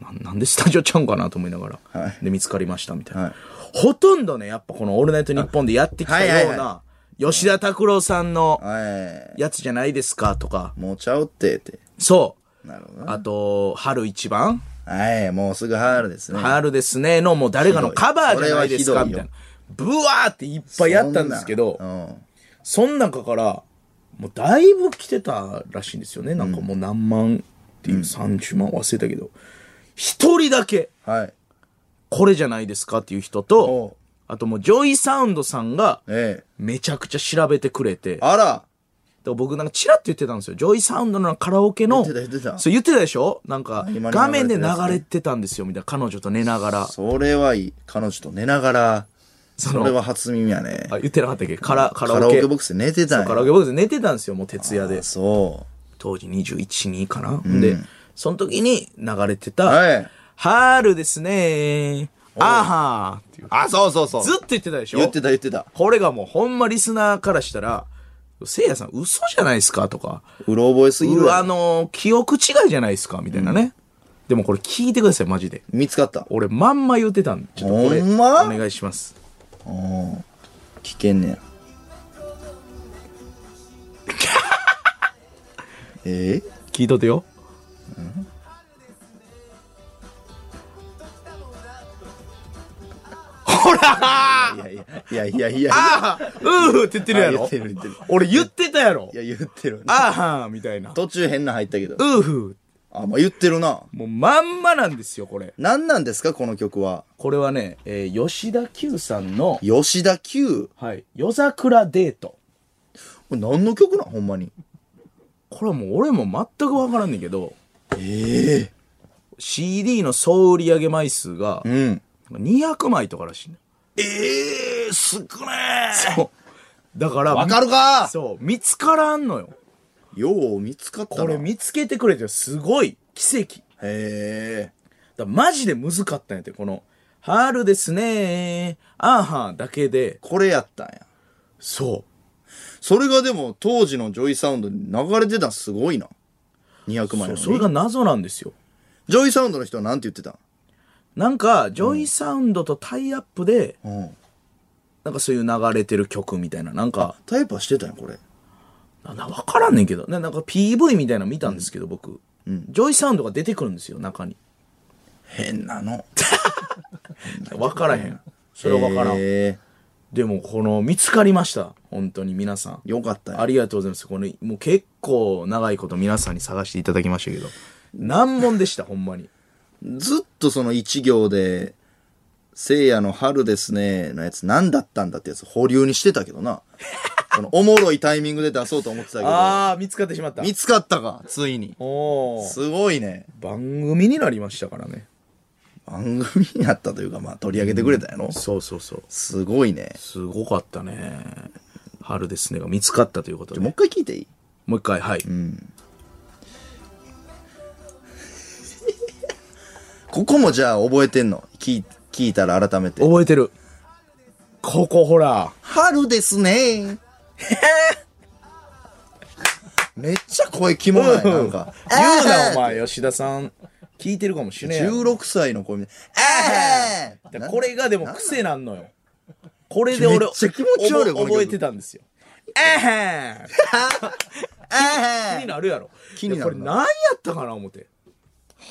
Speaker 2: なんなんでスタジオちゃうんかなと思いながら、
Speaker 1: はい
Speaker 2: で見つかりましたみたいな、
Speaker 1: はい
Speaker 2: ほとんどねやっぱこの「オールナイトニッポン」でやってきた
Speaker 1: はいはい
Speaker 2: よう
Speaker 1: は
Speaker 2: な吉田拓郎さんの
Speaker 1: は
Speaker 2: やつじゃないですかとか
Speaker 1: い。もうちゃうってって。
Speaker 2: そう
Speaker 1: なるほどな。
Speaker 2: あと「春一番」
Speaker 1: はい。もうすぐ春ですね。
Speaker 2: 春ですねの、もう誰かのカバーじゃないですか、
Speaker 1: ひ
Speaker 2: み
Speaker 1: どい
Speaker 2: たい
Speaker 1: よ
Speaker 2: な。ブワーっていっぱいやったんですけど
Speaker 1: そ、んな
Speaker 2: そん中から、もうだいぶ来てたらしいんですよね。なんかもう何万っていう30万忘れたけど、一人だけ、
Speaker 1: うん。はい。
Speaker 2: これじゃないですかっていう人と
Speaker 1: お、
Speaker 2: あともうジョイサウンドさんが
Speaker 1: ええ。
Speaker 2: めちゃくちゃ調べてくれて、だか
Speaker 1: あら
Speaker 2: ら僕なんかチラッと言ってたんですよ。ジョイサウンドのカラオケの、
Speaker 1: 言ってた言ってた
Speaker 2: そう言ってたでしょなんか
Speaker 1: 今
Speaker 2: 画面で流
Speaker 1: 流れてたやつね
Speaker 2: れてたんですよ、みたいな。彼女と寝ながら。
Speaker 1: それはいい。彼女と寝ながら、
Speaker 2: そ
Speaker 1: それは初耳やね。
Speaker 2: あ言ってなかったっけカラカ
Speaker 1: カ
Speaker 2: ラ
Speaker 1: ラ
Speaker 2: オ
Speaker 1: オ
Speaker 2: ケ
Speaker 1: ケボックスで寝てたんや。
Speaker 2: カラオケボックスで寝てたんですよ、もう徹夜で。
Speaker 1: そ
Speaker 2: 当時21、2かな、で、その時に流れてた、
Speaker 1: はい
Speaker 2: 春ですねあーはーっていうう。。
Speaker 1: あ、そうそうそう。
Speaker 2: ずっと言ってたでしょ
Speaker 1: 言ってた言ってた。
Speaker 2: これがもうほんまリスナーからしたら、せいやさん嘘じゃないですかとか、
Speaker 1: うろ覚えすぎる
Speaker 2: う
Speaker 1: わ
Speaker 2: わあのー記憶違いじゃないですかみたいなね、でもこれ聞いてください、マジで。
Speaker 1: 見つかった。
Speaker 2: 俺まんま言ってたんで、ちょっとこれ、
Speaker 1: ほんま
Speaker 2: お願いします。
Speaker 1: 聞けんね や。え
Speaker 2: 聞いとてよ。ほら
Speaker 1: いやいやいやいやいやいや。
Speaker 2: あーうーって言ってるや
Speaker 1: あ言
Speaker 2: ろ
Speaker 1: ってる言ってる
Speaker 2: 俺言ってたやろ
Speaker 1: いや、言ってる。
Speaker 2: あーはーみたいな。
Speaker 1: 途中変な入ったけど。
Speaker 2: うーふ
Speaker 1: あ、まあ、言ってるな。
Speaker 2: ー。もうまんまなんですよ、これ。
Speaker 1: 何なんですかこの曲は。
Speaker 2: これはね、えー吉田久さんの、
Speaker 1: 吉田久。
Speaker 2: はい、夜桜デート。
Speaker 1: これ何の曲なんほんまに。
Speaker 2: これはもう俺も全くわからんねんけど、
Speaker 1: ええ
Speaker 2: CD の総売上枚数が
Speaker 1: うん。
Speaker 2: 200枚とからしいねん。
Speaker 1: ええ少ね
Speaker 2: そう。だから、
Speaker 1: わかるか
Speaker 2: そう、見つからんのよ。
Speaker 1: よう見つかったな。
Speaker 2: これ見つけてくれてよすごい奇跡。
Speaker 1: へえ。
Speaker 2: だからマジでむずかったんやて、この、春ですねー、あーはーだけで、
Speaker 1: これやったんや。
Speaker 2: そう。
Speaker 1: それがでも当時のジョイサウンドに流れてたんすごいな。200万
Speaker 2: そ
Speaker 1: 円。
Speaker 2: うそれが謎なんですよ。
Speaker 1: ジョイサウンドの人はなんて言ってたん
Speaker 2: なんか、ジョイサウンドとタイアップで、
Speaker 1: うん。
Speaker 2: なんかそういう流れてる曲みたいな、なんか、
Speaker 1: タイプはしてたんや、これ。
Speaker 2: なんだわからんねんけど、ななんか PV みたいなの見たんですけど、僕、ジョイサウンドが出てくるんですよ、中に。
Speaker 1: 変なの。
Speaker 2: わからへん。それはわからん。
Speaker 1: へえ。
Speaker 2: でも、この、見つかりました。本当に皆さん。
Speaker 1: よかったよ
Speaker 2: ありがとうございます。この、もう結構長いこと皆さんに探していただきましたけど、難問でした、ほんまに。
Speaker 1: ずっとその一行で、聖夜の春ですね、のやつ何だったんだってやつ保留にしてたけど な。このおもろいタイミングで出そうと思ってたけど、
Speaker 2: あー、見つかってしまった。
Speaker 1: 見つかったか、ついに。
Speaker 2: おー
Speaker 1: すごいね。
Speaker 2: 番組になりましたからね。
Speaker 1: 番組になったというか、まあ取り上げてくれたやろ。
Speaker 2: そうそうそう。
Speaker 1: すごいね。
Speaker 2: すごかったね。春ですねが見つかったということで。
Speaker 1: もう
Speaker 2: も
Speaker 1: 一回聞いていいう
Speaker 2: 一回、はい。
Speaker 1: ここもじゃあ覚えてんの聞い聞いたら改めて。
Speaker 2: 覚えてる。ここほら。
Speaker 1: 春です ね。めっちゃ声キモない、なんか。
Speaker 2: 言うな、お前、吉田さん。聞いてるかもしれんやん。
Speaker 1: 16歳の子みたい
Speaker 2: だか
Speaker 1: な。
Speaker 2: らこれがでも癖なんのよ。これで
Speaker 1: め
Speaker 2: 俺、
Speaker 1: っちゃ気持ち悪い
Speaker 2: 覚
Speaker 1: この曲
Speaker 2: 覚えてたんですよ。え へん気になるやろ。
Speaker 1: 気になる
Speaker 2: い
Speaker 1: な
Speaker 2: やこれ何やったかな、思って。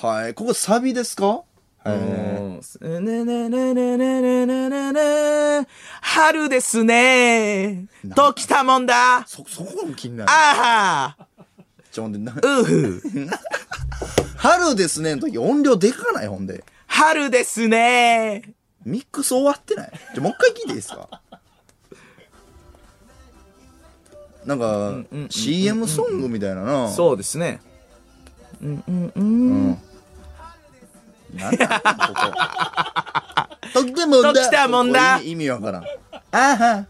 Speaker 1: はい。ここサビですか
Speaker 2: うん。ねねねねねねねねね春ですね。ときたもんだ。
Speaker 1: そ、そこも気になる。
Speaker 2: あは
Speaker 1: ちょ、ほんで、な
Speaker 2: うふ。
Speaker 1: 春ですねの時音量でかない、ほんで。
Speaker 2: 春ですね。
Speaker 1: ミックス終わってないじゃ、もう一回聞いていいですかなんか、CM ソングみたいなな。
Speaker 2: そうですね。
Speaker 1: なんなんこ こ。ときたもんだ。
Speaker 2: ときたもんだ
Speaker 1: ここ意味意味わからん。あは。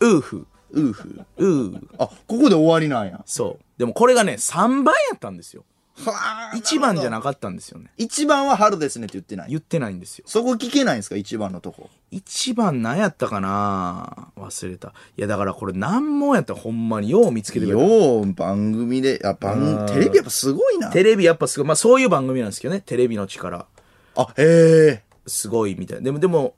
Speaker 2: うふ。
Speaker 1: うーふ。
Speaker 2: う。
Speaker 1: あ、ここで終わりなんや。
Speaker 2: そう。でもこれがね、3番やったんですよ。
Speaker 1: はあ。
Speaker 2: 1番じゃなかったんですよね。
Speaker 1: 一番は春ですねって言ってない。
Speaker 2: 言ってないんですよ。
Speaker 1: そこ聞けないんですか一番のとこ。
Speaker 2: 1番何やったかな忘れた。いやだからこれ難問やったらほんまによう見つけてくれた
Speaker 1: よう、番組で、あ、番、テレビやっぱすごいな。
Speaker 2: テレビやっぱすごい。まあそういう番組なんですけどね。テレビの力。
Speaker 1: あ、へえ。
Speaker 2: すごいみたいな。でも、でも、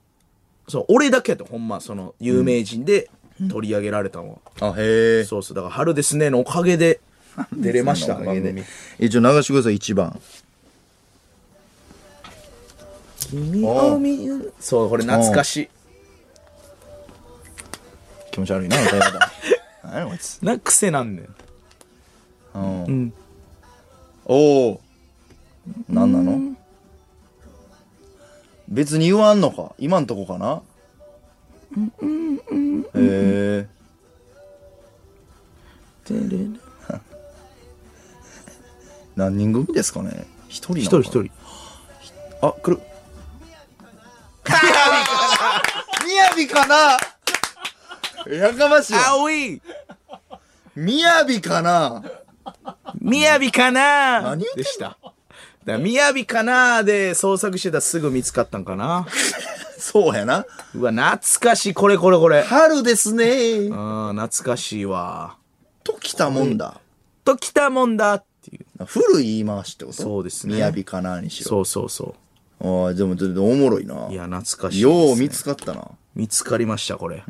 Speaker 2: そう、俺だけやとほんま、その、有名人で取り上げられたのは。
Speaker 1: あ、へえ。
Speaker 2: そうそう。だから、春ですねのおかげで、出れました。
Speaker 1: そんな
Speaker 2: 番
Speaker 1: おかげ
Speaker 2: 組
Speaker 1: で。。一応流してください、一番。
Speaker 2: 君を見る。そう、これ懐かしい。
Speaker 1: 気持ち 悪いな、歌い方。何やこいつ。
Speaker 2: な、癖なんねん。
Speaker 1: うん。おお。なんなの別に言わんのか。今んとこかなえ
Speaker 2: てれれ
Speaker 1: 何人組ですかね一人な
Speaker 2: 一
Speaker 1: の
Speaker 2: 人
Speaker 1: か
Speaker 2: 一人。
Speaker 1: あ来るみやびかなやかましいわ
Speaker 2: 青い
Speaker 1: みやびかな
Speaker 2: みやびかな
Speaker 1: 何言ってんの
Speaker 2: でした。だからみやびかなで捜索してたらすぐ見つかったんかな。
Speaker 1: そうやな
Speaker 2: うわ、懐かしい。これこれこれ。
Speaker 1: 春ですね
Speaker 2: うん、懐かしいわ。
Speaker 1: ときたもんだ
Speaker 2: と来たもんだっていう。
Speaker 1: 古い言い回しってこと
Speaker 2: そうですね
Speaker 1: みやびかなにしろ
Speaker 2: そうそうそ
Speaker 1: ああでもちょっとおもろいな
Speaker 2: う。いや、懐かしいですね、
Speaker 1: よう見つかったな
Speaker 2: 見つかりました、これ。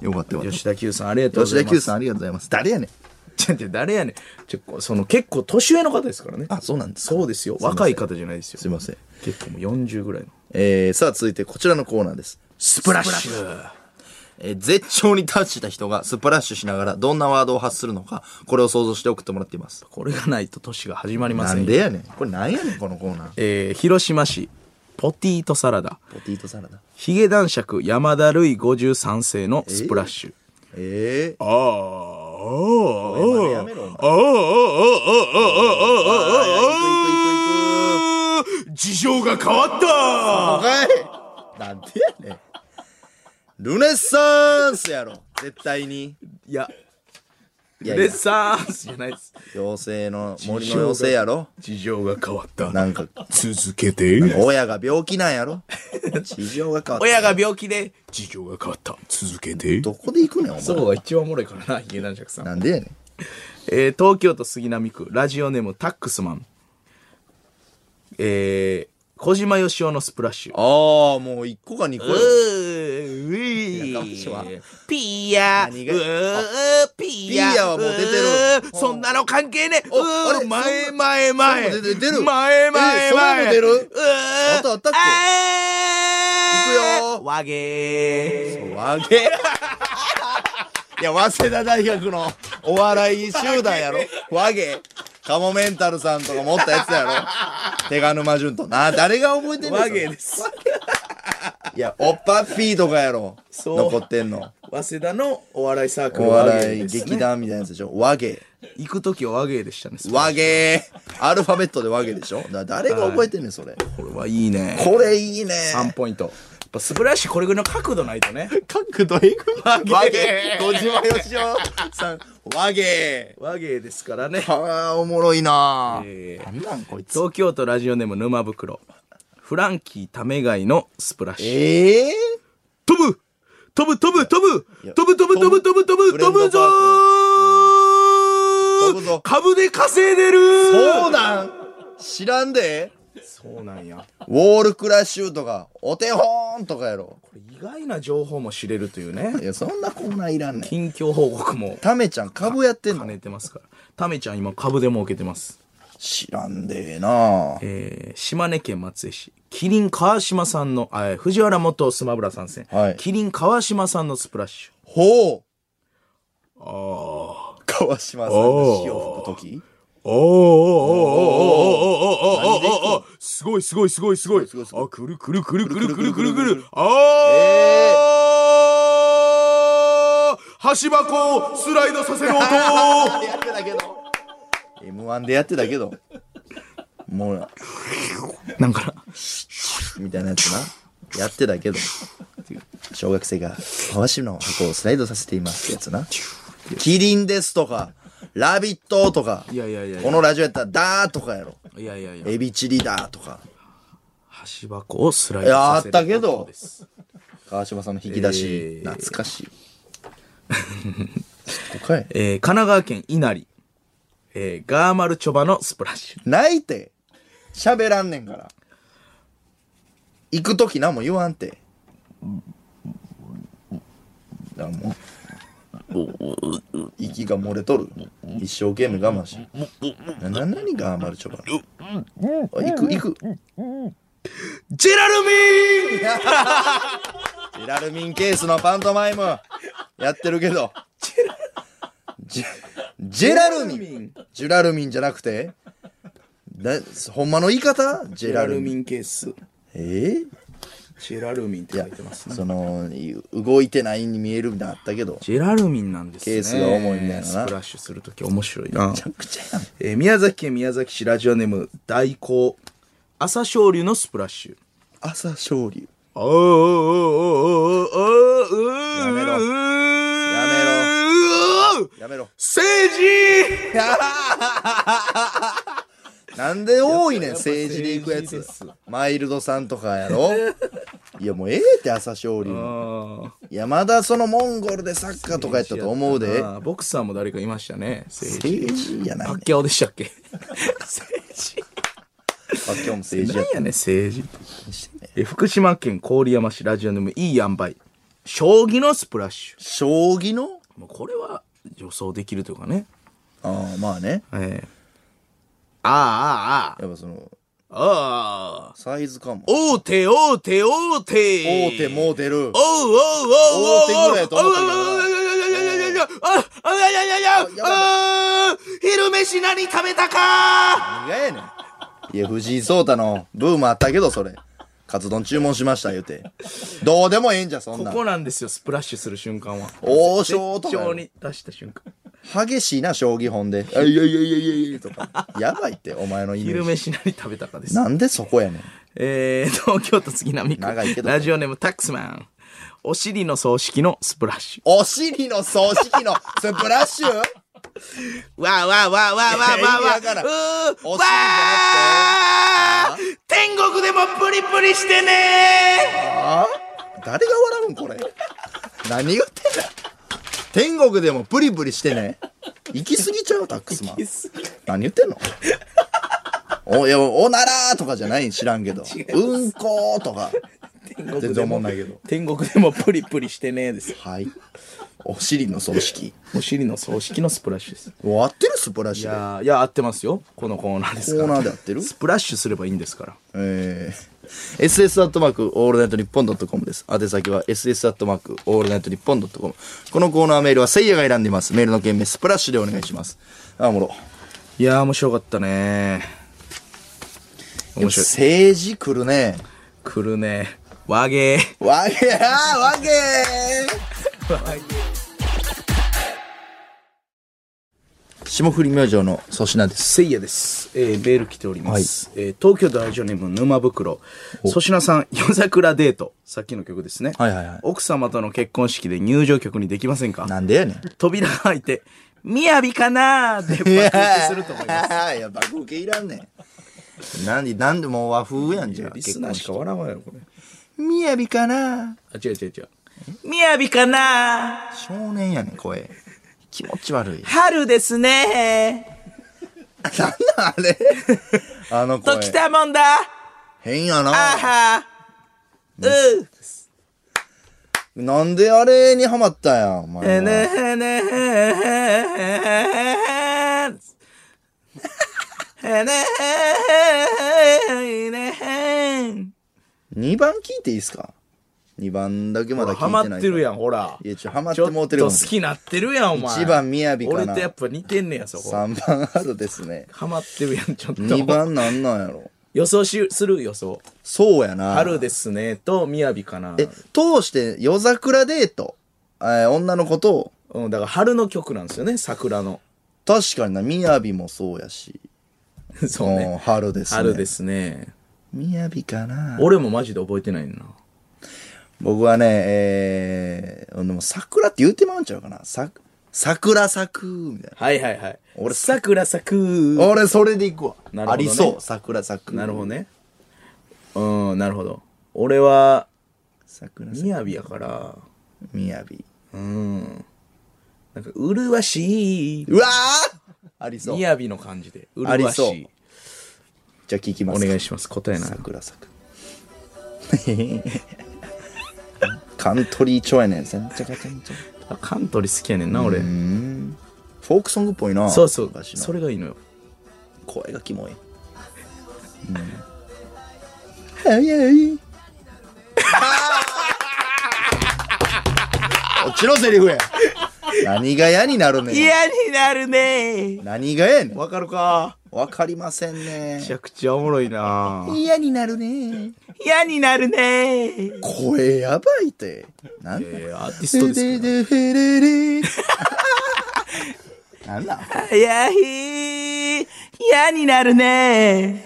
Speaker 1: よかったよかっ
Speaker 2: 吉田久さん、ありがと
Speaker 1: た
Speaker 2: う
Speaker 1: 吉田
Speaker 2: ございます。
Speaker 1: 久さんありがとうございます誰やねん
Speaker 2: ちょちょ誰やねん。ちょこその結構年上の方ですからね。
Speaker 1: あそうなんですか
Speaker 2: そうですよ。若い方じゃないですよ。
Speaker 1: すいません
Speaker 2: 結構もう40ぐらいの。
Speaker 1: えー、さあ続いてこちらのコーナーです
Speaker 2: スプラッシュ
Speaker 1: えー絶頂に達した人がスプラッシュしながらどんなワードを発するのか、これを想像して送ってもらっています。
Speaker 2: これがないと年が始まりま
Speaker 1: な
Speaker 2: せんよ
Speaker 1: んでやねん。これなんやねん、このコーナー。
Speaker 2: えー広島市、ポティートサラダ。
Speaker 1: ポティートサラダ。
Speaker 2: ヒゲ男爵山田るい53世のスプラッシュ。
Speaker 1: ええ
Speaker 4: ああ、
Speaker 1: やめろ、お前。
Speaker 4: ああ、ああ、ああ、ああ、あ
Speaker 1: ああ、
Speaker 4: あ、ああ、事情が変わった
Speaker 1: 行く行く行く行く行く。おかいなんでやねん。ルネッサンスやろ。絶対に。
Speaker 2: いや、
Speaker 1: いやい
Speaker 2: レッ
Speaker 1: や、
Speaker 2: サースじゃないです。
Speaker 1: 妖精の、森の妖精やろ。
Speaker 4: 事情が変わっ た。
Speaker 1: なんか、
Speaker 4: 続けて。
Speaker 1: 親が病気なんやろ。地上が変わった。
Speaker 2: 親が病気で。
Speaker 4: 事情が変わった。続けて。
Speaker 1: どこで行くねん、お
Speaker 2: そう
Speaker 1: 前。
Speaker 2: が一番おもろいからな、ヒゲ男爵さん。
Speaker 1: なんでやねん。
Speaker 2: えー東京都杉並区ラジオネームタックスマンえー、小島よしおのスプラッシュ
Speaker 1: ああ、もう一個か二個
Speaker 2: う
Speaker 1: や。
Speaker 2: ーう
Speaker 1: いやかましいわ
Speaker 2: ーピーヤ
Speaker 1: 何
Speaker 2: ー
Speaker 1: が
Speaker 2: うーピーヤ
Speaker 1: ピーヤはもう出てる
Speaker 2: うーそんなの関係ねえ
Speaker 1: お
Speaker 2: う
Speaker 1: あれ
Speaker 2: ー前前前
Speaker 1: そう出てる出る
Speaker 2: 前
Speaker 1: え
Speaker 2: 前
Speaker 1: そんなの
Speaker 2: 前
Speaker 1: 出る
Speaker 2: うー
Speaker 1: あとあったっけ
Speaker 2: あー
Speaker 1: いくよ
Speaker 2: わげー
Speaker 1: わげいや、早稲田大学のお笑い集団やろわげカモメンタルさんとか持ったやつやろ手賀沼潤と。なあ、誰が覚えてんねん。
Speaker 2: わげ
Speaker 1: それ
Speaker 2: です
Speaker 1: いや、おっぱっぴーとかやろ
Speaker 2: そう
Speaker 1: 残ってんの。
Speaker 2: 早稲田のお笑いサークル
Speaker 1: お
Speaker 2: わげ
Speaker 1: 笑
Speaker 2: ー
Speaker 1: い
Speaker 2: ですね
Speaker 1: 劇団みたいなやつでしょわげ
Speaker 2: 行く時は和芸でしたね。
Speaker 1: わげアルファベットでわげでしょだ誰が覚えてんねん、それ。
Speaker 2: これはいいね。
Speaker 1: これいいね。
Speaker 2: 3ポイント。やっぱスプラッシュこれぐらいの角度ないとね。
Speaker 1: 角度えぐわげ小島よしおさん、わげ
Speaker 2: 和芸ですからね。
Speaker 1: ああ、おもろいな
Speaker 2: えー
Speaker 1: なんなんこいつ。
Speaker 2: 東京都ラジオネーム沼袋。フランキーためがいのスプラッシュ。
Speaker 1: ええ
Speaker 2: 飛ぶ飛ぶ飛ぶ飛ぶ
Speaker 1: いや
Speaker 2: 飛ぶ飛ぶ飛ぶ飛ぶ飛ぶ飛ぶぞー
Speaker 1: 飛ぶぞ
Speaker 2: 株で稼いでるー
Speaker 1: そうなん知らんで
Speaker 2: そうなんや。
Speaker 1: ウォールクラッシュとか、お手本とかやろ。
Speaker 2: これ意外な情報も知れるというね
Speaker 1: い。や、そんなコーナーいらんねん。
Speaker 2: 近況報告も
Speaker 1: タメちゃん株やってん
Speaker 2: 兼
Speaker 1: の
Speaker 2: ねてますから。ためちゃん今株で儲けてます。
Speaker 1: 知らんでえな
Speaker 2: えー島根県松江市、キリン川島さんの、あえー藤原元スマブラ参戦、
Speaker 1: はい
Speaker 2: キリン川島さんのスプラッシ
Speaker 1: ほう
Speaker 4: ああ。
Speaker 1: 川島さんの火を吹くとき
Speaker 4: おーおーおーおーおーおーおーおーおーすごいすごいすごいすごい。
Speaker 1: すごいすごい
Speaker 4: あ、くるくるくるくるくるくるく
Speaker 1: くるくるくるくる
Speaker 4: る。ああ箸箱をスライドさせる音
Speaker 1: やってたけど。M1 でやってたけど。もう、
Speaker 2: ュ。なんかな、
Speaker 1: みたいなやつな。やってたけど。小学生が、川島の箱をスライドさせていますってやつな。キリンですとか、ラビットとか。
Speaker 2: いやいやいやいや
Speaker 1: このラジオやったら、ダーとかやろ。
Speaker 2: いやいやいや、
Speaker 1: エビチリだとか。
Speaker 2: 箸箱をスライドさせ
Speaker 1: い
Speaker 2: る
Speaker 1: やあったけど
Speaker 2: 音です
Speaker 1: 川島さんの引き出し、
Speaker 2: えー
Speaker 1: 懐かしい。おかい。
Speaker 2: えー神奈川県稲荷、えーガーマルチョバのスプラッシュ。
Speaker 1: 泣いて、喋らんねんから。行くとき何も言わんて。だからもう。息が漏れとる。一生懸命我慢し。な、な、何が余るちょば。あ行く、行く。
Speaker 2: ジェラルミン
Speaker 1: ジェラルミンケースのパントマイム、やってるけど。ジェジェラルミン。ジュラルミンじゃなくてだほんまの言い方ジ
Speaker 2: ジ
Speaker 1: ェラルミン。
Speaker 2: ンケース。
Speaker 1: えー
Speaker 2: ジェラルミンっ
Speaker 1: い
Speaker 2: て書
Speaker 1: や
Speaker 2: いてますね
Speaker 1: その動いてないに見えるみたいなのあったけど
Speaker 2: ジェラルミンなんですね
Speaker 1: ケースが重いみたいなな
Speaker 2: スプラッシュするとき面白いな
Speaker 1: めちゃくちゃやん
Speaker 2: えー宮崎県宮崎市ラジオネーム大光朝青龍のスプラッシュ
Speaker 1: 朝青龍
Speaker 2: おーおーおーおーおーおー
Speaker 1: やめろ
Speaker 2: うー
Speaker 1: やめ
Speaker 2: うー
Speaker 1: やめろ
Speaker 2: 政治
Speaker 1: なんで多いねん政治で行くや
Speaker 2: 政
Speaker 1: つ
Speaker 2: 治で
Speaker 1: マイルドさんとかや ろいやもうええって朝青龍
Speaker 2: あ
Speaker 1: いやまだそのモンゴルでサッカーとかやったと思うで
Speaker 2: あボクサーも誰かいましたね政治
Speaker 1: 政治やない
Speaker 2: パ
Speaker 1: ねん
Speaker 2: ッキャオでしたっけ政治
Speaker 1: あ今日も政治
Speaker 2: 何
Speaker 1: や
Speaker 2: やねん政治えー福島県郡山市ラジオネームいい塩梅将棋のスプラッシュ
Speaker 1: 将棋の
Speaker 2: もうこれは予想できるというかね
Speaker 1: ああまあね
Speaker 2: ええああああ
Speaker 1: やっぱその
Speaker 2: ああ
Speaker 1: サイズかも
Speaker 2: 大手大手大手
Speaker 1: 大手もう出る
Speaker 2: おうおうおうおうおう
Speaker 1: 大手ぐらいやと思ったけどな
Speaker 2: おうおうおうおうおうおうおうおうおうおうおうおうおうおうおうあー昼飯何食べたか
Speaker 1: 何がやねんいや藤井聡太のブームあったけどそれカツ丼注文しました言うてどうでもええんじゃそん
Speaker 2: こ
Speaker 1: なん
Speaker 2: こなんですよスプラッシュする瞬間は
Speaker 1: 王将とかやろ
Speaker 2: 絶頂に出した瞬間
Speaker 1: 激しいな将棋本で「あいやいやいやいやいや」とかやばいってお前のイメー
Speaker 2: 昼
Speaker 1: ジ
Speaker 2: 飯何食べたかです
Speaker 1: なんでそこやねん
Speaker 2: えー、東京都杉並区
Speaker 1: 長いけど
Speaker 2: ラジオネームタックスマンお尻の葬式のスプラッシュ
Speaker 1: お尻の葬式のスプラッシュ
Speaker 2: わあわあわあわあわあわあわ
Speaker 1: いや意味わからん
Speaker 2: あう
Speaker 1: お
Speaker 2: ー
Speaker 1: 尻
Speaker 2: わあ天国でもプリプリしてね
Speaker 1: 誰が笑うんこれ何言ってんだよ天国でもプリプリしてね行き過ぎちゃうタックスマン何言ってんのおいやおならとかじゃないん知らんけどうんことか
Speaker 2: 天
Speaker 1: 全然思んないけど
Speaker 2: 天国でもプリプリしてねです
Speaker 1: はいお尻の葬式
Speaker 2: お尻の葬式のスプラッシュです
Speaker 1: 終わってるスプラッ
Speaker 2: い
Speaker 1: シュ
Speaker 2: やーいや合ってますよこのコーナーですから
Speaker 1: コーナーで合ってる
Speaker 2: スプラッシュすればいいんですから
Speaker 1: えー、ss アットマークオールナイトニッポンドットコムです。宛先は ss アットマークオールナイトニッポンドットコム。このコーナーメールはせいやが選んでいます。メールの件名スプラッシュでお願いします。あ、おもろ。
Speaker 2: いやー面白かったね面白い
Speaker 1: 政治来るね。
Speaker 2: 来るね和芸
Speaker 1: わけやーわけー霜降り明星の粗品です。
Speaker 2: せいやです。えー、メール来ております。えー東京都ラジオネーム沼袋。粗品さん、 夜桜デート。さっきの曲ですね。
Speaker 1: はいはいはい
Speaker 2: 奥様との結婚式で入場曲にできませんか
Speaker 1: なんでやねん。
Speaker 2: 扉が開いて、みやびかなーって爆撃すると思いま
Speaker 1: ます。 いや、爆受けいらんねん。なんで、なんでもう和風やんじゃ
Speaker 2: す。
Speaker 1: あ。
Speaker 2: リスナーしか笑わないよ、これ。
Speaker 1: みやびかな
Speaker 2: あ、違う違う違う。みやびかなー
Speaker 1: 少年やねん、声。気持ち 悪い。
Speaker 2: 春ですね
Speaker 1: なんなんあれあの
Speaker 2: ー
Speaker 1: 声
Speaker 2: ときたもんだ
Speaker 1: 変やな
Speaker 2: あはうー
Speaker 1: なんであれにハマったんやお前は
Speaker 2: ねえねえねえね
Speaker 1: 2番聞いていいっすか2番だけまだ聞いて
Speaker 2: ハ
Speaker 1: ない
Speaker 2: マってるやんほら
Speaker 1: いやちょハマっ
Speaker 2: ちょ
Speaker 1: て
Speaker 2: っ
Speaker 1: もう
Speaker 2: と
Speaker 1: てる
Speaker 2: 好
Speaker 1: わ
Speaker 2: きなってるやんお前
Speaker 1: 一番雅かな
Speaker 2: 俺とやっぱ似てんねやそこ
Speaker 1: 3番あるですね
Speaker 2: ハマってるやんちょっと
Speaker 1: 2番なんなんやろ
Speaker 2: 予想しする予想
Speaker 1: そうやな
Speaker 2: 春ですねとみやびかな
Speaker 1: え通して夜桜デート、えー女の子と
Speaker 2: うんだから春の曲なんですよね桜の
Speaker 1: 確かになみやびもそうやし、
Speaker 2: そう
Speaker 1: うん
Speaker 2: ね
Speaker 1: 春ですね
Speaker 2: 春ですね
Speaker 1: みやびかな
Speaker 2: 俺もマジで覚えてないな
Speaker 1: 僕はね、えー、でも桜って言うてまうんちゃうかな。さ、桜咲く、みたいな。
Speaker 2: はいはいはい
Speaker 1: 俺
Speaker 2: 桜咲く
Speaker 1: 俺、それでいくわ。
Speaker 2: なるほどね
Speaker 1: ありそう、桜咲く。
Speaker 2: なるほど。ね。うん、なるほど。俺は、
Speaker 1: 桜咲く。
Speaker 2: みやびやから、
Speaker 1: みやび。
Speaker 2: うん。なんか、うるわしい。
Speaker 1: うわーありそう。
Speaker 2: み
Speaker 1: じ
Speaker 2: やびの感じで、う
Speaker 1: あ
Speaker 2: る
Speaker 1: り
Speaker 2: わし
Speaker 1: そう
Speaker 2: い。
Speaker 1: ゃあ聞きま
Speaker 2: お
Speaker 1: す。
Speaker 2: 願い
Speaker 1: し
Speaker 2: します。答えな。
Speaker 1: 桜咲く。 カントリー調やねん。全然全然
Speaker 2: あカントリー好きやねんな、俺。
Speaker 1: フォークソングっぽいな。
Speaker 2: そうそう。
Speaker 1: 昔の
Speaker 2: それがいいのよ。
Speaker 1: 声がキモい。うん。早い。 落ちろセリフや。何が嫌になるねん。
Speaker 2: になるね
Speaker 1: 何がやねん。
Speaker 2: わかるか
Speaker 1: わかりませんね
Speaker 2: めち。ゃくちゃおもろいな
Speaker 1: 嫌になるね。
Speaker 2: 嫌になるね。
Speaker 1: 声やばいって。なんだ
Speaker 2: えー、アーティストです けど。
Speaker 1: でフレレ なんだ
Speaker 2: 早い。嫌にな るね。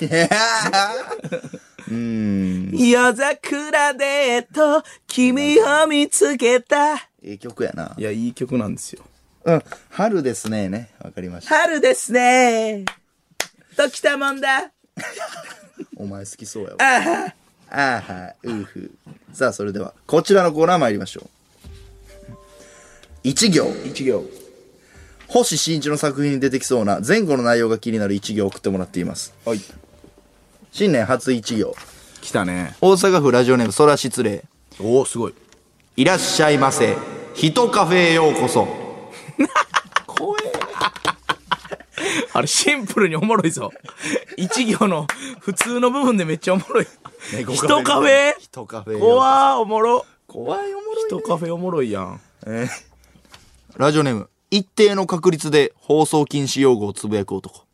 Speaker 2: 夜桜デート、君を見つけた。。
Speaker 1: ええ曲やない
Speaker 2: や、いい曲なんですよ。
Speaker 1: うん。春ですね。ね。わかりました。
Speaker 2: 春ですね。ときたもんだ。
Speaker 1: お前好きそうやわ。ああは、うふ。さあ、それでは、こちらのコーナー参りましょう。一行。
Speaker 2: 一行。
Speaker 1: 星新一の作品に出てきそうな前後の内容が気になる一行を送ってもらっています。
Speaker 2: はい。
Speaker 1: 新年初一行。
Speaker 2: 来たね。
Speaker 1: 大阪府ラジオネーム、そら失礼。
Speaker 2: おお、すごい。
Speaker 1: いらっしゃいませ。ヒトカフェへようこそ。
Speaker 2: 怖え。 あれ、シンプルにおもろいぞ。一行の普通の部分でめっちゃおもろい。人カフェ
Speaker 1: 人カフェ怖
Speaker 2: 怖ー、おもろ。
Speaker 1: 怖いおもろい
Speaker 2: 人カフェおもろいやん。
Speaker 1: ラジオネーム、一定の確率で放送禁止用語をつぶやく男。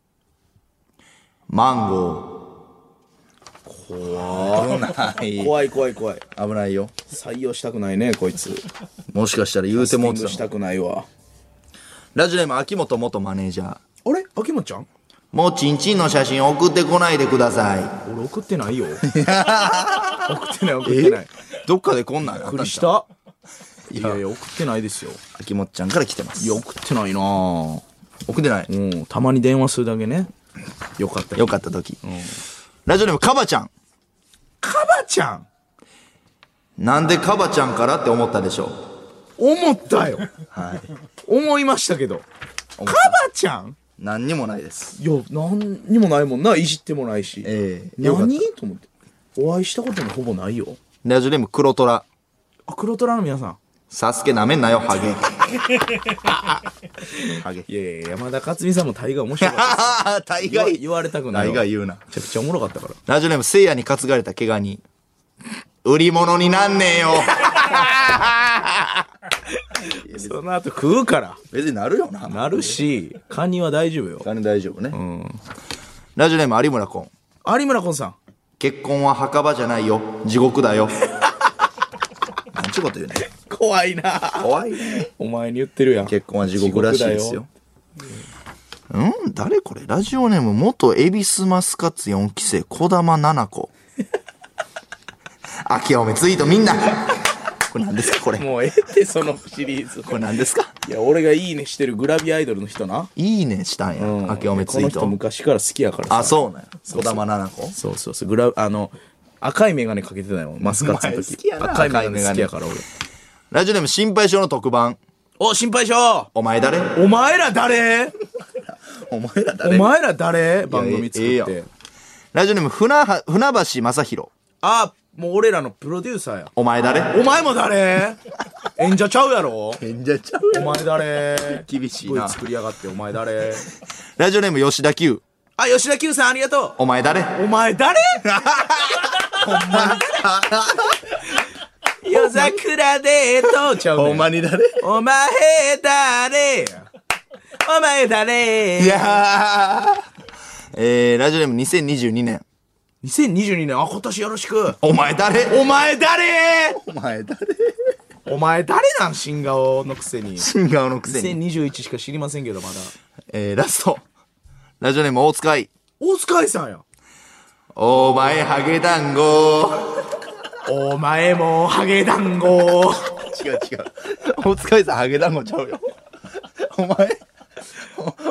Speaker 1: マンゴー。怖い。
Speaker 2: 怖い怖い怖い。
Speaker 1: 危ないよ。
Speaker 2: 採用したくないね、こいつ。
Speaker 1: もしかしたら言うてもうてた
Speaker 2: し
Speaker 1: もん
Speaker 2: たくないわ。
Speaker 1: ラジオネーム、秋元元マネージャー。
Speaker 2: あれ秋元ちゃん
Speaker 1: もうチンチンの写真送ってこないでくださ
Speaker 2: 俺送って ないよ。送ってない送ってない。び
Speaker 1: い。どっかでこんなんあ
Speaker 2: っ
Speaker 1: っ
Speaker 2: く
Speaker 1: たん
Speaker 2: り
Speaker 1: ち
Speaker 2: し
Speaker 1: ゃう
Speaker 2: た。いやいや、送ってないですよ。
Speaker 1: 秋元ちゃんから来てます。
Speaker 2: いや、送ってないなぁ。
Speaker 1: 送ってない。
Speaker 2: うん、たまに電話するだけね。よかった。
Speaker 1: よかった時。ラジオネーム、カバちゃん。
Speaker 2: カバちゃん
Speaker 1: なんでカバちゃんからって思ったでしょう。
Speaker 2: 思ったよ。
Speaker 1: はい。
Speaker 2: 思いましたけど。カバちゃん
Speaker 1: 何にもないです。
Speaker 2: いや、なんにもないもんな。いじってもないし。
Speaker 1: ええよかった
Speaker 2: 何と思って。お会いしたこともほぼないよ。
Speaker 1: ラジオネーム、黒虎。
Speaker 2: あ、黒虎の皆さん。
Speaker 1: サスケなめんな よ、ハゲ。ハゲ。
Speaker 2: いやいや、山田勝美さんも大概面白かった。
Speaker 1: 大
Speaker 2: 言わ
Speaker 1: 概
Speaker 2: 言われたくないわ。
Speaker 1: 大概言うな
Speaker 2: めちゃくちゃおもろかったから。
Speaker 1: ラジオネーム、せいやに担がれた毛ガニ。売り物になんねえよ。
Speaker 2: その後食うから。
Speaker 1: 別になるよな。
Speaker 2: なるし、カニは大丈夫よ。
Speaker 1: 金大丈夫ね。ラジオネーム、有村コン。
Speaker 2: 有村昆さん。
Speaker 1: 結婚は墓場じゃないよ。地獄だよ。なんちゅうこと言うねん。
Speaker 2: 怖いな
Speaker 1: 怖いね。
Speaker 2: お前に言ってるやん。
Speaker 1: 結婚は地獄らしいですよ。うん誰これラジオネーム元恵比寿マスカッツ4期生小玉七 子。秋おめツイートみんなこれ何ですかこれ。こ
Speaker 2: もうええって、そのシリーズ。
Speaker 1: れ何ですか
Speaker 2: いや、俺がいいねしてるグラビアアイドルの人な。
Speaker 1: いいねしたんや。
Speaker 2: うん
Speaker 1: 秋おめツイー
Speaker 2: この人
Speaker 1: ト。
Speaker 2: 昔から好きやからさ。
Speaker 1: あ、そうなんや。
Speaker 2: う
Speaker 1: 小玉七子
Speaker 2: そうそうそう。グラ、あの、赤いメガネかけてたよ。マスカッツの
Speaker 1: お前
Speaker 2: 時。
Speaker 1: 好きやな
Speaker 2: 赤いメガネ好きやから俺。
Speaker 1: ラジオネーム心配性の特番。
Speaker 2: お、心配性
Speaker 1: お前誰
Speaker 2: お前ら誰
Speaker 1: お前ら
Speaker 2: お前ら誰番組
Speaker 1: ええええ
Speaker 2: 作
Speaker 1: やん
Speaker 2: って。
Speaker 1: ラジオネーム船は船橋正宏。
Speaker 2: あ、もう俺らのプロデューサーや。
Speaker 1: お前誰
Speaker 2: お前も 誰演者ちゃうや ろ
Speaker 1: 演者ちゃう
Speaker 2: お前誰
Speaker 1: 厳しいな
Speaker 2: V 作りやがって、お前誰
Speaker 1: ラジオネーム吉田久。
Speaker 2: あ、吉田久さんありがと
Speaker 1: お前誰
Speaker 2: う。お前 誰夜桜デートちゃうねん
Speaker 1: に誰
Speaker 2: お前誰お前誰
Speaker 1: いやーえー、ラジオネーム2022年。
Speaker 2: 2022年、あ、今年よろしく。
Speaker 1: お前誰
Speaker 2: お前誰
Speaker 1: お前誰
Speaker 2: お前誰なん新顔のくせに。
Speaker 1: 新顔のくせに。
Speaker 2: 2021しか知りませんけど、まだ。
Speaker 1: えー、ラスト。ラジオネーム大塚愛。
Speaker 2: 大塚愛さんや。
Speaker 1: お前ハゲ団子。
Speaker 2: お前もハゲ団子。
Speaker 1: 違う違う。大塚愛さんハゲ団子ちゃうよ。お前、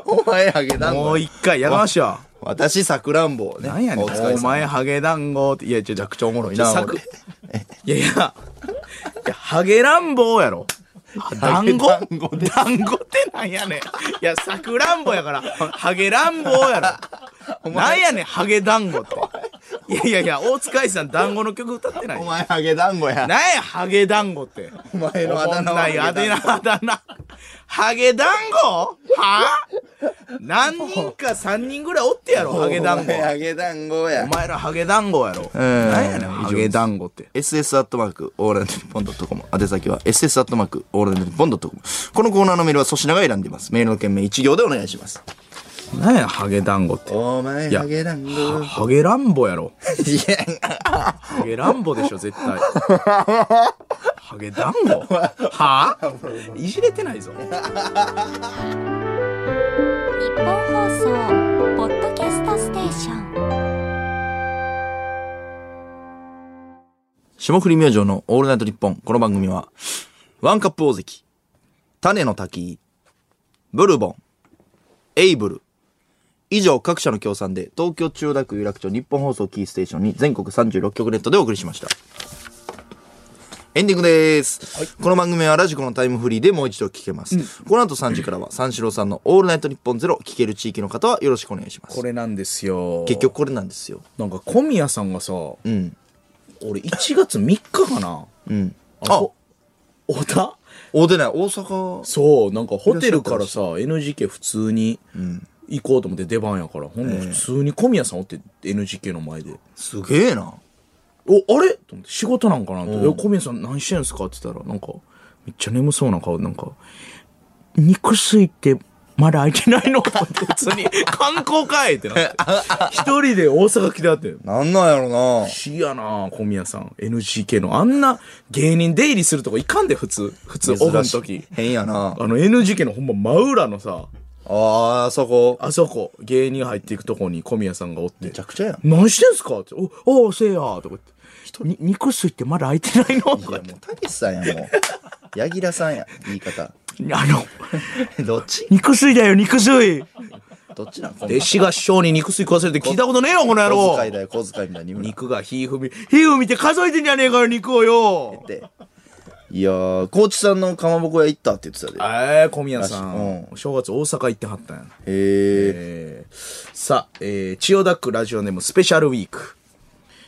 Speaker 1: おお前ハゲ団
Speaker 2: も
Speaker 1: 子
Speaker 2: う。一回やらましょ
Speaker 1: 私さくらんぼね。
Speaker 2: う。なんやねん。
Speaker 1: 大塚愛
Speaker 2: お
Speaker 1: さん。
Speaker 2: 前ハゲ団子って。いや、ちょ、ちょ、ちょ、おもろいな。
Speaker 1: ちょ
Speaker 2: さくいやいや。いや、ハゲ乱暴やろ。団子
Speaker 1: ハ
Speaker 2: 団
Speaker 1: ゲ
Speaker 2: 子ってなんやねん。いや、さくらんぼやから、ハゲ乱暴やろ。なんやねん、ハゲ団子って。いやいやいや、大塚愛さん団子の曲歌ってない
Speaker 1: お。前ハゲ団子や。
Speaker 2: なんや、ハゲ団子って。
Speaker 1: お前のあだ名は
Speaker 2: ないあだ名あだ名。ハゲ団子はぁ何人か3人ぐらいおってやろ、ハゲ団
Speaker 1: お
Speaker 2: 子。
Speaker 1: 前ハゲ団子
Speaker 2: お
Speaker 1: や。
Speaker 2: 前らハゲ団子やろ。
Speaker 1: ん
Speaker 2: 何やねん、ハゲ団子って。
Speaker 1: ss アットマークオールナイトニッポンドットコム宛先は ss アットマークオールナイトニッポンドットコムこのコーナーのメールは粗品が選んでいますメールの件名一行でお願いします
Speaker 2: なんや、ハゲ団子って。
Speaker 1: お前、
Speaker 2: いや
Speaker 1: ハゲ団子。
Speaker 2: はハゲランボやろ。
Speaker 1: いや、
Speaker 2: ハゲランボで しょ、絶対。ハゲ団子はぁいじれてないぞ。
Speaker 3: 日本放送ポッドキャストステーション
Speaker 1: 霜降り明星のオールナイト日本。この番組は、ワンカップ大関、種の滝、ブルボン、エイブル、以上各社の協賛で、東京千代田区有楽町日本放送キーステーションに全国36局ネットでお送りしました。エンディングです、この番組はラジコのタイムフリーでもう一度聞けます。この後3時からは三四郎さんのオールナイト日本ゼロ聞ける地域の方はよろしくお願いします
Speaker 2: こ。れなんですよ。
Speaker 1: 結局。これなんですよ。
Speaker 2: なんか小宮さんがさ、俺
Speaker 1: うん。
Speaker 2: 1月3日かな。
Speaker 1: うん。
Speaker 2: あ
Speaker 1: あ、
Speaker 2: 小田
Speaker 1: お出ない。大阪。
Speaker 2: そう、なんかホテルからさ、NGK 普通に行こうと思って出番やから、ほんの普通に小宮さんおって NGK の前で。
Speaker 1: すげえな。
Speaker 2: お、あれと思って仕事なんかなと。いや小宮さん何してんすかって言ったら、なんか、めっちゃ眠そうな顔で、なんか、肉吸いって、まだ開いてないのか って、普通に、観光かいってなって。一人で大阪来てあって。
Speaker 1: なんなんやろな
Speaker 2: 不思議やなあ小宮さん。NGK の。あんな芸人出入りするとこ行かんで、普通。普通、オフの時。
Speaker 1: 変や な
Speaker 2: あの NGK のほんま真裏のさ、
Speaker 1: ああそこ
Speaker 2: あそこ、芸人入っていくとこに小宮さんがおって
Speaker 1: めち。ゃくちゃやん
Speaker 2: 何してんすかって、お、おうせいやとか言って。に肉吸いってまだ開いてないのと
Speaker 1: い
Speaker 2: か
Speaker 1: やもうたけしさんやもう柳楽さんや言い方
Speaker 2: 言ってあの、
Speaker 1: どっち
Speaker 2: 肉吸いだよ、肉吸い
Speaker 1: どっち なんこんな
Speaker 2: 弟子が師匠に肉吸い食わせるって聞いたことねえよ、この野
Speaker 1: 小
Speaker 2: 郎
Speaker 1: 遣いだよ小遣いみたいに言うなっ
Speaker 2: 肉が火踏み、火踏みって数えてんじゃねえかよ、肉をよ
Speaker 1: ていやー高知さんのかまぼこ屋行ったって言ってたで
Speaker 2: えー、小宮さん、
Speaker 1: う
Speaker 2: お正月大阪行ってはったんや。
Speaker 1: へえ
Speaker 2: えーさあ、えー千代田区ラジオネームスペシャルウィーク。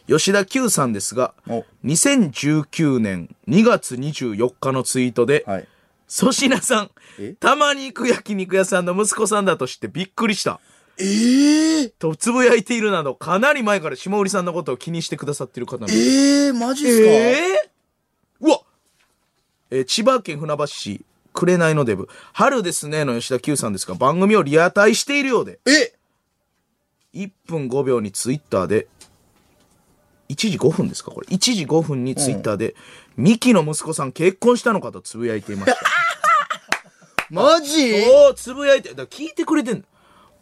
Speaker 2: 吉田久さんですが
Speaker 1: お、
Speaker 2: 2019年2月24日のツイートで、
Speaker 1: はい
Speaker 2: 粗品さん
Speaker 1: え、
Speaker 2: たまに行く焼肉屋さんの息子さんだと知ってびっくりした。
Speaker 1: えー、
Speaker 2: とつぶやいているなど、かなり前から下売さんのことを気にしてくださっている方なんです
Speaker 1: えー、マジっすか、
Speaker 2: えーうわえー千葉県船橋市、紅のデブ、春ですねの吉田久さんですが、番組をリアタイしているようで、
Speaker 1: え
Speaker 2: 1分5秒にツイッターで、1時5分ですかこれ。1時5分にツイッターで、ミキの息子さん結婚したのかとつぶやいていました。
Speaker 1: マジ
Speaker 2: おおつぶやいて、だから聞いてくれてんの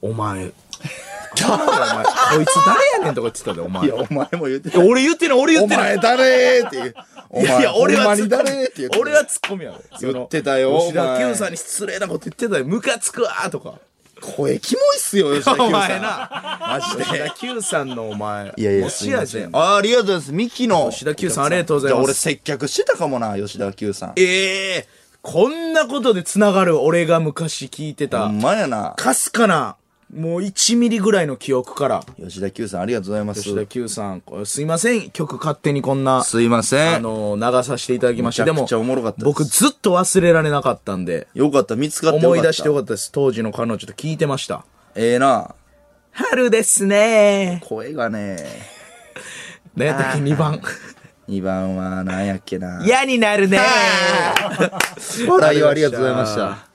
Speaker 2: お 前、お前、こいつ誰やねんとか言ってたで、お前。
Speaker 1: いやお前も言って
Speaker 2: いや俺言ってない、俺言
Speaker 1: お
Speaker 2: ってない。
Speaker 1: 前誰っていうお
Speaker 2: いやい
Speaker 1: 前
Speaker 2: や、俺
Speaker 1: ほんま
Speaker 2: はツ
Speaker 1: に
Speaker 2: ッコ
Speaker 1: 誰って言
Speaker 2: ミ
Speaker 1: って。た
Speaker 2: 俺はツッコミやろ。
Speaker 1: 言ってたよ
Speaker 2: 吉田
Speaker 1: お前
Speaker 2: 久さんに失礼なこと言ってたよ。ムカつくわーとか。
Speaker 1: 声キモいっすよ吉田
Speaker 2: お
Speaker 1: 久
Speaker 2: 前
Speaker 1: さん
Speaker 2: な。マジで。吉田久さんのお前。
Speaker 1: いやいや
Speaker 2: も
Speaker 1: す
Speaker 2: し
Speaker 1: いま
Speaker 2: や
Speaker 1: せ
Speaker 2: で
Speaker 1: ん。あーありがとうございますミキの
Speaker 2: 吉田久さんありがとうございま
Speaker 1: じゃ
Speaker 2: す
Speaker 1: あ俺接客してたかもな、吉田久さん。
Speaker 2: ええこんなことで繋がる俺が昔聞いて
Speaker 1: ほ
Speaker 2: た。
Speaker 1: んまやな。
Speaker 2: かすかな、もう1ミリぐらいの記憶から。
Speaker 1: 吉田久さんありがとうございます。
Speaker 2: 吉田久さん、これすいません。曲勝手にこんな。
Speaker 1: すいませ
Speaker 2: あ
Speaker 1: ん。
Speaker 2: の、流させていただきました。で
Speaker 1: めちゃくちゃおもろかったです
Speaker 2: 僕ずっと忘れられなかったんで、
Speaker 1: よかった、見つかってよかった。
Speaker 2: 思い出してよかったです。当時の彼女と聞いてました。
Speaker 1: ええな。
Speaker 2: 春ですね。
Speaker 1: 声がね、
Speaker 2: ねやったっけ2番。
Speaker 1: 2番は何やっけな。
Speaker 2: 嫌になるね。
Speaker 1: 笑いをありがとうございました。